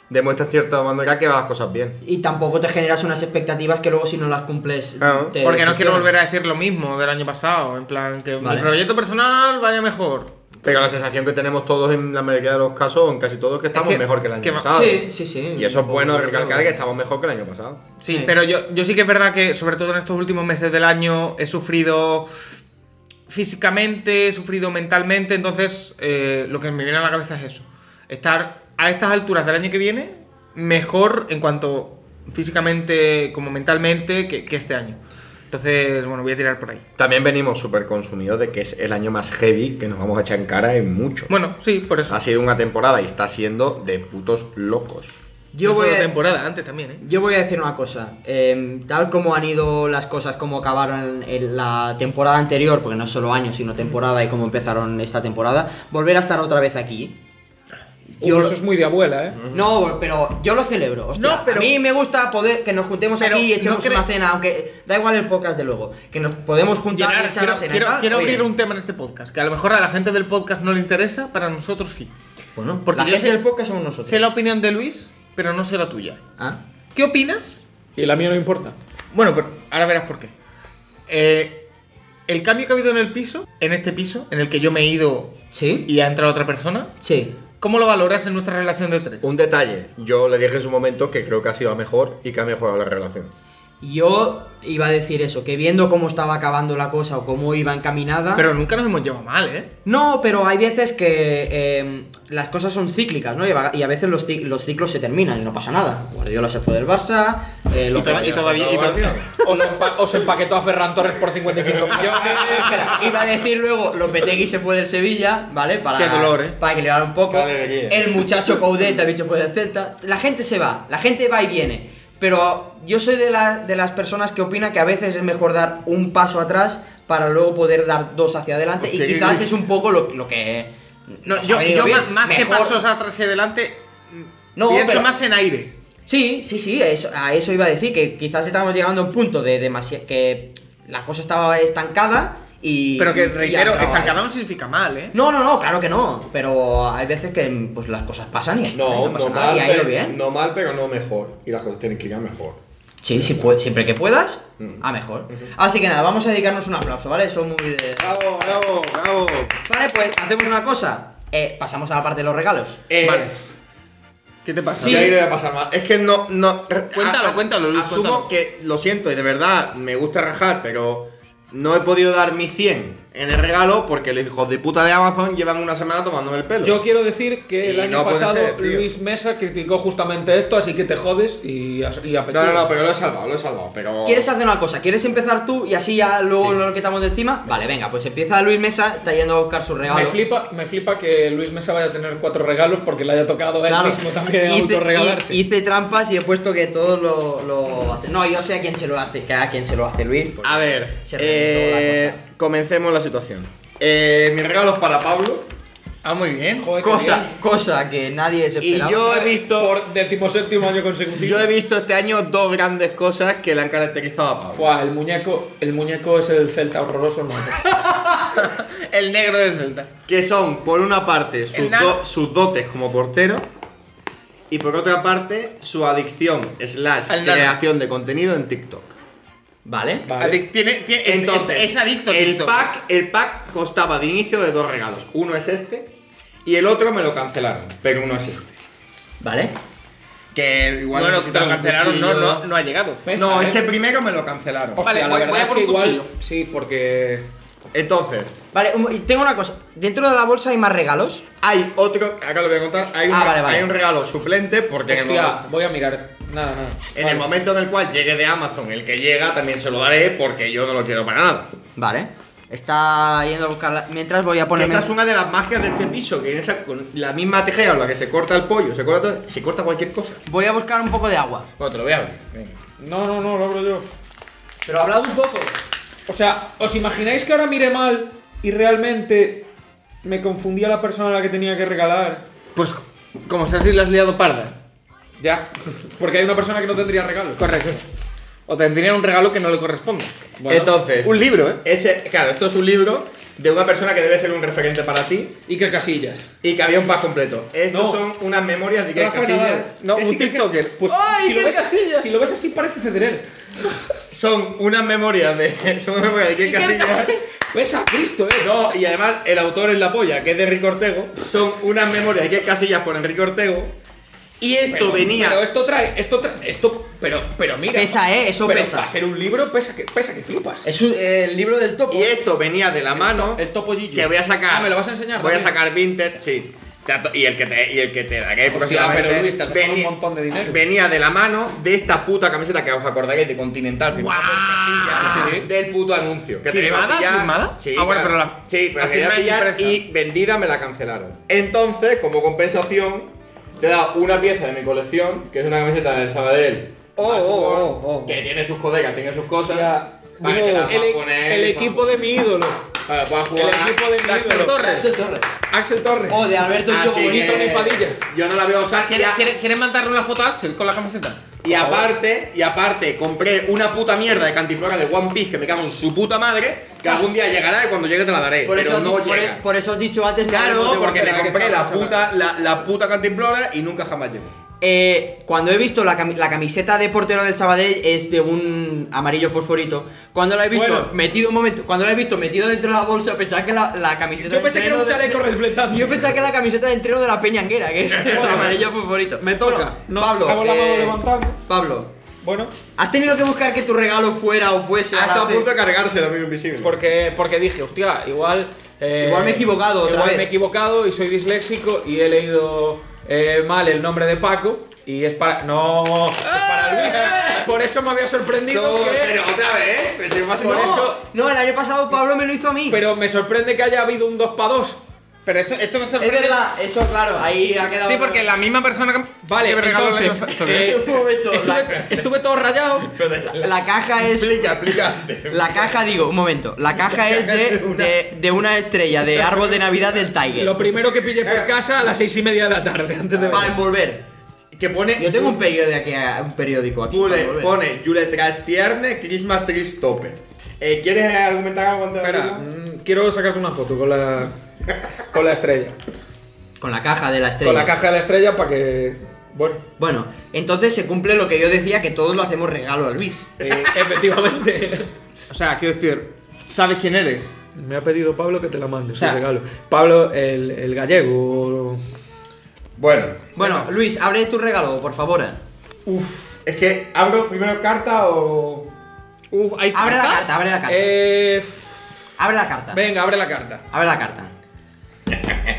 Speaker 4: demuestra cierta manera que van las cosas bien.
Speaker 2: Y tampoco te generas unas expectativas que luego si no las cumples...
Speaker 4: Claro.
Speaker 2: te
Speaker 5: Porque no quiero
Speaker 2: decepcionan.
Speaker 5: volver a decir lo mismo del año pasado. En plan, que
Speaker 2: Vale.
Speaker 5: mi proyecto personal vaya mejor.
Speaker 4: Pero la sensación que tenemos todos en la mayoría de los casos, o en casi todos, es que estamos
Speaker 5: que-
Speaker 4: mejor que el año
Speaker 5: que va-
Speaker 4: pasado.
Speaker 2: Sí, sí, sí.
Speaker 4: Y eso es bueno
Speaker 2: Tampoco-
Speaker 4: recalcar que estamos mejor que el año pasado.
Speaker 5: Sí, pero yo, yo sí que es verdad que, sobre todo en estos últimos meses del año, he sufrido físicamente, he sufrido mentalmente, entonces eh, lo que me viene a la cabeza es eso. Estar a estas alturas del año que viene mejor en cuanto físicamente como mentalmente que, que este año. Entonces, bueno, voy a tirar por ahí.
Speaker 4: También venimos súper consumidos de que es el año más heavy que nos vamos a echar en cara en mucho.
Speaker 5: Bueno, sí, por eso.
Speaker 4: Ha sido una temporada y está siendo de putos locos.
Speaker 2: Yo
Speaker 5: No
Speaker 2: voy,
Speaker 5: solo
Speaker 2: a,
Speaker 5: temporada antes también, ¿eh?
Speaker 2: yo voy a decir una cosa. eh, tal como han ido las cosas, como acabaron en la temporada anterior, porque no es solo año, sino temporada y como empezaron esta temporada, volver a estar otra vez aquí.
Speaker 3: Uf, eso es muy de abuela, ¿eh?
Speaker 2: No, pero yo lo celebro. hostia.
Speaker 5: No, pero-
Speaker 2: a mí me gusta poder que nos juntemos
Speaker 5: Pero
Speaker 2: aquí y
Speaker 5: no
Speaker 2: echemos
Speaker 5: cre-
Speaker 2: una cena, aunque da igual el podcast de luego. Que nos podemos juntar y
Speaker 5: Gerard,
Speaker 2: echar Ah,
Speaker 5: quiero,
Speaker 2: la cena.
Speaker 5: quiero-
Speaker 2: y tal,
Speaker 5: quiero
Speaker 2: oye,
Speaker 5: abrir un tema en este podcast, que a lo mejor a la gente del podcast no le interesa, para nosotros sí.
Speaker 2: Bueno,
Speaker 5: porque
Speaker 2: porque la
Speaker 5: yo
Speaker 2: gente
Speaker 5: sé-
Speaker 2: del podcast somos nosotros.
Speaker 5: Sé la opinión de Luis, pero no sé la tuya.
Speaker 2: Ah,
Speaker 5: ¿Qué opinas?
Speaker 3: Y la mía no importa.
Speaker 5: Bueno, pero ahora verás por qué. Eh, el cambio que ha habido en el piso, en este piso, en el que yo me he ido
Speaker 2: ¿Sí?
Speaker 5: y ha entrado otra persona,
Speaker 2: Sí.
Speaker 5: ¿cómo lo valoras en nuestra relación de tres?
Speaker 4: Un detalle, yo le dije en su momento que creo que ha sido a mejor y que ha mejorado la relación.
Speaker 2: Yo iba a decir eso, que viendo cómo estaba acabando la cosa o cómo iba encaminada.
Speaker 5: Pero nunca nos hemos llevado mal, ¿eh?
Speaker 2: No, pero hay veces que eh, las cosas son cíclicas, ¿no? Y a y a veces los, ci- los ciclos se terminan y no pasa nada. Guardiola se fue del Barça, eh,
Speaker 5: Y,
Speaker 2: lo
Speaker 5: toda- y todavía... y todavía-
Speaker 3: Os, empa- os empaquetó a Ferran Torres por 55 millones.
Speaker 2: Espera, iba a decir luego Lopetegui se fue del Sevilla, ¿vale? Para,
Speaker 5: Qué dolor, ¿eh?
Speaker 2: Para que le un poco.
Speaker 4: Qué alegría.
Speaker 2: El muchacho Coudet también se fue del Celta. La gente se va, la gente va y viene. Pero yo soy de, la- de las personas que opina que a veces es mejor dar un paso atrás para luego poder dar dos hacia adelante.
Speaker 5: Hostia,
Speaker 2: y
Speaker 5: qué
Speaker 2: quizás
Speaker 5: gris.
Speaker 2: es un poco lo, lo que.
Speaker 5: No,
Speaker 2: nos
Speaker 5: yo,
Speaker 2: ha venido
Speaker 5: yo
Speaker 2: bien.
Speaker 5: más, más que
Speaker 2: Mejor-
Speaker 5: pasos atrás y adelante, mm,
Speaker 2: No,
Speaker 5: Pienso
Speaker 2: pero-
Speaker 5: más en aire.
Speaker 2: Sí, sí, sí, eso- a eso iba a decir, que quizás estamos llegando a un punto de demasiado. que la cosa estaba estancada y.
Speaker 5: Pero que
Speaker 2: y- y
Speaker 5: reitero,
Speaker 2: acababa.
Speaker 5: estancada no significa mal, ¿eh?
Speaker 2: No, no, no, claro que no, pero hay veces que pues las cosas pasan y,
Speaker 4: No,
Speaker 2: y pasa
Speaker 4: no
Speaker 2: nada,
Speaker 4: mal,
Speaker 2: y ha ido
Speaker 4: pero-
Speaker 2: bien.
Speaker 4: no mal, pero no mejor. Y las cosas tienen que ir a mejor.
Speaker 2: Sí, sí, pue- siempre que puedas, a mejor. Así que nada, vamos a dedicarnos un aplauso, ¿vale? Son muy de...
Speaker 4: Bravo, bravo, bravo.
Speaker 2: Vale, pues hacemos una cosa. Eh, pasamos a la parte de los regalos.
Speaker 4: Eh,
Speaker 5: Vale. ¿Qué te pasa?
Speaker 4: Sí. Ya iba a pasar mal. Es que no, no.
Speaker 5: Cuéntalo,
Speaker 4: a-
Speaker 5: cuéntalo, Luis, cuéntalo.
Speaker 4: Asumo que lo siento y de verdad me gusta rajar, pero no he podido dar mi 100 en el regalo porque los hijos de puta de Amazon llevan una semana tomándome el pelo.
Speaker 3: Yo quiero decir que el
Speaker 4: Y
Speaker 3: año
Speaker 4: no puede
Speaker 3: pasado
Speaker 4: ser, tío.
Speaker 3: Luis Mesa criticó justamente esto, así que te jodes y, as- y
Speaker 4: no,
Speaker 3: apetece.
Speaker 4: no, no, pero lo he salvado, lo he salvado. Pero.
Speaker 2: ¿Quieres hacer una cosa? ¿Quieres empezar tú y así ya luego lo quitamos de encima? Vale, venga, pues empieza Luis Mesa, está yendo a buscar su regalo.
Speaker 3: Me flipa, me flipa que Luis Mesa vaya a tener cuatro regalos porque le haya tocado
Speaker 2: Claro.
Speaker 3: él mismo también
Speaker 2: Hice-
Speaker 3: autorregalarse.
Speaker 2: hi- Hice trampas y he puesto que todos lo, lo hacen. No, yo sé a quién se lo hace, que a quién se lo hace Luis. porque
Speaker 4: A ver,
Speaker 2: se
Speaker 4: eh,
Speaker 2: reventó la cosa.
Speaker 4: comencemos la situación. Eh, mi regalo es para Pablo.
Speaker 5: Ah, muy bien.
Speaker 3: Joder, qué
Speaker 2: Cosa,
Speaker 3: bien.
Speaker 2: cosa que nadie se
Speaker 4: Y
Speaker 2: esperaba.
Speaker 4: yo he visto.
Speaker 3: Por decimoséptimo año consecutivo.
Speaker 4: Yo he visto este año dos grandes cosas que le han caracterizado a Pablo.
Speaker 3: Fua, el muñeco, el muñeco es el celta horroroso, no.
Speaker 5: El negro de Celta.
Speaker 4: Que son, por una parte, sus,
Speaker 5: El nano.
Speaker 4: do- sus dotes como portero. Y por otra parte, su adicción slash
Speaker 5: Al nano.
Speaker 4: creación de contenido en TikTok.
Speaker 2: Vale.
Speaker 3: Vale.
Speaker 5: Adic- tiene, tiene- es-
Speaker 4: Entonces,
Speaker 5: Este, es, es adicto a
Speaker 4: el
Speaker 5: TikTok.
Speaker 4: pack, el pack costaba de inicio de dos regalos. Uno es este y el otro me lo cancelaron, pero uno es este.
Speaker 2: Vale.
Speaker 4: Que igual
Speaker 5: Bueno, te
Speaker 4: necesitaba
Speaker 5: lo
Speaker 4: un
Speaker 5: cancelaron, no,
Speaker 4: cuchillo.
Speaker 5: no, no ha llegado.
Speaker 3: Pesa,
Speaker 4: No,
Speaker 3: ¿eh?
Speaker 4: ese primero me lo cancelaron.
Speaker 3: Hostia,
Speaker 5: Vale,
Speaker 3: la
Speaker 5: voy-
Speaker 3: verdad
Speaker 5: voy a
Speaker 3: es
Speaker 5: por
Speaker 3: que
Speaker 5: un
Speaker 3: igual.
Speaker 5: cuchillo.
Speaker 3: Sí, porque.
Speaker 4: Entonces,
Speaker 2: Vale, un- y tengo una cosa. ¿Dentro de la bolsa hay más regalos?
Speaker 4: hay otro, acá lo voy a contar, hay,
Speaker 2: Ah,
Speaker 4: un-
Speaker 2: vale, vale.
Speaker 4: hay un regalo suplente porque en el momento-
Speaker 3: Hostia, voy a mirar. Nada,
Speaker 4: En
Speaker 3: nada.
Speaker 5: Eh.
Speaker 3: Vale.
Speaker 4: el momento en el cual llegue de Amazon, el que llega también se lo daré porque yo no lo quiero para nada.
Speaker 2: Vale. Está yendo a buscarla. Mientras voy a
Speaker 4: Que
Speaker 2: ponerme.
Speaker 4: Esa es una de las magias de este piso, que esa, con la misma tijera con la que se corta el pollo, se corta, todo- se corta cualquier cosa.
Speaker 2: Voy a buscar un poco de agua.
Speaker 4: Bueno, te lo voy a abrir. venga.
Speaker 3: No, no, no, lo abro yo.
Speaker 2: Pero hablad un poco.
Speaker 3: O sea, ¿os imagináis que ahora mire mal y realmente me confundía la persona a la que tenía que regalar?
Speaker 5: Pues como si así la has liado parda.
Speaker 3: Ya, porque hay una persona que no tendría regalos.
Speaker 5: Correcto. O tendría un regalo que no le corresponde.
Speaker 3: Bueno,
Speaker 4: Entonces,
Speaker 5: Un libro, ¿eh?
Speaker 4: ese, claro, esto es un libro de una persona que debe ser un referente para ti
Speaker 3: Iker Casillas.
Speaker 4: y que había un pack completo. Estos
Speaker 3: No.
Speaker 4: son unas memorias de Iker
Speaker 3: Rafa
Speaker 4: Casillas.
Speaker 3: Nadal.
Speaker 5: No,
Speaker 3: Es
Speaker 5: un
Speaker 3: Iker Cas-
Speaker 5: TikToker.
Speaker 3: Pues
Speaker 5: ¡Ay,
Speaker 3: si, lo
Speaker 5: Iker
Speaker 3: ves,
Speaker 5: Casillas!
Speaker 3: si lo ves así parece Federer.
Speaker 4: Son unas memorias de, son unas memorias de Iker Casillas.
Speaker 3: Pesa, Cristo, eh.
Speaker 4: No, y además el autor es la polla, que es de Enrique Ortego. Son unas memorias que es casillas por Enrique Ortego. Y esto
Speaker 3: Pero-
Speaker 4: venía.
Speaker 3: Pero esto trae, esto trae, esto, pero, pero mira.
Speaker 2: Pesa, eh, eso
Speaker 3: pero
Speaker 2: pesa.
Speaker 3: Para ser un libro pesa que, pesa que flipas.
Speaker 2: Es un- eh, el libro del topo.
Speaker 4: Y esto venía de la mano.
Speaker 3: el topo Gigi.
Speaker 4: Que voy a sacar.
Speaker 3: Ah, ¿me lo vas a enseñar
Speaker 4: Voy a
Speaker 3: también?
Speaker 4: sacar Vinted, sí. Te ato- Y el que te, y el que te daré
Speaker 3: Hostia,
Speaker 4: próximamente
Speaker 3: pero Luis, te has dejado
Speaker 4: veni-
Speaker 3: un montón de dinero.
Speaker 4: Venía de la mano de esta puta camiseta que os acordaréis de Continental. firmada por Casillas,
Speaker 3: Sí.
Speaker 4: Ah. Del puto anuncio. Que te iba a
Speaker 5: ¿Eh? ¿Firmada?
Speaker 4: pillar.
Speaker 5: ¿Firmada?
Speaker 4: Sí,
Speaker 5: Ah, bueno,
Speaker 4: claro.
Speaker 5: pero la-
Speaker 4: sí, pero
Speaker 5: la
Speaker 4: la quería
Speaker 5: firma
Speaker 4: pillar
Speaker 5: impresa.
Speaker 4: y vendida me la cancelaron. Entonces, como compensación, te he dado una pieza de mi colección, que es una camiseta del Sabadell.
Speaker 5: Oh, oh, oh, oh.
Speaker 4: Que tiene sus codegas, tiene sus cosas.
Speaker 3: Ya,
Speaker 4: Para que
Speaker 3: digo,
Speaker 4: te la puedas
Speaker 3: el, e-
Speaker 4: poner,
Speaker 3: el
Speaker 4: para-
Speaker 3: equipo de mi ídolo.
Speaker 4: Para que puedas
Speaker 3: El
Speaker 4: jugar.
Speaker 3: equipo de mi
Speaker 5: Axel
Speaker 3: ídolo.
Speaker 5: Torres.
Speaker 2: Axel Ah, Torres. Oh,
Speaker 3: Axel Torres.
Speaker 2: O de Alberto
Speaker 4: Así
Speaker 2: Yo
Speaker 4: que
Speaker 2: Bonito.
Speaker 3: Tony Padilla.
Speaker 4: Yo no la veo usar.
Speaker 5: ¿Quieres,
Speaker 4: ya-
Speaker 5: quieres- quieres mandarle una foto a Axel con la camiseta?
Speaker 4: Y aparte, y aparte, compré una puta mierda de cantiflora de One Piece que me cago en su puta madre, que algún día llegará y cuando llegue te la daré.
Speaker 2: Por
Speaker 4: pero
Speaker 2: eso,
Speaker 4: no
Speaker 2: por, e,
Speaker 4: llega.
Speaker 2: por eso has dicho antes. no hablemos
Speaker 4: claro,
Speaker 2: de
Speaker 4: porque
Speaker 2: Walter.
Speaker 4: me compré la
Speaker 2: chaval.
Speaker 4: puta, la, la puta cantimplora y nunca jamás llegó.
Speaker 2: Eh, cuando he visto la, cami- la camiseta de portero del Sabadell es de un amarillo fosforito. Cuando la he visto
Speaker 3: Bueno.
Speaker 2: metido un momento, cuando la he visto metido dentro de la bolsa, pensaba que la, la camiseta.
Speaker 3: Yo
Speaker 2: de
Speaker 3: pensé que era un
Speaker 2: entreno de-
Speaker 3: chaleco reflectante.
Speaker 2: Yo pensaba que era la camiseta de entreno de la Peñanguera, que es el amarillo fosforito.
Speaker 3: Me toca.
Speaker 2: Bueno,
Speaker 3: No,
Speaker 2: Pablo.
Speaker 3: hago la mano
Speaker 2: eh,
Speaker 3: levantando.
Speaker 2: Pablo,
Speaker 3: Bueno,
Speaker 2: has tenido que buscar que tu regalo fuera o fuese.
Speaker 4: Hasta Ah, a
Speaker 2: ahora-
Speaker 4: punto de cargarse el amigo invisible.
Speaker 3: porque, porque dije, hostia, igual. eh,
Speaker 2: Igual me he equivocado otra
Speaker 3: Igual
Speaker 2: vez.
Speaker 3: me he equivocado y soy disléxico y he leído eh, mal el nombre de Paco. Y es para. No, es para Luis. Por eso me había sorprendido.
Speaker 4: No,
Speaker 3: que-
Speaker 4: pero otra vez, ¿eh? Pero si me pasa-
Speaker 3: Por
Speaker 4: no.
Speaker 3: eso-
Speaker 2: No, el año pasado Pablo me lo hizo a mí.
Speaker 3: Pero me sorprende que haya habido un 2 para 2.
Speaker 5: Pero esto, esto me
Speaker 2: es
Speaker 5: sorprende.
Speaker 2: verdad, eso claro, ahí ha quedado.
Speaker 5: Sí, porque la misma persona que
Speaker 3: Vale,
Speaker 5: que me regaló la
Speaker 3: entonces,
Speaker 5: cosa-
Speaker 3: eh,
Speaker 2: Un momento,
Speaker 3: estuve,
Speaker 2: la-
Speaker 3: estuve todo rayado.
Speaker 2: la caja es
Speaker 4: Explica, explica antes.
Speaker 2: La caja, digo, un momento, la caja es de, de, de una estrella de árbol de Navidad del Tiger.
Speaker 4: Eh.
Speaker 3: Lo primero que pillé por casa a las 6 y media de la tarde, antes de
Speaker 2: Para
Speaker 3: venir.
Speaker 2: envolver.
Speaker 4: que pone.
Speaker 2: Yo tengo un periódico aquí, a- un periódico aquí.
Speaker 4: Pone,
Speaker 2: para volver.
Speaker 4: pone Jule Trastierne, Christmas Trees Topper. Eh, ¿Quieres argumentar algo contra
Speaker 3: Espera, mm, quiero sacarte una foto con la, con la estrella.
Speaker 2: Con la caja de la estrella.
Speaker 3: Con la caja de la estrella para que. Bueno,
Speaker 2: Bueno, entonces se cumple lo que yo decía que todos lo hacemos regalo a Luis.
Speaker 3: eh, efectivamente.
Speaker 5: O sea, quiero decir, ¿sabes quién eres?
Speaker 3: Me ha pedido Pablo que te la mande, su
Speaker 5: sea-
Speaker 3: regalo. Pablo, el, el gallego.
Speaker 4: Bueno,
Speaker 2: Bueno, Luis, abre tu regalo, por favor.
Speaker 4: uff. Es que abro primero carta o.
Speaker 5: Uf, hay
Speaker 2: Abre la
Speaker 5: carta?
Speaker 2: carta, abre la carta.
Speaker 3: Eh,
Speaker 2: Abre la carta.
Speaker 3: venga, abre la carta.
Speaker 2: Abre la carta.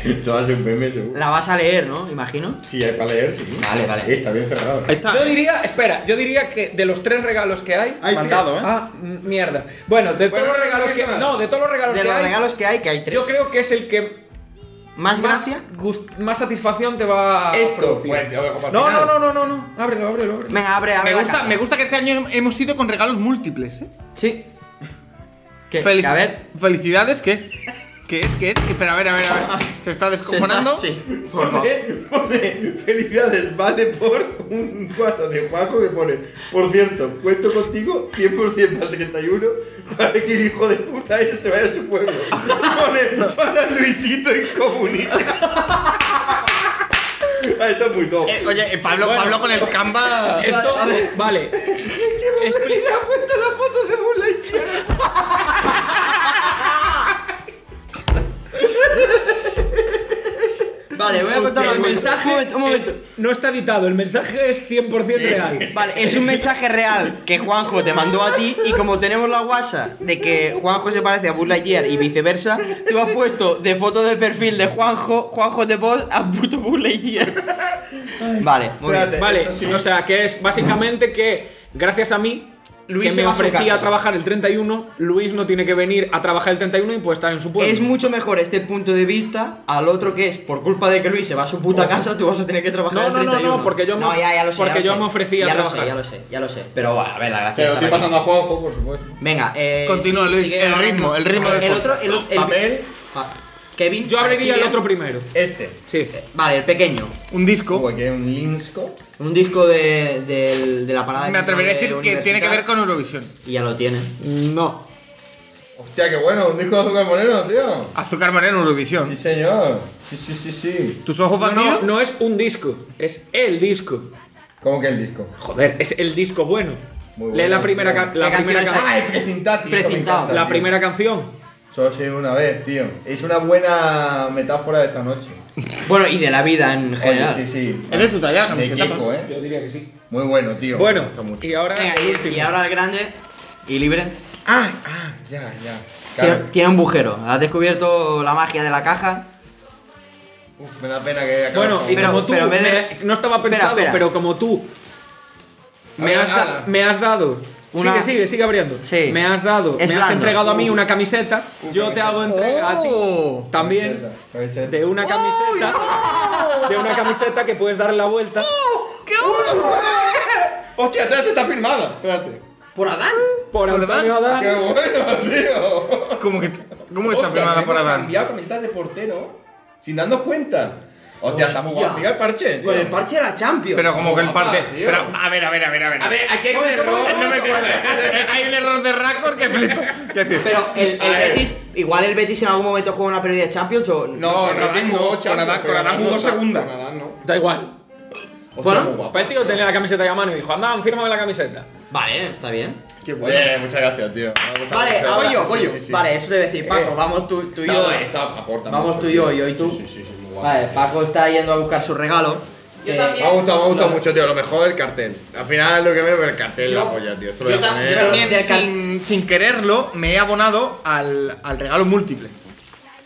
Speaker 4: Esto va a ser un meme seguro.
Speaker 2: La vas a leer, ¿no? Imagino.
Speaker 4: Si hay para leer, sí.
Speaker 2: Vale, vale.
Speaker 4: Eh, está bien cerrado.
Speaker 5: Ahí está.
Speaker 3: Yo diría, espera, yo diría que de los tres regalos que hay.
Speaker 4: Hay
Speaker 10: Mandado,
Speaker 4: tres.
Speaker 10: ¿eh?
Speaker 3: Ah, m- mierda. Bueno, de
Speaker 4: Bueno,
Speaker 3: todos los regalos que.
Speaker 4: regalo,
Speaker 3: No, de todos los regalos
Speaker 2: De
Speaker 3: que
Speaker 2: los
Speaker 3: hay.
Speaker 2: regalos que hay, que hay tres.
Speaker 3: Yo creo que es el que
Speaker 2: ¿Más gracia?
Speaker 3: gust- más satisfacción te va a
Speaker 4: Esto,
Speaker 3: producir.
Speaker 4: bueno, ya lo dejo para el
Speaker 3: no, no,
Speaker 4: final.
Speaker 3: no, no, no, no. Ábrelo, ábrelo, ábrelo.
Speaker 2: Venga, abre, abre
Speaker 10: Me
Speaker 2: la
Speaker 10: gusta,
Speaker 2: carta.
Speaker 10: me gusta que este año hemos ido con regalos múltiples, ¿eh?
Speaker 2: Sí.
Speaker 3: Eh,
Speaker 2: Que,
Speaker 10: Felici-
Speaker 2: que a ver.
Speaker 10: Felicidades, ¿qué? ¿Qué es? ¿Qué es? Que- Pero a ver, a ver, a ver. ¿Se está descojonando?
Speaker 2: Sí, por favor.
Speaker 4: Pone felicidades, vale por un cuadro de Paco que pone, por cierto, cuento contigo 100% para el 31 para que el hijo de puta ese se vaya a su pueblo. Pone para Luisito incomunica. Ah, Está muy top.
Speaker 10: Eh, oye, eh, Pablo,
Speaker 3: Bueno.
Speaker 10: Pablo con el Canva.
Speaker 3: Esto,
Speaker 2: A ver.
Speaker 3: vale. Expli-
Speaker 4: ha puesto la foto de Buzz Lightyear.
Speaker 2: Vale, voy a contar
Speaker 3: el
Speaker 2: una cosa.
Speaker 3: mensaje
Speaker 2: Un momento, un momento.
Speaker 3: eh, no está editado, el mensaje es 100% real.
Speaker 2: Vale, es un mensaje real que Juanjo te mandó a ti y como tenemos la WhatsApp de que Juanjo se parece a Buzz Lightyear y viceversa, tú has puesto de foto de perfil de Juanjo, Juanjo de voz a puto Buzz Lightyear. Vale, muy bien.
Speaker 4: Espérate,
Speaker 3: Vale,
Speaker 4: esto sí.
Speaker 3: o sea, que es básicamente que gracias a mí
Speaker 2: Luis
Speaker 3: que
Speaker 2: se
Speaker 3: me
Speaker 2: va a su
Speaker 3: ofrecía
Speaker 2: casa.
Speaker 3: a trabajar el 31, Luis no tiene que venir a trabajar el 31 y puede estar en su pueblo.
Speaker 2: Es mucho mejor este punto de vista al otro que es por culpa de que Luis se va a su puta casa, tú vas a tener que trabajar
Speaker 3: No,
Speaker 2: el
Speaker 3: no, no, no,
Speaker 2: 31.
Speaker 3: porque yo me-
Speaker 2: no, ya, ya lo sé,
Speaker 3: porque
Speaker 2: ya lo
Speaker 3: yo
Speaker 2: sé.
Speaker 3: me ofrecí a
Speaker 2: ya
Speaker 3: trabajar.
Speaker 2: Lo sé, ya lo sé, ya lo sé. Pero bueno, a ver, la gracia
Speaker 4: Se lo
Speaker 2: está
Speaker 4: estoy
Speaker 2: aquí.
Speaker 4: pasando a Juanjo, por supuesto.
Speaker 2: Venga, eh.
Speaker 10: Continúa,
Speaker 2: sí,
Speaker 10: Luis,
Speaker 2: sigue
Speaker 10: el
Speaker 2: hablando.
Speaker 10: ritmo, el ritmo del
Speaker 2: El otro, el, el-
Speaker 4: Papel.
Speaker 2: Ah, Kevin.
Speaker 3: Yo abriría el
Speaker 2: Kevin.
Speaker 3: otro primero.
Speaker 4: Este.
Speaker 3: Sí.
Speaker 2: Vale, el pequeño.
Speaker 10: Un disco.
Speaker 4: Como que hay un Linsco.
Speaker 2: Un disco de, del- de la parada. de
Speaker 10: Me atrevería a
Speaker 2: metro de
Speaker 10: decir que tiene que ver con Eurovisión.
Speaker 2: Y ya lo tiene.
Speaker 3: No.
Speaker 4: Hostia, qué bueno, un disco de azúcar moreno, tío.
Speaker 10: Azúcar Moreno Eurovisión.
Speaker 4: Sí, señor. Sí, sí, sí, sí.
Speaker 10: ¿Tus ojos
Speaker 3: No,
Speaker 10: van
Speaker 3: no, no es un disco, es el disco.
Speaker 4: ¿Cómo que el disco?
Speaker 3: Joder, es el disco bueno.
Speaker 4: Muy
Speaker 3: Lee
Speaker 4: bueno,
Speaker 3: la primera,
Speaker 4: tío.
Speaker 3: ca- la
Speaker 2: ¿Qué
Speaker 3: primera,
Speaker 2: canción
Speaker 3: ca-
Speaker 2: es
Speaker 4: ¡Ay, precintati! esto me
Speaker 2: Precintado.
Speaker 4: encanta,
Speaker 3: la
Speaker 4: tío.
Speaker 3: primera canción.
Speaker 4: Solo se vive una vez, tío. Es una buena metáfora de esta noche.
Speaker 2: Bueno, y de la vida en
Speaker 4: Oye,
Speaker 2: general.
Speaker 4: sí, sí.
Speaker 10: Es de tu talla,
Speaker 4: De
Speaker 10: camiseta.
Speaker 4: Kiko,
Speaker 3: Yo
Speaker 4: eh.
Speaker 3: diría que sí.
Speaker 4: Muy bueno, tío. Me
Speaker 3: Bueno,
Speaker 4: gusta mucho.
Speaker 3: y ahora
Speaker 2: Venga,
Speaker 3: el
Speaker 2: y,
Speaker 3: último.
Speaker 2: y ahora el grande y libre.
Speaker 4: Ah, ah, ya, ya.
Speaker 2: Tiene,
Speaker 4: Claro.
Speaker 2: tiene un bujero. Has descubierto la magia de la caja.
Speaker 4: Uf, me da pena que acabe.
Speaker 3: Bueno, y
Speaker 4: con-
Speaker 2: Pero-
Speaker 3: como tú,
Speaker 2: pero me-
Speaker 3: me- no estaba
Speaker 2: espera,
Speaker 3: pensado,
Speaker 2: espera.
Speaker 3: pero como tú me
Speaker 4: Ahora
Speaker 3: has, da-
Speaker 4: nada.
Speaker 3: me has dado.
Speaker 2: Una-
Speaker 3: Sigue, sigue, sigue abriendo.
Speaker 2: Sí.
Speaker 3: Me has dado,
Speaker 2: Es
Speaker 3: me has
Speaker 2: blando.
Speaker 3: entregado a mí una camiseta. yo te
Speaker 4: Uh. camiseta.
Speaker 3: hago entrega a ti
Speaker 10: Oh.
Speaker 3: también
Speaker 4: Camiseta, camiseta.
Speaker 3: de una camiseta.
Speaker 4: ¡Oh!
Speaker 3: De una camiseta que puedes dar la vuelta.
Speaker 4: Hostia, espérate, está filmada. Espérate.
Speaker 2: ¿Por Adán?
Speaker 3: Por Antonio Adán.
Speaker 4: Pues Qué bueno, tío.
Speaker 10: ¿Cómo que, cómo que está
Speaker 4: Hostia,
Speaker 10: firmada
Speaker 4: hemos
Speaker 10: por Adán?
Speaker 4: cambiado camisetas de portero sin darnos cuenta. Hostia, estamos jugando. Mira el parche, tío.
Speaker 2: Pues el parche era Champions.
Speaker 10: Pero como que el
Speaker 4: Papá,
Speaker 10: parte.
Speaker 4: tío.
Speaker 10: Pero, a ver, a ver, a ver, a ver.
Speaker 4: aquí hay un error.
Speaker 10: No me cuadra. Hay un error de Raccord que flipa. ¿Qué decir?
Speaker 2: Pero el, el
Speaker 4: A ver.
Speaker 2: Betis, igual el Betis en algún momento juega una pérdida de Champions o
Speaker 4: No,
Speaker 10: Con
Speaker 4: no,
Speaker 10: Adán no, con Adán- con Adán jugó segunda.
Speaker 4: Con Adán no.
Speaker 3: Da igual.
Speaker 4: Hostia,
Speaker 2: Bueno,
Speaker 4: muy guapo.
Speaker 3: Pues el tío tenía la camiseta ya a mano y dijo, anda, fírmame la camiseta.
Speaker 2: Vale, está bien.
Speaker 4: Qué bueno. Bien, muchas gracias, tío. Me ha gustado
Speaker 2: Vale,
Speaker 4: mucho.
Speaker 2: ahora-
Speaker 4: Voy yo, voy yo.
Speaker 2: sí, sí. Vale, eso te voy a decir, Paco,
Speaker 3: Eh,
Speaker 2: vamos tú, tú y yo. eh.
Speaker 4: Está, está, aporta
Speaker 2: vamos
Speaker 4: mucho,
Speaker 2: tú y
Speaker 4: tío.
Speaker 2: yo, yo y tú.
Speaker 4: Sí, sí, sí, muy guapo.
Speaker 2: Vale, Paco está yendo a buscar su regalo. Eh,
Speaker 4: Me ha gustado, me ha gustado mucho, tío. Lo mejor el cartel. Al final, lo que veo es el cartel, la polla, tío. Esto lo voy a poner.
Speaker 2: yo también.
Speaker 10: También, sin, sin quererlo, me he abonado al, al regalo múltiple.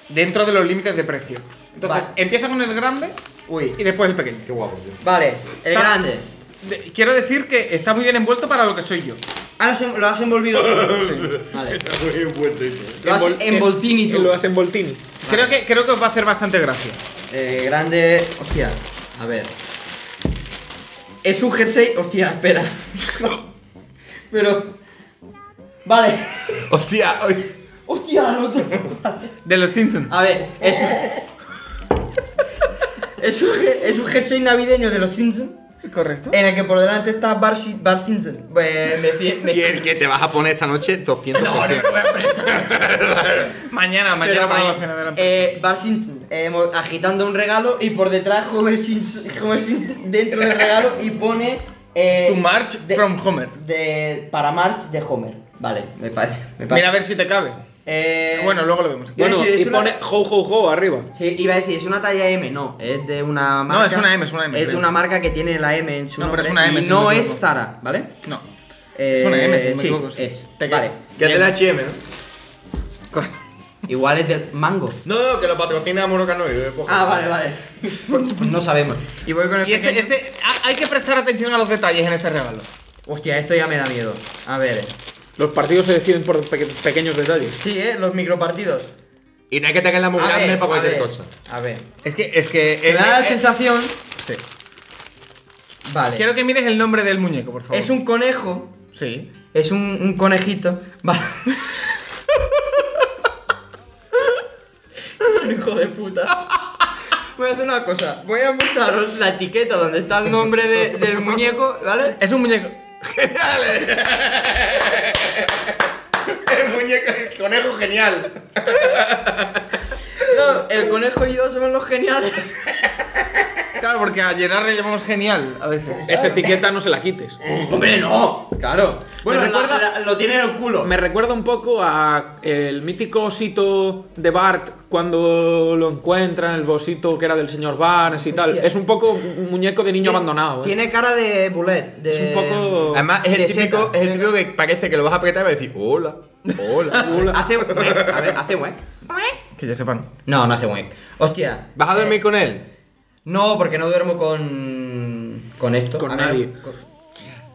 Speaker 10: Dentro de los límites de precio. Entonces,
Speaker 2: Vale.
Speaker 10: empieza con el grande y
Speaker 2: Uy.
Speaker 10: después el pequeño.
Speaker 4: Qué guapo, tío.
Speaker 2: Vale, el
Speaker 10: Ta-
Speaker 2: grande.
Speaker 10: De- quiero decir que está muy bien envuelto para lo que soy yo.
Speaker 2: Ah, lo has en- lo has envolvido. Sí. Vale.
Speaker 4: Muy buen tío.
Speaker 2: Lo has envoltini tú.
Speaker 3: Lo hace en Voltini.
Speaker 10: Creo, que, creo que os va a hacer bastante gracia.
Speaker 2: Eh, grande. Hostia, a ver. Es un jersey. Hostia, espera. Pero. Vale.
Speaker 4: Hostia, hoy-
Speaker 2: Hostia, la nota.
Speaker 10: De los Simpsons.
Speaker 2: A ver, es. Es un, je- es un jersey navideño de los Simpsons
Speaker 5: Correcto.
Speaker 10: Eh,
Speaker 2: En el que por delante está Bar, Sin- Bar Simpson. Eh, me fie- me-
Speaker 4: Y el que te vas a poner esta noche 200
Speaker 5: Mañana, mañana para la cena de la empresa.
Speaker 2: Eh, Bart Simpson, eh, mo- agitando un regalo y por detrás Homer Simpson, Homer Simpson dentro del regalo y pone. eh,
Speaker 5: To March
Speaker 2: de-
Speaker 5: from Homer.
Speaker 2: de- para March de Homer. Vale, me parece. me parece.
Speaker 5: Mira a ver si te cabe.
Speaker 2: Eh,
Speaker 5: Bueno, luego lo vemos. aquí.
Speaker 2: iba a
Speaker 3: Bueno,
Speaker 2: decir,
Speaker 3: y
Speaker 2: es una-
Speaker 3: pone ho ho ho arriba.
Speaker 2: Sí, iba a decir, es una talla M, no, es de una marca.
Speaker 5: es una M, es una M,
Speaker 2: Es de
Speaker 5: creo.
Speaker 2: una marca que tiene la M en su
Speaker 5: No, pero
Speaker 2: nombre.
Speaker 5: es una M,
Speaker 2: y
Speaker 5: si no
Speaker 2: no
Speaker 5: me
Speaker 2: es
Speaker 5: equivoco.
Speaker 2: Zara, ¿vale?
Speaker 5: No.
Speaker 2: Eh,
Speaker 5: una M, si no me
Speaker 2: sí,
Speaker 5: equivoco, sí.
Speaker 2: Es.
Speaker 5: Te queda-
Speaker 2: Vale.
Speaker 4: Que es del HM, ¿no?
Speaker 2: Igual es del mango.
Speaker 4: No, no, que lo patrocina Moro Canoy.
Speaker 2: Ah, vale, vale. Pues no sabemos. Y voy con el
Speaker 5: Y este,
Speaker 2: pequeño.
Speaker 5: este, ha- hay que prestar atención a los detalles en este regalo.
Speaker 2: Hostia, esto ya me da miedo. A ver.
Speaker 3: Los partidos se deciden por peque- pequeños detalles.
Speaker 2: Sí, eh, los micropartidos.
Speaker 4: Y no hay que tener la muy
Speaker 2: A
Speaker 4: grande
Speaker 2: ver,
Speaker 4: para
Speaker 2: a
Speaker 4: cualquier
Speaker 2: ver,
Speaker 4: cosa.
Speaker 2: A ver.
Speaker 5: Es que, es que. eh,
Speaker 2: Me
Speaker 5: es-
Speaker 2: da la
Speaker 5: es-
Speaker 2: sensación.
Speaker 5: sí.
Speaker 2: Vale.
Speaker 5: Quiero que mires el nombre del muñeco, por favor.
Speaker 2: Es un conejo.
Speaker 5: Sí.
Speaker 2: Es un, un conejito. Vale. Hijo de puta. Voy a hacer una cosa. Voy a mostraros la etiqueta donde está el nombre de- del muñeco, ¿vale?
Speaker 5: Es un muñeco.
Speaker 4: El muñeco, el conejo genial.
Speaker 2: No, el conejo y yo somos los geniales.
Speaker 5: Claro, porque a Gerard le llamamos genial a veces.
Speaker 2: Eh,
Speaker 3: Esa etiqueta no se la quites.
Speaker 2: Hombre, no. Claro. Bueno,
Speaker 3: Me recuerda-
Speaker 2: la- la- lo tiene en el culo.
Speaker 3: Me recuerda un poco a el mítico osito de Bart cuando lo encuentran, el bosito que era del señor Barnes y tal.
Speaker 2: Hostia.
Speaker 3: Es un poco un muñeco de niño abandonado. ¿eh?
Speaker 2: Tiene eh, cara de bullet. De...
Speaker 3: Es un poco.
Speaker 4: Además, es
Speaker 2: De
Speaker 4: el, típico,
Speaker 2: seta.
Speaker 4: es el típico que parece que lo vas a apretar y va a decir: Hola, hola.
Speaker 2: Hace wek. A ver, hace wek.
Speaker 5: Que ya sepan.
Speaker 2: No, no hace wek. Hostia.
Speaker 4: ¿Vas a dormir con él?
Speaker 2: No, porque no duermo con. Con esto.
Speaker 3: Con
Speaker 2: A ver,
Speaker 3: nadie.
Speaker 2: con-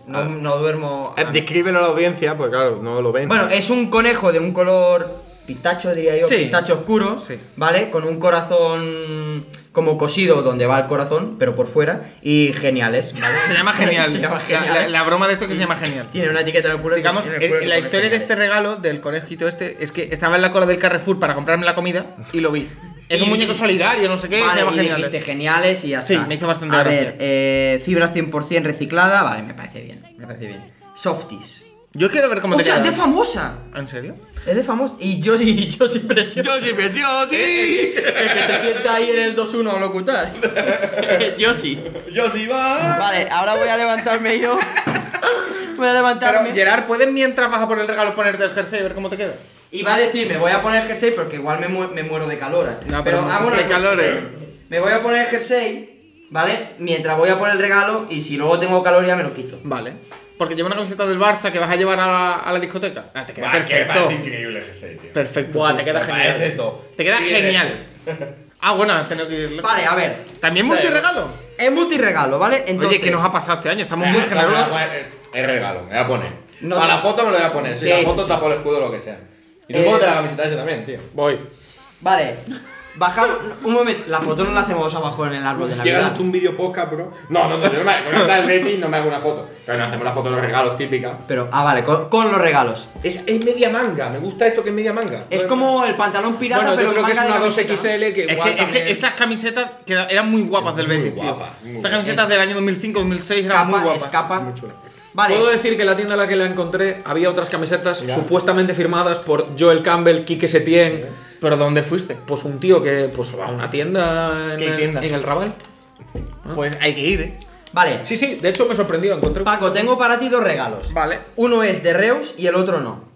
Speaker 5: Ah.
Speaker 2: No, no duermo.
Speaker 4: Eh, Descríbelo a la audiencia, pues claro, no lo ven.
Speaker 2: Bueno, es un conejo de un color pistacho, diría yo,
Speaker 5: Sí.
Speaker 2: pistacho oscuro,
Speaker 5: Sí.
Speaker 2: ¿vale? Con un corazón como cosido donde va el corazón, pero por fuera, y geniales, ¿vale?
Speaker 5: Se llama genial.
Speaker 2: Se llama
Speaker 5: La-
Speaker 2: genial. eh.
Speaker 5: La, la broma de esto que se llama genial.
Speaker 2: Tiene una etiqueta en el culo. que
Speaker 5: Digamos,
Speaker 2: tiene el culo
Speaker 5: el-
Speaker 2: que
Speaker 5: la
Speaker 2: pone
Speaker 5: historia de
Speaker 2: geniales.
Speaker 5: este regalo, del conejito este, es que estaba en la cola del Carrefour para comprarme la comida y lo vi. Es un
Speaker 2: Y-
Speaker 5: muñeco solidario, no sé qué, se
Speaker 2: Vale,
Speaker 5: llama
Speaker 2: y
Speaker 5: genial.
Speaker 2: dijiste geniales y ya
Speaker 5: Sí,
Speaker 2: está.
Speaker 5: me hizo bastante
Speaker 2: A
Speaker 5: gracia.
Speaker 2: ver, eh, fibra 100% reciclada, vale, me parece bien, me parece bien. Softies.
Speaker 5: Yo quiero ver cómo te
Speaker 2: ¡Hostia,
Speaker 5: queda.
Speaker 2: es de famosa!
Speaker 5: ¿En serio?
Speaker 2: Es de famosa. Y yo, y yo siempre...
Speaker 4: Yo sí, pues, yo sí.
Speaker 2: El que se sienta ahí en el 2-1 a locutar. yo sí.
Speaker 4: Yo sí, va.
Speaker 2: Vale, ahora voy a levantarme yo. Voy a
Speaker 5: Pero,
Speaker 2: levantarme.
Speaker 5: Gerard, ¿puedes mientras vas a por el regalo ponerte el jersey y ver cómo te queda?
Speaker 2: Y va a decir, me voy a poner jersey porque igual me, mu- me muero de calor.
Speaker 5: No, pero
Speaker 2: hago una
Speaker 5: de
Speaker 2: cosa.
Speaker 5: calor, eh.
Speaker 2: Me voy a poner jersey, ¿vale? Mientras voy a por el regalo y si luego tengo calor ya me lo quito.
Speaker 5: Vale. Porque lleva una camiseta del Barça que vas a llevar a la, a la discoteca. Ah, te queda perfecto.
Speaker 4: increíble el jersey, tío.
Speaker 5: Perfecto. Buah, te queda genial.
Speaker 4: Parece top.
Speaker 5: Te queda
Speaker 4: Sí,
Speaker 5: genial. Ah, bueno, has tenido que irle.
Speaker 2: Vale, a ver.
Speaker 5: También multiregalo.
Speaker 2: Es multiregalo, ¿vale? Entonces,
Speaker 5: Oye, ¿qué nos ha pasado este año? Estamos muy
Speaker 4: Ah, me voy a
Speaker 5: generosos.
Speaker 4: poner El regalo, me voy a poner.
Speaker 2: No,
Speaker 4: Para
Speaker 2: no.
Speaker 4: la foto me lo voy a poner. Si
Speaker 2: Sí,
Speaker 4: la
Speaker 2: sí,
Speaker 4: foto
Speaker 2: sí.
Speaker 4: está por el escudo o lo que sea. Y tú
Speaker 2: Eh,
Speaker 4: ponte la camiseta ese también, tío.
Speaker 3: Voy.
Speaker 2: Vale. Bajamos. Un momento. La foto no la hacemos abajo en el árbol de
Speaker 4: Llegas
Speaker 2: Navidad.
Speaker 4: hasta un vídeo podcast, bro. No, no, no, yo no me conecta el rating, no me hago una foto. Pero no hacemos la foto de los regalos típica.
Speaker 2: Pero, ah, vale, con, con los regalos.
Speaker 4: Es, es media manga, me gusta esto que es media manga.
Speaker 2: Es como el pantalón pirata,
Speaker 3: Bueno,
Speaker 2: pero
Speaker 3: yo creo que es
Speaker 2: manga
Speaker 3: una
Speaker 2: de camiseta.
Speaker 3: 2XL que
Speaker 5: Es que,
Speaker 3: igual
Speaker 5: es que
Speaker 3: también-
Speaker 5: esas camisetas que eran muy guapas del
Speaker 4: Muy
Speaker 5: Betis, tío.
Speaker 4: guapas, muy
Speaker 5: Esas
Speaker 4: guapas.
Speaker 5: camisetas del año 2005-2006 eran muy
Speaker 2: Escapa,
Speaker 5: guapas.
Speaker 2: escapa.
Speaker 4: Muy chulo.
Speaker 2: Vale.
Speaker 3: Puedo decir que en la tienda en la que la encontré había otras camisetas supuestamente firmadas por Joel Campbell, Quique Setién,
Speaker 5: ¿Pero dónde fuiste?
Speaker 3: pues un tío que pues va a una tienda en,
Speaker 5: ¿Qué
Speaker 3: el,
Speaker 5: tienda?
Speaker 3: en el Raval.
Speaker 2: Ah.
Speaker 5: Pues hay que ir, ¿eh?
Speaker 2: Vale.
Speaker 3: Sí, sí, de hecho me sorprendió, encontré
Speaker 2: Paco, tengo para ti dos regalos.
Speaker 5: Vale.
Speaker 2: Uno es de Reus y el otro no.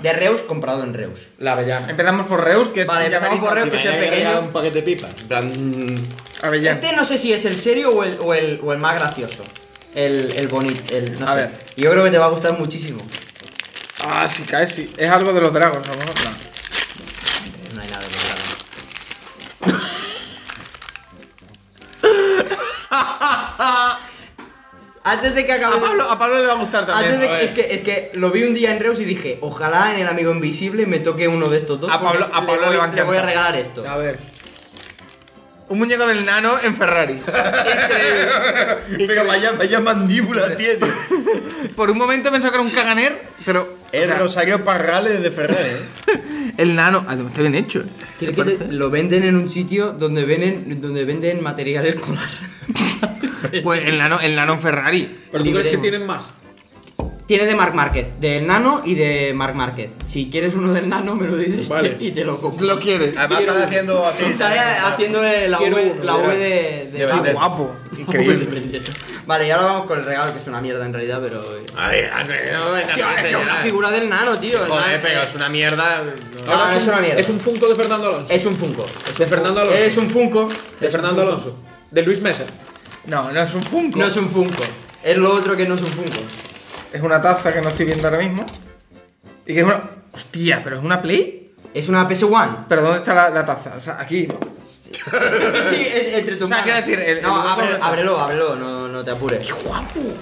Speaker 2: De Reus comprado en Reus.
Speaker 3: la avellana.
Speaker 5: Empezamos por Reus, que es
Speaker 2: Vale,
Speaker 5: ya me habéis
Speaker 2: empezamos por
Speaker 5: dicho,
Speaker 2: Reus, que es el
Speaker 5: tío,
Speaker 2: pequeño.
Speaker 4: un paquete de pipa. En plan, mm.
Speaker 5: Avellán.
Speaker 2: Este no sé si es el serio o el, o el, o el más gracioso. El, el bonito, el no
Speaker 5: A
Speaker 2: sé.
Speaker 5: ver.
Speaker 2: Yo creo que te va a gustar muchísimo. Eh,
Speaker 5: Ah, sí, cae, sí. Es algo de los dragos, a lo mejor. No.
Speaker 2: No hay nada de nada. Antes de que acabe.
Speaker 5: A Pablo, a Pablo le va a gustar también.
Speaker 2: Antes de
Speaker 5: A
Speaker 2: que,
Speaker 5: ver.
Speaker 2: es que, es que lo vi un día en Reus y dije, ojalá en el amigo invisible me toque uno de estos dos.
Speaker 5: A
Speaker 2: porque
Speaker 5: Pablo- a Pablo
Speaker 2: voy-
Speaker 5: le va a
Speaker 2: voy a
Speaker 5: encantar.
Speaker 2: regalar esto.
Speaker 3: A ver,
Speaker 5: Un muñeco del nano en Ferrari.
Speaker 4: Venga, vaya, vaya mandíbula tiene.
Speaker 5: Por un momento pensó que era un caganer, pero. o
Speaker 4: El
Speaker 5: sea,
Speaker 4: Rosario Parrales de Ferrer. ¿eh?
Speaker 5: El nano. Además, está bien hecho. eh.
Speaker 2: Tiene que te- lo venden en un sitio donde venden, donde venden material escolar.
Speaker 5: Pues el nano, el nano Ferrari.
Speaker 3: Pero tú crees que tienen más.
Speaker 2: Tiene de Marc Márquez, del Nano y de Marc Márquez. Si quieres uno del Nano, me lo dices
Speaker 3: Vale.
Speaker 2: y te lo compro.
Speaker 5: Lo quiere.
Speaker 4: Además, están haciendo así.
Speaker 2: Está haciendo la
Speaker 3: Quiero
Speaker 2: V,
Speaker 3: uno,
Speaker 2: la
Speaker 3: verá.
Speaker 2: V de, de
Speaker 4: De
Speaker 2: Marc.
Speaker 4: vender.
Speaker 5: Guapo.
Speaker 4: Increíble.
Speaker 2: Vale, y ahora vamos con el regalo, que es una mierda en realidad, pero.
Speaker 4: A ver, a ver, no, venga,
Speaker 2: Tío, es que
Speaker 4: venga,
Speaker 2: una
Speaker 4: ya.
Speaker 2: figura del Nano, tío. el
Speaker 4: Joder,
Speaker 2: nano-
Speaker 4: pero es una mierda. no.
Speaker 2: Ahora es una mierda.
Speaker 3: Ah, Es un Funko de Fernando Alonso.
Speaker 2: Es un Funko. Es
Speaker 3: De
Speaker 2: un Funko.
Speaker 3: Fernando Alonso.
Speaker 2: Es un Funko.
Speaker 3: de
Speaker 2: Es un
Speaker 3: Fernando
Speaker 2: Funko.
Speaker 3: Alonso. De Luis Mesa.
Speaker 5: No, no es un Funko.
Speaker 2: No es un Funko. Es lo otro que no es un Funko.
Speaker 5: Es una taza que no estoy viendo ahora mismo. Y que es una. Hostia, pero es una Play.
Speaker 2: Es una PS1.
Speaker 5: Pero ¿dónde está la, la taza? O sea, aquí. ¿no?
Speaker 2: sí, en- entre tus
Speaker 5: O sea,
Speaker 2: manos.
Speaker 5: quiero decir, el- el
Speaker 2: no,
Speaker 5: dibujo
Speaker 2: abre-
Speaker 5: no está-
Speaker 2: ábrelo, ábrelo, no, no te apures.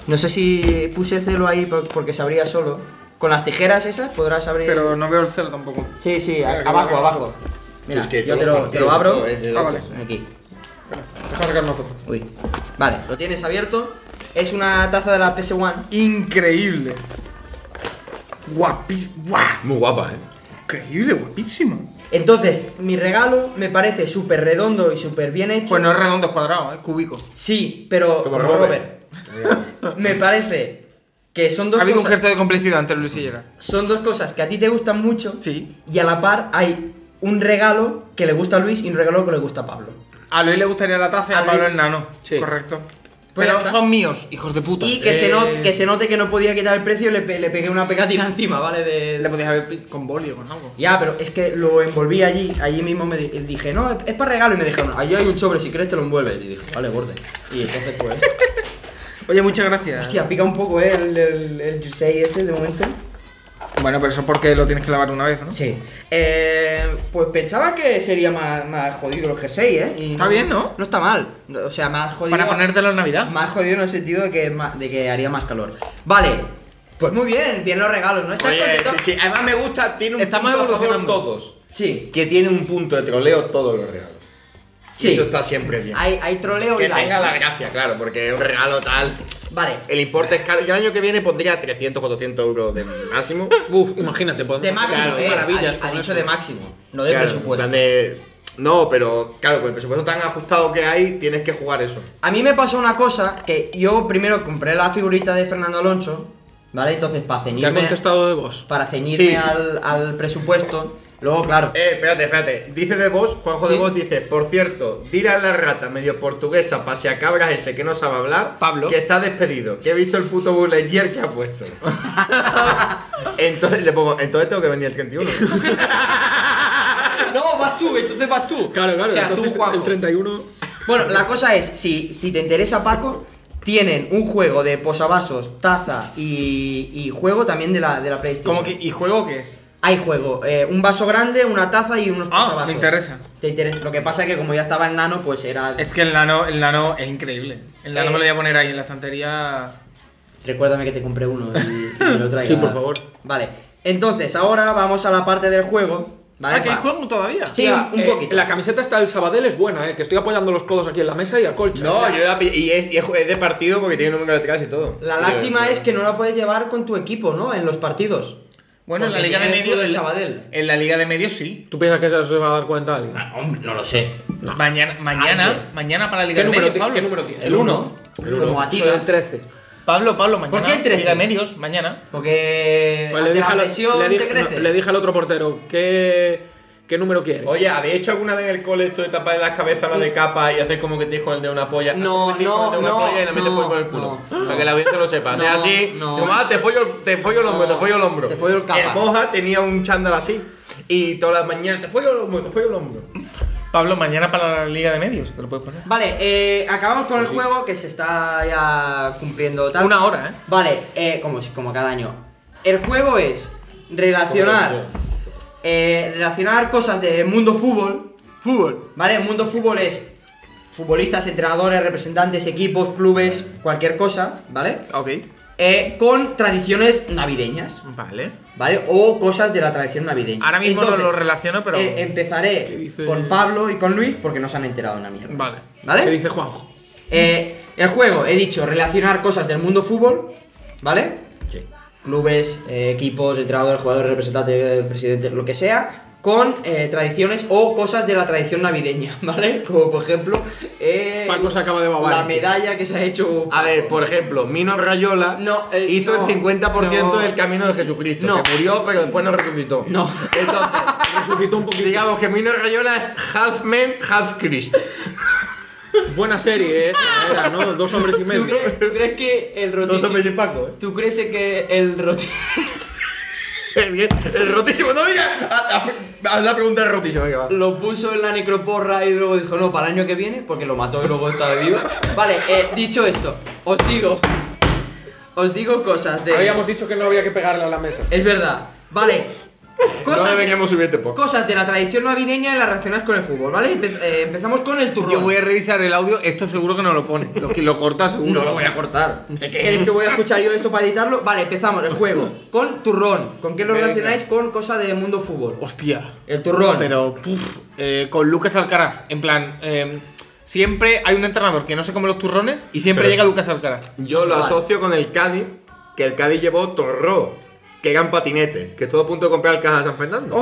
Speaker 2: No sé si puse celo ahí por- porque se abría solo. Con las tijeras esas podrás abrir.
Speaker 5: Pero no veo el cero tampoco.
Speaker 2: Sí, sí, a- abajo, abajo. Mira, yo te lo, te lo abro.
Speaker 5: Ah, vale.
Speaker 2: Aquí.
Speaker 5: Déjame sacar una foto.
Speaker 2: Uy. Vale, lo tienes abierto. Es una taza de la PS1.
Speaker 5: Increíble. Guapísimo. ¡Guau!
Speaker 4: Muy guapa, eh.
Speaker 5: Increíble, guapísimo.
Speaker 2: Entonces, mi regalo me parece súper redondo y súper bien hecho.
Speaker 5: Pues no es redondo, es cuadrado, es cúbico.
Speaker 2: Sí, pero como Robert. me parece que son dos
Speaker 5: Ha habido un
Speaker 2: cosas.
Speaker 5: gesto de complicidad entre Luis y Gerard.
Speaker 2: son dos cosas que a ti te gustan mucho
Speaker 5: Sí.
Speaker 2: y a la par hay un regalo que le gusta a Luis y un regalo que le gusta a Pablo.
Speaker 5: A Luis le gustaría la taza y
Speaker 2: A
Speaker 5: a Pablo
Speaker 2: Luis-
Speaker 5: el nano.
Speaker 3: Sí.
Speaker 5: Correcto.
Speaker 2: Pues ya
Speaker 5: Pero
Speaker 2: está.
Speaker 5: son míos, hijos de puta. Eh,
Speaker 2: Y que, se note, que se note que no podía quitar el precio, le, pe- le pegué una pegatina encima, ¿vale? De,
Speaker 5: Le podías haber pi- con bolio, con algo.
Speaker 2: Ya, pero es que lo envolví allí, allí mismo me di- dije, no, es, es para regalo y me dijeron, allí hay un sobre, si quieres te lo envuelves. Y dije, vale, borde. Y entonces pues...
Speaker 5: Oye, muchas gracias.
Speaker 2: Hostia, pica un poco, ¿eh? El, el, el Yusei ese de momento.
Speaker 5: Bueno, pero eso porque lo tienes que lavar una vez, ¿no?
Speaker 2: Sí. Eh, pues pensaba que sería más, más jodido el jersey, ¿eh? Y
Speaker 5: Está bien, ¿no?
Speaker 2: No está mal. No, O sea, más jodido.
Speaker 5: Para ponértelo en Navidad.
Speaker 2: Más jodido en el sentido de que, ma- de que haría más calor. Vale. Pues muy bien, bien los regalos, ¿no? ¿Estás
Speaker 4: Oye,
Speaker 2: contento?
Speaker 4: sí, sí, Además me gusta, tiene un
Speaker 5: Estamos
Speaker 4: punto a favor
Speaker 5: evolucionando.
Speaker 4: todos.
Speaker 2: Sí.
Speaker 4: Que tiene un punto de troleo todos los regalos.
Speaker 2: Sí.
Speaker 4: Y Eso está siempre bien.
Speaker 2: Hay, hay troleo
Speaker 4: que
Speaker 2: y like.
Speaker 4: tenga la gracia, claro, porque un regalo tal.
Speaker 2: Vale.
Speaker 4: El importe es caro. Yo el año que viene pondría 300, 400 euros de máximo.
Speaker 3: Uf, imagínate, podemos
Speaker 2: De máximo,
Speaker 4: Claro,
Speaker 2: eh.
Speaker 3: maravillas
Speaker 2: ha,
Speaker 3: con
Speaker 2: ha dicho
Speaker 3: eso.
Speaker 2: de máximo, no de
Speaker 4: Claro,
Speaker 2: presupuesto.
Speaker 4: en plan de- No, pero claro, con el presupuesto tan ajustado que hay, tienes que jugar eso.
Speaker 2: A mí me pasó una cosa que yo primero compré la figurita de Fernando Alonso, ¿vale? Entonces, para
Speaker 3: Te ha
Speaker 2: ceñirme,
Speaker 3: contestado de vos.
Speaker 2: para ceñirme
Speaker 4: Sí.
Speaker 2: al, al presupuesto, luego, claro.
Speaker 4: Eh, espérate, espérate. Dice de vos, Juanjo de vos dice, por cierto, dile a la rata medio portuguesa paseacabras ese que no sabe hablar,
Speaker 5: Pablo.
Speaker 4: que está despedido, que he visto el puto bulleyer que ha puesto. entonces le pongo, entonces tengo que venir el 31.
Speaker 2: No, vas tú, entonces vas tú.
Speaker 3: Claro, claro.
Speaker 2: O sea,
Speaker 3: entonces
Speaker 2: tú, Juanjo.
Speaker 3: el 31.
Speaker 2: Bueno, la cosa es, si, si te interesa, Paco, tienen un juego de posavasos, taza y, y juego también de la, de la PlayStation.
Speaker 5: Como que, ¿Y juego qué es?
Speaker 2: Hay juego, eh, un vaso grande, una taza y unos
Speaker 5: Ah,
Speaker 2: posavasos.
Speaker 5: me interesa.
Speaker 2: Te interesa. Lo que pasa es que como ya estaba el nano, pues era...
Speaker 5: Es que el nano, el nano es increíble. El nano
Speaker 2: Eh.
Speaker 5: me lo voy a poner ahí en la estantería.
Speaker 2: Recuérdame que te compré uno y, y me lo traigas.
Speaker 3: Sí, por favor.
Speaker 2: Vale. Entonces, ahora vamos a la parte del juego. ¿vale?
Speaker 5: Ah, que hay
Speaker 2: Pa-
Speaker 5: juego todavía.
Speaker 2: Sí,
Speaker 3: Hostia,
Speaker 2: un
Speaker 3: eh,
Speaker 2: poquito.
Speaker 3: La camiseta hasta el Sabadell es buena, eh. Que estoy apoyando los codos aquí en la mesa y a colcha.
Speaker 4: no, yo la pillé- y es, y es de partido porque tiene número de atrás y todo.
Speaker 2: La lástima es que no la puedes llevar con tu equipo, ¿no? En los partidos.
Speaker 5: Bueno, en la
Speaker 2: Porque
Speaker 5: liga de
Speaker 2: tiene el
Speaker 5: medios.
Speaker 2: del
Speaker 5: en-
Speaker 2: Sabadell.
Speaker 5: En la liga de medios sí.
Speaker 3: ¿Tú piensas que eso se va a dar cuenta alguien?
Speaker 2: No lo sé.
Speaker 5: Mañana, mañana,
Speaker 2: Alguien.
Speaker 5: mañana para la liga
Speaker 3: ¿Qué
Speaker 5: de
Speaker 3: número
Speaker 5: medios.
Speaker 3: ti-
Speaker 5: Pablo.
Speaker 3: qué número tiene?
Speaker 5: El 1.
Speaker 2: Como a ti. Eh,
Speaker 3: Soy el 13.
Speaker 5: Pablo, Pablo, mañana.
Speaker 2: qué el 13?
Speaker 5: Liga de medios, mañana.
Speaker 2: Porque
Speaker 3: Pues le,
Speaker 2: ante
Speaker 3: dije
Speaker 2: la
Speaker 3: al,
Speaker 2: presión
Speaker 3: le,
Speaker 2: te
Speaker 3: dije,
Speaker 2: crece.
Speaker 3: no, le dije al otro portero, ¿qué, qué número quieres?
Speaker 4: Oye, ¿habéis hecho alguna vez en el cole esto de tapar las cabezas la de capa y hacer como que te dijo el de una polla?
Speaker 2: No,
Speaker 4: Haces como que te dijo el de
Speaker 2: no,
Speaker 4: una polla y la metes
Speaker 2: no,
Speaker 4: por por el culo.
Speaker 2: no, no.
Speaker 4: Para que la audiencia lo sepa.
Speaker 2: No,
Speaker 4: es así,
Speaker 2: no.
Speaker 4: como, ah, te follo, te follo el hombro,
Speaker 2: No,
Speaker 4: te follo el hombro.
Speaker 2: te follo el capa.
Speaker 4: El moja tenía un chándal así. Y todas las mañanas, te follo el hombro, te follo el hombro.
Speaker 5: Pablo, mañana para la liga de medios. Te lo puedes poner.
Speaker 2: Vale, eh, acabamos con el juego que se está ya cumpliendo tal.
Speaker 5: Una hora, ¿eh?
Speaker 2: Vale, eh, como, como cada año. El juego es relacionar eh, relacionar cosas de mundo fútbol. Fútbol. ¿Vale? El mundo fútbol es futbolistas, entrenadores, representantes, equipos, clubes, cualquier cosa, ¿vale?
Speaker 5: Ok.
Speaker 2: Eh, con tradiciones navideñas,
Speaker 5: Vale.
Speaker 2: ¿vale? O cosas de la tradición navideña.
Speaker 5: Ahora mismo no
Speaker 2: Entonces,
Speaker 5: lo relaciono, pero.
Speaker 2: eh, empezaré
Speaker 3: dice?
Speaker 2: con Pablo y con Luis porque no se han enterado una mierda.
Speaker 5: Vale.
Speaker 2: ¿Vale?
Speaker 3: ¿Qué dice Juanjo?
Speaker 2: Eh, el juego, he dicho, relacionar cosas del mundo fútbol, ¿vale? Sí. Clubes, eh, equipos, entrenadores, jugadores, representantes, eh, presidentes, lo que sea, con eh, tradiciones o cosas de la tradición navideña, ¿vale? Como por ejemplo. eh,
Speaker 3: Paco se acaba de babar. Ah,
Speaker 2: la medalla que se ha hecho.
Speaker 4: A ver, por ejemplo, Mino Rayola
Speaker 2: No, eh,
Speaker 4: hizo
Speaker 2: no,
Speaker 4: el 50%
Speaker 2: no.
Speaker 4: del camino de Jesucristo.
Speaker 2: No.
Speaker 4: Se murió, pero después no resucitó.
Speaker 2: No.
Speaker 4: Entonces,
Speaker 3: Resucitó un poquito.
Speaker 4: digamos que Mino Rayola es half man, half Christ.
Speaker 3: Buena serie eh, esa, era, ¿no? Dos hombres y
Speaker 2: ¿Tú
Speaker 3: medio.
Speaker 2: crees, tú crees que el
Speaker 4: No se
Speaker 2: rotísimo.
Speaker 4: me lleve Paco, ¿eh?
Speaker 2: ¿Tú crees que el rotísimo.
Speaker 4: El, el rotísimo, no, ya. Haz haz la pregunta del rotísimo, venga, va.
Speaker 2: Lo puso en la necroporra y luego dijo, no, para el año que viene, porque lo mató y luego está vivo. Vale, eh, dicho esto, os digo. Os digo cosas de.
Speaker 3: Habíamos dicho que no había que pegarle a la mesa.
Speaker 2: Es verdad. Vale.
Speaker 4: No
Speaker 2: Cosas,
Speaker 4: deberíamos subir este poco.
Speaker 2: cosas de la tradición navideña y las relacionadas con el fútbol, ¿vale? Empe- eh, empezamos con el turrón.
Speaker 10: Yo voy a revisar el audio, esto seguro que no lo pone. Lo, que lo corta seguro.
Speaker 2: No lo voy a cortar. ¿Qué ¿Queréis que voy a escuchar yo eso para editarlo? Vale, empezamos el juego. Con turrón. ¿Con qué lo
Speaker 3: Venga.
Speaker 2: relacionáis con cosas del mundo fútbol?
Speaker 10: Hostia.
Speaker 2: El turrón.
Speaker 10: Pero, puf, eh, con Lucas Alcaraz. En plan, eh, siempre hay un entrenador que no se come los turrones y siempre
Speaker 4: Pero-
Speaker 10: llega Lucas Alcaraz.
Speaker 4: Yo lo
Speaker 2: Vale.
Speaker 4: asocio con el Cádiz, que el Cádiz llevó Torró, que eran patinetes, que estuvo a punto de comprar el Caja San Fernando.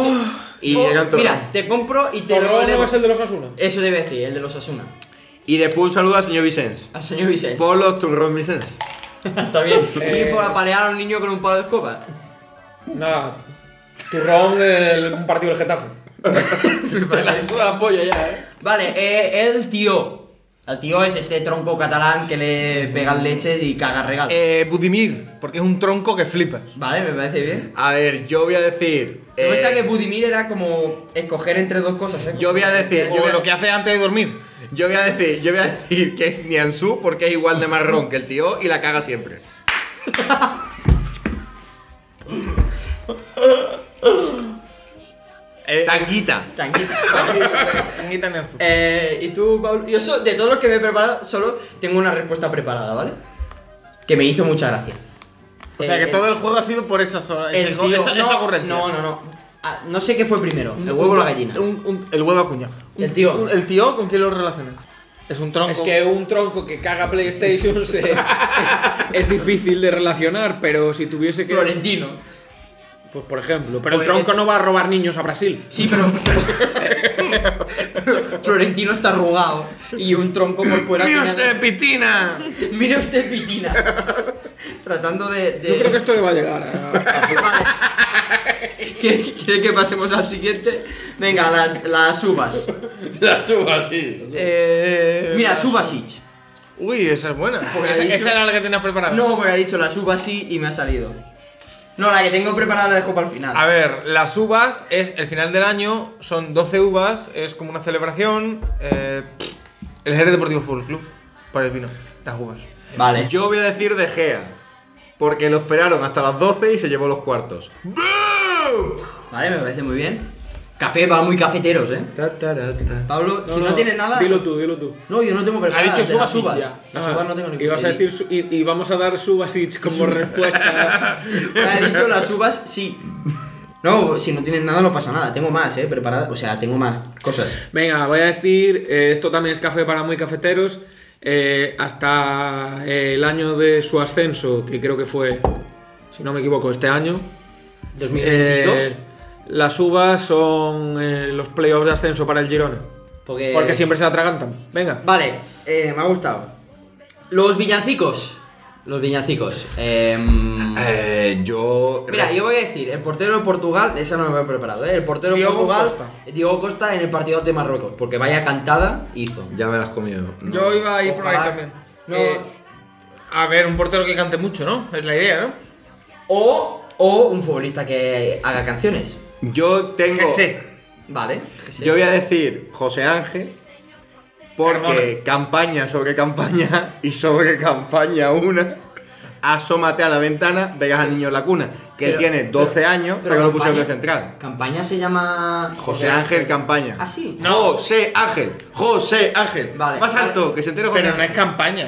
Speaker 4: y
Speaker 2: Oh,
Speaker 4: eran Torró.
Speaker 2: Mira, te compro y te
Speaker 3: Torrón
Speaker 2: robaré-
Speaker 3: no es el de los Asuna.
Speaker 2: Eso debe decir, el de los Asuna.
Speaker 4: Y después un saludo al señor Vicens.
Speaker 2: Al señor Vicente.
Speaker 4: Por los Torró Vicens.
Speaker 2: Está bien.
Speaker 3: Eh,
Speaker 2: Y por apalear a un niño con un palo de escoba.
Speaker 3: Nada. Turrón del un partido del Getafe.
Speaker 4: Te la suda la polla ya, eh.
Speaker 2: Vale, eh, el tío. El tío es este tronco catalán que le pegan leche y caga
Speaker 5: Ah.
Speaker 2: regalo.
Speaker 10: Eh, Budimir, porque es un tronco que flipas.
Speaker 2: Vale, me parece bien.
Speaker 4: A ver, yo voy a decir.
Speaker 2: Me
Speaker 4: eh,
Speaker 2: gusta que Budimir era como escoger entre dos cosas, ¿eh?
Speaker 4: yo voy a decir. Yo
Speaker 10: O
Speaker 4: voy
Speaker 10: lo
Speaker 4: a,
Speaker 10: que hace antes de dormir.
Speaker 4: yo voy a decir, yo voy a decir que es Nianzú porque es igual de marrón que el tío y la caga siempre.
Speaker 5: Eh,
Speaker 4: Tanguita.
Speaker 2: Tranquila.
Speaker 10: Tanguita Nianzú.
Speaker 2: Eh, y tú, Pablo, yo so- de todos los que me he preparado, solo tengo una respuesta preparada, ¿vale? Que me hizo mucha gracia. Eh,
Speaker 10: O sea que todo el juego ha sido por esa sola.
Speaker 2: el
Speaker 10: esa-
Speaker 2: tío-
Speaker 10: esa, esa
Speaker 2: no,
Speaker 10: ocurrencia.
Speaker 2: no, no, no. Ah, no sé qué fue primero, el huevo o la gallina.
Speaker 10: Un- un- el huevo acuña. Un-
Speaker 2: El tío.
Speaker 10: un- el tío, ¿con qué lo relacionas? Es un tronco.
Speaker 3: Es que un tronco que caga PlayStation se- es, es difícil de relacionar, pero si tuviese que.
Speaker 2: Florentino. eh,
Speaker 3: Pues por ejemplo. Pero el
Speaker 2: Florentino.
Speaker 3: tronco no va a robar niños a Brasil.
Speaker 2: Sí, pero, pero- Florentino está arrugado y un tronco por fuera.
Speaker 4: ¡Mío
Speaker 2: tiene-
Speaker 4: se pitina!
Speaker 2: Mire usted, Pitina. Tratando de. de-
Speaker 3: Yo creo que esto le va a llegar. a- a-
Speaker 2: Vale. ¿Quiere, quiere que pasemos al siguiente? Venga, las, las uvas.
Speaker 4: La suba, sí.
Speaker 10: Eh,
Speaker 2: Mira, Subasic.
Speaker 10: Uy, esa es buena.
Speaker 2: Porque
Speaker 10: Esa,
Speaker 2: ahí
Speaker 10: esa
Speaker 2: yo-
Speaker 10: era la que tenías preparada.
Speaker 2: No, porque ha dicho las uvas sí y me ha salido. No, la que tengo preparada la dejo para el final.
Speaker 10: A ver, las uvas es el final del año, son 12 uvas, es como una celebración. eh, el Jerez Deportivo Fútbol Club, por el vino, las uvas.
Speaker 2: Vale.
Speaker 4: Yo voy a decir De Gea. Porque lo esperaron hasta las 12 y se llevó los cuartos.
Speaker 2: Vale, me parece muy bien. Café, van muy cafeteros, eh.
Speaker 4: Ta, ta, ra, ta.
Speaker 2: Pablo, si no, tienes nada.
Speaker 3: Dilo tú, dilo tú.
Speaker 2: No, yo no tengo preparada.
Speaker 10: dicho
Speaker 2: las
Speaker 10: Subasic
Speaker 2: uvas.
Speaker 10: ya.
Speaker 2: Las
Speaker 3: Ah,
Speaker 2: uvas no tengo ni
Speaker 3: y vas a decir su- y, y vamos a dar Subasic como respuesta.
Speaker 2: Ha dicho las uvas, sí. No, si no tienes nada no pasa nada. Tengo más, eh, preparada. O sea, tengo más cosas.
Speaker 3: Venga, voy a decir, eh, esto también es café para muy cafeteros. eh, hasta eh, el año de su ascenso, que creo que fue, si no me equivoco, este año.
Speaker 2: 2022.
Speaker 3: eh, las uvas son eh, los playoffs de ascenso para el Girona.
Speaker 2: porque...
Speaker 3: Porque siempre se atragantan. Venga.
Speaker 2: Vale, eh, me ha gustado. Los villancicos. Los villancicos. Em,
Speaker 4: Eh, yo.
Speaker 2: Mira, yo voy a decir, el portero de Portugal, esa no me había preparado, ¿eh? El portero de
Speaker 10: Diogo
Speaker 2: Portugal,
Speaker 10: Costa.
Speaker 2: Diogo Costa en el partido de Marruecos, porque vaya cantada hizo.
Speaker 4: Ya me las has comido. No.
Speaker 10: Yo iba a ir por ahí
Speaker 2: Ojalá.
Speaker 10: también.
Speaker 2: No.
Speaker 10: Eh, a ver, un portero que cante mucho, ¿no? Es la idea, ¿no?
Speaker 2: O, o un futbolista que haga canciones.
Speaker 4: Yo tengo.
Speaker 10: Jesse.
Speaker 2: Vale. que se-
Speaker 4: Yo voy a decir José Ángel. Porque campaña sobre campaña y sobre campaña una. Asómate a la ventana, verás al niño en la cuna. Que él
Speaker 2: Pero-
Speaker 4: tiene 12 años, pero, lo pusieron de
Speaker 2: campaña-
Speaker 4: central.
Speaker 2: Campaña se llama.
Speaker 4: José Ángel Campaña.
Speaker 2: ¿Ah, sí?
Speaker 4: No. José Ángel. José Ángel.
Speaker 2: Vale.
Speaker 4: Más alto, que se entere José
Speaker 10: Pero no
Speaker 4: Ángel.
Speaker 10: es campaña.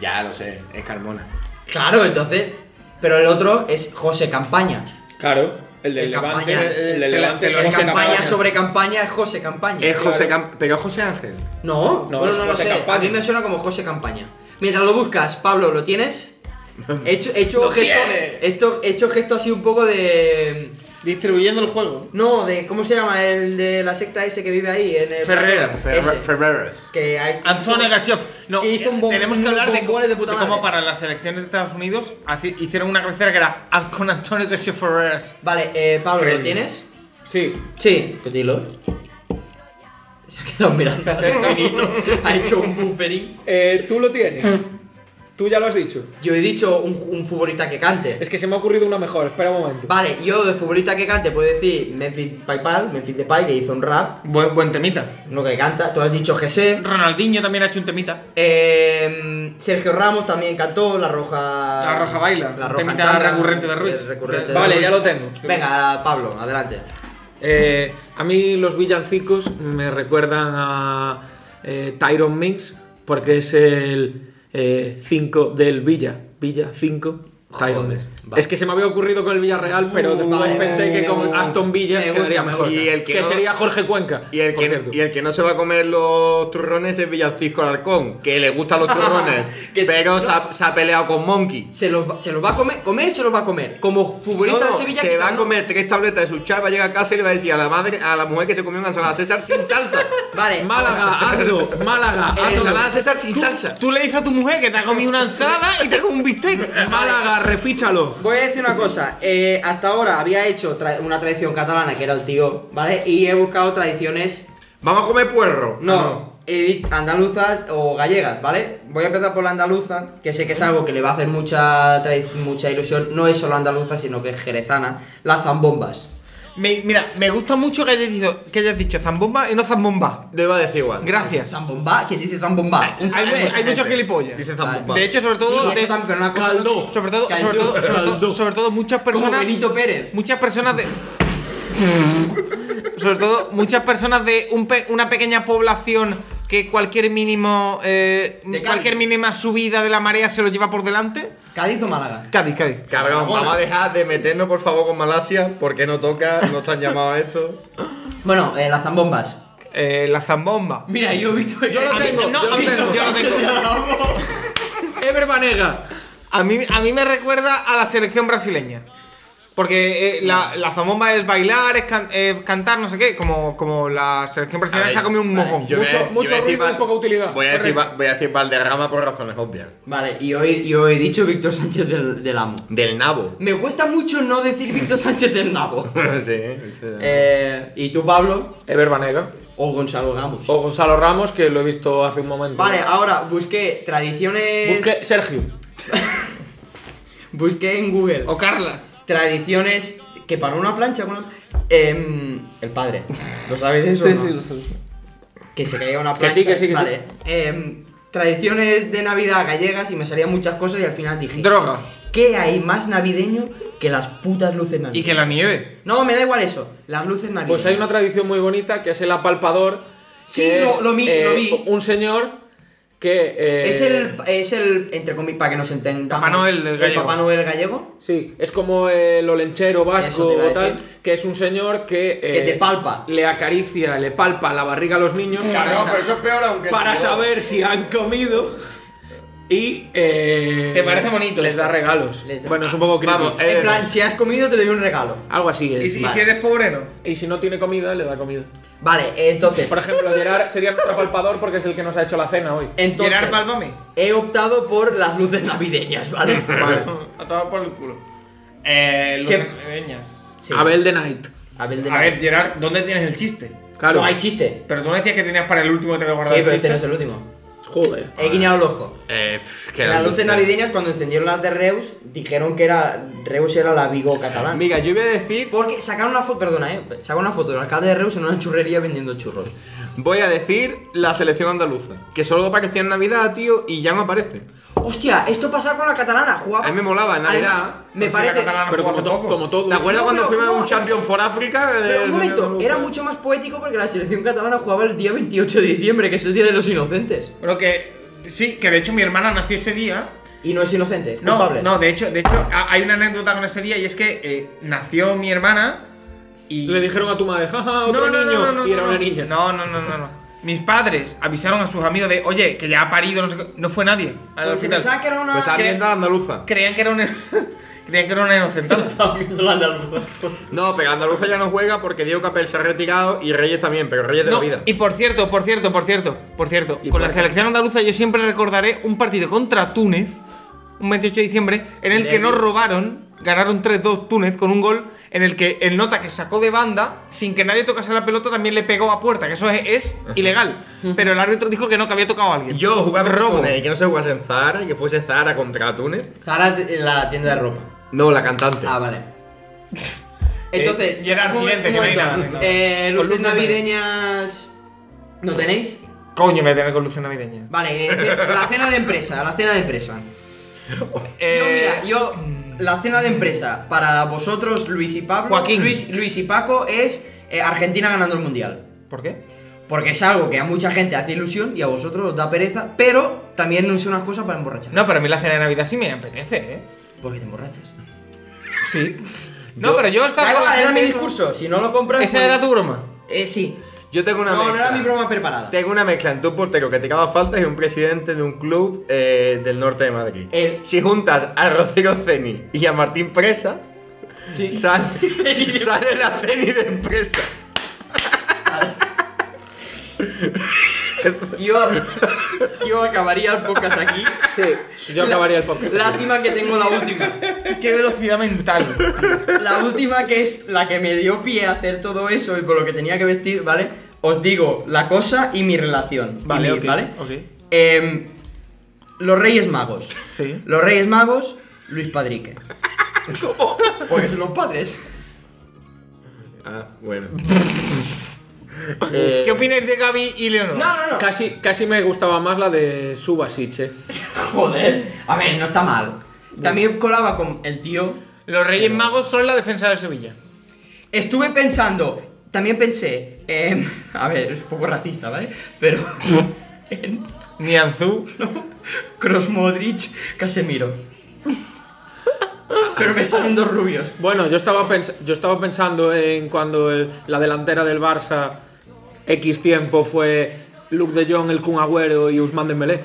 Speaker 4: Ya lo sé, es Carmona.
Speaker 2: Claro, entonces. Pero el otro es José Campaña.
Speaker 3: Claro, el del
Speaker 2: El
Speaker 3: Levante.
Speaker 2: campaña.
Speaker 3: El
Speaker 10: Te
Speaker 3: del
Speaker 10: la-
Speaker 3: Levante
Speaker 10: te lo
Speaker 3: es
Speaker 10: dije
Speaker 3: José
Speaker 10: en
Speaker 2: Campaña,
Speaker 10: Campaña.
Speaker 2: sobre campaña es José Campaña.
Speaker 4: Es José
Speaker 3: claro.
Speaker 4: Cam- Pero es José Ángel.
Speaker 2: No,
Speaker 3: No,
Speaker 2: bueno,
Speaker 3: es
Speaker 2: no
Speaker 3: José
Speaker 2: lo sé.
Speaker 3: Campaña.
Speaker 2: A mí me suena como José Campaña. Mientras lo buscas, Pablo, ¿lo tienes? He hecho, he hecho
Speaker 4: Lo
Speaker 2: gesto,
Speaker 4: tiene.
Speaker 2: esto, he hecho gesto así un poco de.
Speaker 5: Distribuyendo el juego.
Speaker 2: No, de ¿cómo se llama? El de la secta ese que vive ahí. En el
Speaker 5: Ferrera,
Speaker 2: Ese,
Speaker 5: Ferre-
Speaker 11: Ferreras.
Speaker 2: que hay,
Speaker 5: Antonio Gasioff. No,
Speaker 2: Que hizo un bom-
Speaker 5: tenemos que
Speaker 2: unos
Speaker 5: hablar de, co-
Speaker 2: bombones de puta
Speaker 5: de cómo
Speaker 2: madre.
Speaker 5: para las elecciones de Estados Unidos haci- hicieron una cabecera que era "Ah, con Antonio Gasioff Ferreras.
Speaker 2: Vale, eh, Pablo, ¿lo
Speaker 5: Premium.
Speaker 2: tienes?
Speaker 3: Sí.
Speaker 2: Sí. Pues dilo. Se ha quedado mirando al infinito. ha hecho un buffering.
Speaker 3: Eh, tú lo tienes. tú ya lo has dicho.
Speaker 2: Yo he dicho un, un futbolista que cante.
Speaker 3: Es que se me ha ocurrido una mejor, espera un momento.
Speaker 2: Vale, yo de futbolista que cante puedo decir Memphis Paypal, Memphis Depay, que hizo un rap,
Speaker 5: Buen, buen temita.
Speaker 2: uno que canta. Tú has dicho Jesse.
Speaker 5: Ronaldinho también ha hecho un temita.
Speaker 2: Eh, Sergio Ramos también cantó La Roja.
Speaker 5: La Roja Baila,
Speaker 2: La
Speaker 5: un
Speaker 2: Roja
Speaker 5: temita
Speaker 2: Canta,
Speaker 5: recurrente de Ruiz.
Speaker 2: es recurrente de
Speaker 3: Vale,
Speaker 2: Ruiz.
Speaker 3: ya lo tengo.
Speaker 2: Venga, Pablo, adelante.
Speaker 3: Eh, a mí los villancicos me recuerdan a eh, Tyron Mix porque es el 5 del Villa. Villa 5. Tyron
Speaker 2: Joder,
Speaker 3: Mix.
Speaker 2: vale.
Speaker 3: Es que se me había ocurrido con el Villarreal, pero después
Speaker 2: vale,
Speaker 3: pensé
Speaker 2: vale,
Speaker 3: que con
Speaker 2: vale.
Speaker 3: Aston Villa
Speaker 2: Me gusta,
Speaker 3: quedaría
Speaker 2: me
Speaker 3: mejor.
Speaker 4: gusta. Y el que
Speaker 3: que
Speaker 4: no-
Speaker 3: sería Jorge Cuenca.
Speaker 4: Y el,
Speaker 3: por
Speaker 4: que,
Speaker 3: cierto.
Speaker 4: y el que no se va a comer los turrones es Villancico Alarcón, que le gustan los turrones,
Speaker 2: Que se-
Speaker 4: pero se ha, se ha peleado con Monkey.
Speaker 2: Se los, va- se los va a comer, comer se los va a comer. Como futbolista
Speaker 4: No,
Speaker 2: de
Speaker 4: no,
Speaker 2: Sevilla.
Speaker 4: se
Speaker 2: quizá
Speaker 4: va a
Speaker 2: no.
Speaker 4: comer tres tabletas de su chava, llega a casa y le va a decir a la madre, a la mujer que se comió una ensalada César sin salsa.
Speaker 2: Vale,
Speaker 3: Málaga, hazlo, Málaga,
Speaker 4: ensalada
Speaker 3: hazlo.
Speaker 4: César sin salsa.
Speaker 5: Tú le dices a tu mujer que te ha comido una ensalada y te ha comido un bistec.
Speaker 3: Málaga, refíchalo.
Speaker 2: Voy a decir una cosa, eh, hasta ahora había hecho tra- una tradición catalana que era el tío, ¿vale? Y he buscado tradiciones,
Speaker 4: Vamos a comer puerro.
Speaker 2: no,
Speaker 4: Ah, no.
Speaker 2: eh, andaluzas o gallegas, ¿vale? Voy a empezar por la andaluza, que sé que es algo que le va a hacer mucha, tra- mucha ilusión, no es solo andaluza, sino que es jerezana, las zambombas.
Speaker 5: Me- mira, me gusta mucho que hayas dicho, que hayas dicho zambomba y no zambomba.
Speaker 4: Te iba a decir igual.
Speaker 5: Gracias.
Speaker 2: ¿Zambomba? ¿Quién dice zambomba? ¿Un
Speaker 5: Hay,
Speaker 2: francés?
Speaker 5: hay muchos gilipollas.
Speaker 4: Dice
Speaker 2: Vale.
Speaker 4: zambomba.
Speaker 5: De hecho, sobre todo,
Speaker 2: Sí,
Speaker 5: de-
Speaker 2: eso también, pero una cosa-
Speaker 3: Caldó.
Speaker 5: sobre todo,
Speaker 2: Cayó.
Speaker 5: sobre todo, sobre todo-
Speaker 3: Caldó.
Speaker 5: sobre todo muchas
Speaker 2: Como
Speaker 5: personas,
Speaker 2: Benito Pérez.
Speaker 5: muchas personas de, sobre todo muchas personas de un pe- una pequeña población que cualquier mínimo, eh,
Speaker 2: De Cádiz.
Speaker 5: cualquier mínima subida de la marea se lo lleva por delante.
Speaker 2: ¿Cádiz o Málaga?
Speaker 5: Cádiz, Cádiz.
Speaker 4: Cabrón, vamos a dejar de meternos por favor con Malasia, porque no toca, no están llamados a esto.
Speaker 2: Bueno, eh, las zambombas.
Speaker 5: Eh, la zambomba.
Speaker 2: Mira, yo he visto...
Speaker 3: Yo lo tengo,
Speaker 5: no,
Speaker 3: yo lo
Speaker 5: a mí-
Speaker 3: tengo.
Speaker 5: yo lo tengo.
Speaker 3: Ever Banega.
Speaker 5: A mí, a mí me recuerda a la selección brasileña. Porque eh, la, la zambomba es bailar, es, can- es cantar, no sé qué, como, como la selección brasileña
Speaker 4: A ver,
Speaker 5: se ha comido un mojón.
Speaker 4: Yo
Speaker 3: Mucho-
Speaker 4: voy a- yo
Speaker 3: mucho
Speaker 4: voy a decir
Speaker 3: ruido y
Speaker 4: Val-
Speaker 3: poca utilidad.
Speaker 4: Voy a, decir, Va- voy a decir Valderrama por razones obvias.
Speaker 2: Vale, y hoy, y hoy he dicho Víctor Sánchez del, del Amo.
Speaker 4: Del nabo.
Speaker 2: Me cuesta mucho no decir Víctor Sánchez del Nabo.
Speaker 4: Sí, sí.
Speaker 2: Eh, ¿Y tú, Pablo?
Speaker 3: Ever Banega.
Speaker 2: O Gonzalo Gamos.
Speaker 3: O Gonzalo Ramos, que lo he visto hace un momento.
Speaker 2: Vale, ahora busqué tradiciones.
Speaker 3: Busqué Sergio.
Speaker 2: busqué en Google.
Speaker 5: O Carlas.
Speaker 2: Tradiciones que para una plancha. Una, Em, el padre. ¿Lo sabéis eso? o no? Que se caiga una
Speaker 3: Que
Speaker 2: plancha.
Speaker 3: sí, que sí, que sí.
Speaker 2: vale. Em, tradiciones de Navidad gallegas y me salían muchas cosas y al final dije.
Speaker 5: Droga.
Speaker 2: ¿Qué hay más navideño que las putas luces navideñas?
Speaker 5: Y que la nieve.
Speaker 2: No, me da igual eso. Las luces navideñas.
Speaker 3: Pues hay una tradición muy bonita que es el apalpador.
Speaker 2: Sí,
Speaker 3: que
Speaker 2: lo-
Speaker 3: es,
Speaker 2: lo vi,
Speaker 3: eh,
Speaker 2: lo vi.
Speaker 3: Un señor que. eh,
Speaker 2: Es el, es el, entre comillas, para que nos entendamos.
Speaker 5: Papá Noel del
Speaker 2: El
Speaker 5: gallego.
Speaker 2: Papá Noel gallego.
Speaker 3: Sí, es como el olenchero
Speaker 2: Eso
Speaker 3: vasco
Speaker 2: te iba a
Speaker 3: o tal,
Speaker 2: decir.
Speaker 3: que es un señor que.
Speaker 2: Que
Speaker 3: eh,
Speaker 2: te palpa.
Speaker 3: Le acaricia, le palpa la barriga a los niños.
Speaker 4: Cabrón, pero eso es peor aunque.
Speaker 3: para saber si han comido. Y. eh,
Speaker 5: ¿Te parece bonito
Speaker 3: Les
Speaker 5: esto?
Speaker 3: da regalos.
Speaker 2: Les da-
Speaker 3: Bueno, es un poco creepy.
Speaker 4: Vamos, eh,
Speaker 2: En plan, si has comido, te doy un regalo.
Speaker 3: Algo así es.
Speaker 5: Y si, y
Speaker 3: Vale.
Speaker 5: si eres pobre, no.
Speaker 3: Y si no tiene comida, le da comida.
Speaker 2: Vale, entonces.
Speaker 3: Por ejemplo, Gerard sería nuestro palpador porque es el que nos ha hecho la cena hoy.
Speaker 2: entonces
Speaker 5: Gerard Balbame.
Speaker 2: he optado por las luces navideñas, ¿vale?
Speaker 5: A tomar por el culo. Eh,
Speaker 2: ¿Qué?
Speaker 5: luces navideñas.
Speaker 2: Sí.
Speaker 3: Abel de Knight.
Speaker 2: Abel de
Speaker 5: A ver,
Speaker 2: Navidad.
Speaker 5: Gerard, ¿dónde tienes el chiste?
Speaker 3: Claro.
Speaker 2: No hay chiste.
Speaker 5: Pero tú no decías que tenías para el último que te había
Speaker 2: Sí,
Speaker 5: guardado
Speaker 2: pero
Speaker 5: el chiste.
Speaker 2: este no es el último.
Speaker 3: Joder.
Speaker 2: He guiñado el ojo.
Speaker 4: Eh, pff, que
Speaker 2: Las
Speaker 4: la
Speaker 2: luces
Speaker 4: luz-
Speaker 2: navideñas, cuando encendieron las de Reus, dijeron que era Reus era la Vigo catalana.
Speaker 4: Mira, yo voy a decir.
Speaker 2: Porque sacaron una foto, perdona, eh. Sacaron una foto del alcalde de Reus en una churrería vendiendo churros.
Speaker 4: Voy a decir la selección andaluza. Que solo aparecía en Navidad, tío, y ya no aparece.
Speaker 2: Hostia, esto pasaba con la catalana, jugaba.
Speaker 4: A mí me molaba, en pues, Navidad.
Speaker 2: Además, me
Speaker 5: Pero si la
Speaker 2: parece.
Speaker 5: catalana
Speaker 3: Pero
Speaker 5: jugó
Speaker 3: como,
Speaker 5: hace
Speaker 3: to-
Speaker 5: poco.
Speaker 3: como todo.
Speaker 4: ¿Te acuerdas
Speaker 2: No, pero-
Speaker 4: cuando fuimos a
Speaker 2: no.
Speaker 4: un Champion for Africa? Eh,
Speaker 2: Pero un
Speaker 4: selección
Speaker 2: momento,
Speaker 4: andaluza.
Speaker 2: era mucho más poético porque la selección catalana jugaba el día 28 de diciembre, que es el día de los inocentes.
Speaker 5: Bueno, que. Sí, que de hecho mi hermana nació ese día.
Speaker 2: Y no es inocente, es
Speaker 5: No,
Speaker 2: culpable.
Speaker 5: no, de hecho, de hecho, ha- hay una anécdota con ese día y es que eh, nació mi hermana y.
Speaker 3: Le dijeron a tu madre, jaja, otro niño. y era
Speaker 5: no,
Speaker 3: una
Speaker 5: no.
Speaker 3: niña.
Speaker 5: No, no, no, no, no. Mis padres avisaron a sus amigos de, oye, que ya ha parido, no sé qué". No fue nadie al
Speaker 2: Porque se
Speaker 5: hospital.
Speaker 2: pensaba que era
Speaker 4: Pues
Speaker 2: una.
Speaker 4: estaba
Speaker 5: ¿Qué?
Speaker 4: viendo a la andaluza.
Speaker 5: Creían que era un. Creían que era una inocentada.
Speaker 4: No, pero Andaluza ya no juega porque Diego Capel se ha retirado y Reyes también, pero Reyes de
Speaker 5: No,
Speaker 4: la vida.
Speaker 5: y por cierto, por cierto, por cierto, por cierto, con la selección andaluza yo siempre recordaré un partido contra Túnez, un 28 de diciembre, en el que
Speaker 2: Derbi.
Speaker 5: nos robaron, ganaron 3-2 Túnez con un gol en el que el nota que sacó de banda, sin que nadie tocase la pelota, también le pegó a puerta, que eso es, es ilegal. Pero el árbitro dijo que no, que había tocado a alguien.
Speaker 4: Yo jugaba
Speaker 5: Robo.
Speaker 4: robo. Y que no se jugase en Zara, que fuese Zara contra Túnez.
Speaker 2: Zara en la tienda de ropa.
Speaker 4: No, la cantante.
Speaker 2: Ah, vale. Entonces.
Speaker 5: Eh, y era el
Speaker 2: un momen-
Speaker 5: siguiente, que no hay
Speaker 2: momento.
Speaker 5: nada,
Speaker 2: Eh,
Speaker 5: no. Con
Speaker 2: luces
Speaker 5: luces
Speaker 2: navideñas. ¿No tenéis?
Speaker 5: Coño, me voy a tener con luces navideñas.
Speaker 2: Vale, eh, la cena de empresa, la cena de empresa.
Speaker 5: Eh,
Speaker 2: Yo, mira, yo. La cena de empresa para vosotros, Luis y Pablo.
Speaker 5: Joaquín.
Speaker 2: Luis, Luis y Paco es eh, Argentina ganando el mundial.
Speaker 5: ¿Por qué?
Speaker 2: Porque es algo que a mucha gente hace ilusión y a vosotros os da pereza, pero también es una cosa para emborrachar.
Speaker 5: No, pero a mí la cena de Navidad sí me apetece, ¿eh?
Speaker 2: Porque te emborrachas.
Speaker 5: Sí. No, pero yo estaba...
Speaker 2: Da
Speaker 5: con la
Speaker 2: igual, era mi
Speaker 5: gente-
Speaker 2: discurso. Si no lo compras.
Speaker 5: Esa
Speaker 2: pues-
Speaker 5: era tu broma.
Speaker 2: Eh, sí.
Speaker 4: Yo tengo una
Speaker 2: No, no
Speaker 4: mezcla.
Speaker 2: era mi broma preparada.
Speaker 4: Tengo una mezcla entre un portero que tiraba faltas y un presidente de un club eh, del norte de Madrid.
Speaker 2: El-
Speaker 4: Si juntas a Rocío Ceni y a Martín Presa, sale, sale la Ceni de empresa.
Speaker 2: Yo, yo acabaría el podcast aquí.
Speaker 3: Sí, yo acabaría el podcast.
Speaker 2: Lástima que tengo la última.
Speaker 5: Qué velocidad mental.
Speaker 2: La última que es la que me dio pie a hacer todo eso y por lo que tenía que vestir, ¿vale? Os digo la cosa y mi relación.
Speaker 16: Vale,
Speaker 2: Y mi-
Speaker 16: ok,
Speaker 2: ¿vale?
Speaker 16: ok.
Speaker 2: Em, los Reyes Magos.
Speaker 16: Sí.
Speaker 2: Los Reyes Magos, Luis Padrique. ¿Cómo? Porque son los padres.
Speaker 4: Ah, bueno.
Speaker 5: ¿Qué opináis de Gaby y Leonor?
Speaker 2: No, no, no.
Speaker 3: Casi, casi me gustaba más la de eh. Subasiche.
Speaker 2: Joder. A ver, no está mal. También colaba con el tío
Speaker 5: Los Reyes Magos son la defensa de Sevilla.
Speaker 2: Estuve pensando, también pensé, em, a ver, es un poco racista, ¿vale? Pero en
Speaker 5: Nianzú.
Speaker 2: Cross Modric, Casemiro. Pero me salen dos rubios.
Speaker 3: Bueno, yo estaba, pens- yo estaba pensando en cuando el- la delantera del Barça X tiempo fue Luke de Jong, el Kun Agüero y Usman Dembélé.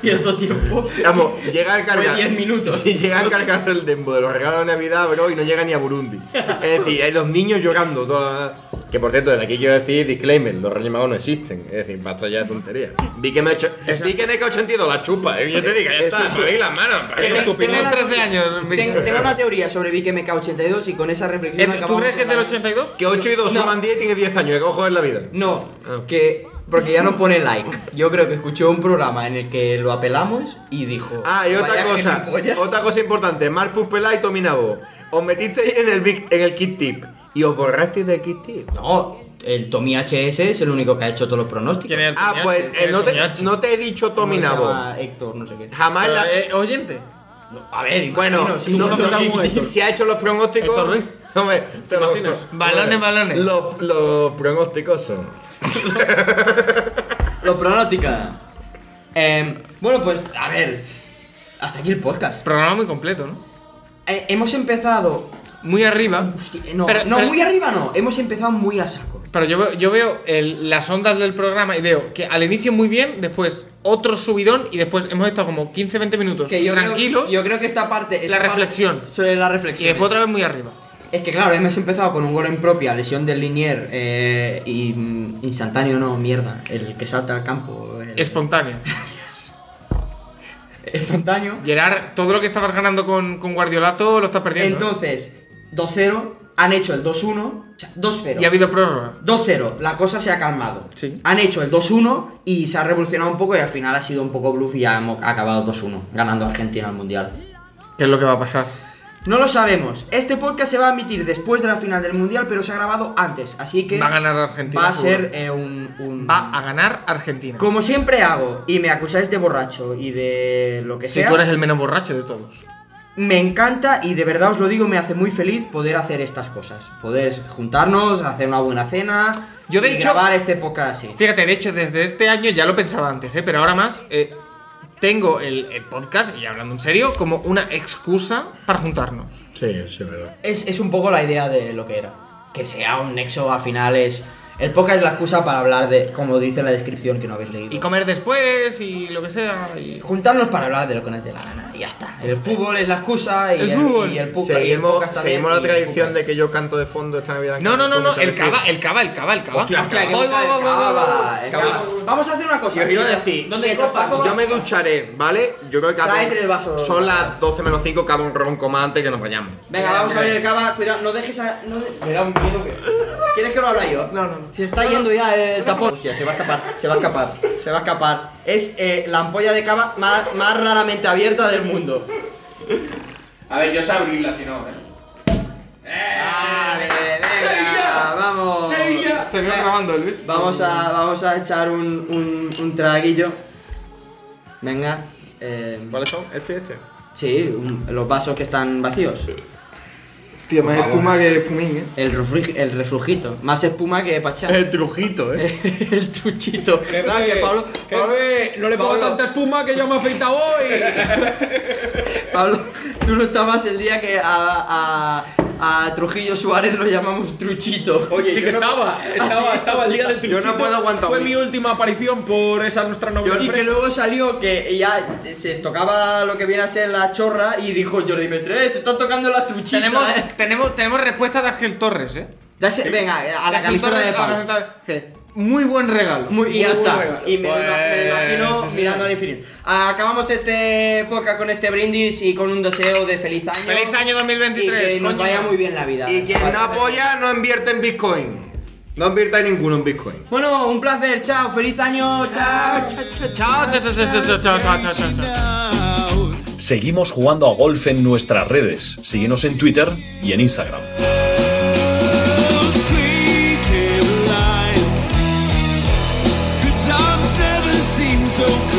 Speaker 2: Cierto tiempo.
Speaker 4: Vamos, llega a
Speaker 2: Fue
Speaker 4: cargar.
Speaker 2: 10 minutos.
Speaker 4: Sí, llega a cargar el dembo de los regalos de Navidad, bro, y no llega ni a Burundi. Es decir, hay los niños llorando. Toda... Que por cierto, desde aquí quiero decir, disclaimer: los Reyes Magos no existen. Es decir, basta ya de tonterías. Vi que me he hecho. Vi que me he hecho 82, la chupa. Eh, yo te digo, ya está. Me veis las manos. me veis
Speaker 2: Tengo-
Speaker 4: las-
Speaker 2: tengo una
Speaker 5: 13
Speaker 2: teoría-
Speaker 5: años, mi-
Speaker 2: Tengo, tengo una teoría sobre BKMK82 y con esa reflexión
Speaker 5: ¿Tú
Speaker 2: acabamos
Speaker 5: crees que es
Speaker 2: con
Speaker 5: del
Speaker 2: la-
Speaker 5: 82?
Speaker 4: Que 8 y 2
Speaker 2: No.
Speaker 4: suman 10 y tiene 10 años. ¿Qué cojo es la vida?
Speaker 2: No,
Speaker 4: Ah.
Speaker 2: que... Porque ya no pone like. Yo creo que escuchó un programa en el que lo apelamos y dijo...
Speaker 4: Ah, y otra
Speaker 2: "Vaya
Speaker 4: cosa,
Speaker 2: gilipollas".
Speaker 4: otra cosa importante, Mark Pupela y Tominabo. Os metisteis en el big, en el kit tip y os borrasteis del kit tip.
Speaker 2: No, el Tommy HS es el único que ha hecho todos los pronósticos.
Speaker 5: ¿Quién es el
Speaker 4: Ah,
Speaker 5: Toñachi?
Speaker 4: pues
Speaker 5: ¿Quién es
Speaker 4: eh, no,
Speaker 5: el
Speaker 4: te,
Speaker 5: Toñachi?
Speaker 4: no te he dicho
Speaker 2: ¿Cómo se
Speaker 4: Tominabo.
Speaker 2: llama? Héctor, no sé qué.
Speaker 4: Jamás la.
Speaker 5: Eh, oyente.
Speaker 2: No, a ver,
Speaker 4: Bueno,
Speaker 2: imagino, sí,
Speaker 4: no
Speaker 2: no,
Speaker 4: sé
Speaker 2: no,
Speaker 3: algún
Speaker 2: no,
Speaker 3: Héctor.
Speaker 4: Si ha hecho los pronósticos.
Speaker 3: Héctor Ruiz.
Speaker 4: Hombre, te lo
Speaker 3: imaginas?
Speaker 5: Balones, balones.
Speaker 4: Los, los pronósticos son.
Speaker 2: Lo pronóstica. Em, bueno, pues, a ver. Hasta aquí el podcast.
Speaker 5: Programa muy completo, ¿no?
Speaker 2: Eh, hemos empezado.
Speaker 5: Muy arriba.
Speaker 2: Hostia, eh, no,
Speaker 5: Pero-
Speaker 2: no
Speaker 5: pero-
Speaker 2: muy arriba no. Hemos empezado muy a saco.
Speaker 5: Pero yo veo, yo veo el- las ondas del programa y veo que al inicio muy bien, después otro subidón y después hemos estado como 15-20 minutos
Speaker 2: Que yo creo-
Speaker 5: tranquilos
Speaker 2: yo creo que esta parte. esta
Speaker 5: La
Speaker 2: parte-
Speaker 5: reflexión.
Speaker 2: sobre la
Speaker 5: y
Speaker 2: reflexión.
Speaker 5: después otra vez muy arriba.
Speaker 2: Es que claro, hemos empezado con un gol en propia, lesión del Linier eh, y mm, instantáneo no, mierda, el que salta al campo, el-
Speaker 5: Espontáneo.
Speaker 2: espontáneo.
Speaker 5: Gerard, todo lo que estabas ganando con, con Guardiolato lo estás perdiendo. ¿eh?
Speaker 2: Entonces, 2-0, han hecho el 2-1, o sea, 2-0.
Speaker 5: Y ha habido prórroga.
Speaker 2: 2-0, la cosa se ha calmado.
Speaker 5: Sí.
Speaker 2: Han hecho el 2-1 y se ha revolucionado un poco y al final ha sido un poco bluff y ya hemos acabado 2-1, ganando a Argentina al Mundial.
Speaker 5: ¿Qué es lo que va a pasar?
Speaker 2: No lo sabemos. Este podcast se va a emitir después de la final del Mundial, pero se ha grabado antes, así que
Speaker 5: Va a ganar Argentina,
Speaker 2: Va a
Speaker 5: seguro.
Speaker 2: ser eh, un, un-
Speaker 5: Va a ganar Argentina.
Speaker 2: Como siempre hago y me acusáis de borracho y de lo que
Speaker 5: Si
Speaker 2: sea,
Speaker 5: tú eres el menos borracho de todos.
Speaker 2: me encanta y de verdad os lo digo, me hace muy feliz poder hacer estas cosas. Poder juntarnos, hacer una buena cena
Speaker 5: Yo, de
Speaker 2: y
Speaker 5: hecho-
Speaker 2: grabar este podcast así.
Speaker 5: Fíjate, de hecho, desde este año ya lo pensaba antes, ¿eh? pero ahora más eh, tengo el, el podcast, y hablando en serio, como una excusa para juntarnos.
Speaker 4: Sí, sí, verdad.
Speaker 2: Es, es un poco la idea de lo que era. Que sea un nexo al final es El podcast es la excusa para hablar de, como dice en la descripción que no habéis leído.
Speaker 5: Y comer después y lo que sea. y-
Speaker 2: juntarnos para hablar de lo que nos dé la gana. Y ya está. El fútbol es la excusa y
Speaker 5: El
Speaker 2: el,
Speaker 5: fútbol.
Speaker 2: y el pu- y el
Speaker 4: Seguimos,
Speaker 2: podcast también,
Speaker 4: seguimos la
Speaker 2: y el
Speaker 4: tradición
Speaker 2: fútbol.
Speaker 4: de que yo canto de fondo esta Navidad.
Speaker 5: No, no, no, no, el cava,
Speaker 4: cabal
Speaker 5: el cava, el cava, el cava.
Speaker 4: Hostia, el
Speaker 5: Voy,
Speaker 4: cava.
Speaker 5: voy, voy, voy, voy, voy.
Speaker 2: El cava. Vamos a hacer una cosa.
Speaker 4: Yo iba a
Speaker 2: mira.
Speaker 4: decir,
Speaker 5: ¿Dónde
Speaker 2: Que
Speaker 5: hay copa?
Speaker 2: tampoco-
Speaker 4: Yo me ducharé, ¿vale? Yo creo que cabe-
Speaker 2: Trae tres vasos.
Speaker 4: son las 12 menos 5, cabe un ronco más antes que nos vayamos.
Speaker 2: Venga, vamos a abrir el cava. Cuidado, no dejes a. no de-
Speaker 4: Me da un miedo que.
Speaker 2: ¿Quieres que lo abra yo?
Speaker 5: No, no, no.
Speaker 2: Se está yendo ya el tapón. Hostia, se va a escapar, se va a escapar, se va a escapar. Es eh, la ampolla de cava más, más raramente abierta del mundo.
Speaker 4: A ver, yo sé abrirla si no, ¿eh?
Speaker 2: Vale, venga,
Speaker 4: Sevilla,
Speaker 2: vamos.
Speaker 4: Sevilla.
Speaker 5: Se vio
Speaker 2: Venga,
Speaker 5: grabando, Luis.
Speaker 2: Vamos a, vamos a echar un, un, un traguillo. Venga. Eh,
Speaker 4: ¿Cuáles son? Este y este.
Speaker 2: sí, un- los vasos que están vacíos.
Speaker 5: Hostia, más espuma que espumín, eh.
Speaker 2: El, refri- el reflujito. Más espuma que pachá.
Speaker 4: trujito,
Speaker 2: ¿eh? el truchito. Nada, que Pablo, Pablo-
Speaker 3: jefe, Eh, no le pongo
Speaker 2: Pablo-
Speaker 3: tanta espuma que yo me he afeitado hoy.
Speaker 2: Pablo, tú no estabas el día que a, a, a Trujillo Suárez lo llamamos truchito.
Speaker 4: Oye,
Speaker 3: Sí que
Speaker 4: yo no-
Speaker 3: estaba, estaba, estaba el día de
Speaker 4: Yo
Speaker 3: Truchito.
Speaker 4: no puedo aguantar
Speaker 3: Fue
Speaker 4: hoy.
Speaker 3: mi última aparición por esa nuestra novela.
Speaker 2: Y que luego salió que ya se tocaba lo que viene a ser la chorra y dijo Jordi Metre, "Eh, se está tocando la truchita.
Speaker 5: Tenemos,
Speaker 2: eh".
Speaker 5: tenemos, tenemos respuesta de Ángel Torres, eh.
Speaker 2: Ya se- venga, a la
Speaker 5: Ángel
Speaker 2: camiseta
Speaker 5: Torres,
Speaker 2: de
Speaker 5: a la
Speaker 2: Pablo.
Speaker 5: camiseta de- Muy buen regalo.
Speaker 2: Muy- y ya
Speaker 5: Muy buen
Speaker 2: está.
Speaker 5: regalo.
Speaker 2: Y me, lo ima- me lo
Speaker 5: Pues,
Speaker 2: imagino
Speaker 5: sí, sí.
Speaker 2: mirando al infinito. Acabamos este podcast con este brindis y con un deseo de feliz año.
Speaker 5: Feliz año 2023,
Speaker 2: Y que nos
Speaker 5: coño.
Speaker 2: vaya muy bien la vida.
Speaker 4: Y quien no
Speaker 2: chavales.
Speaker 4: apoya no invierte en Bitcoin. No invierta en ninguno en Bitcoin.
Speaker 2: Bueno, un placer. Chao. Feliz año. Chao. Chao. chao,
Speaker 5: Chao,
Speaker 2: chao.
Speaker 5: chao, chao, chao, chao, chao, chao, chao, chao.
Speaker 1: Seguimos jugando a golf en nuestras redes. Síguenos en Twitter y en Instagram.
Speaker 17: Sweet Caroline, good times never seem so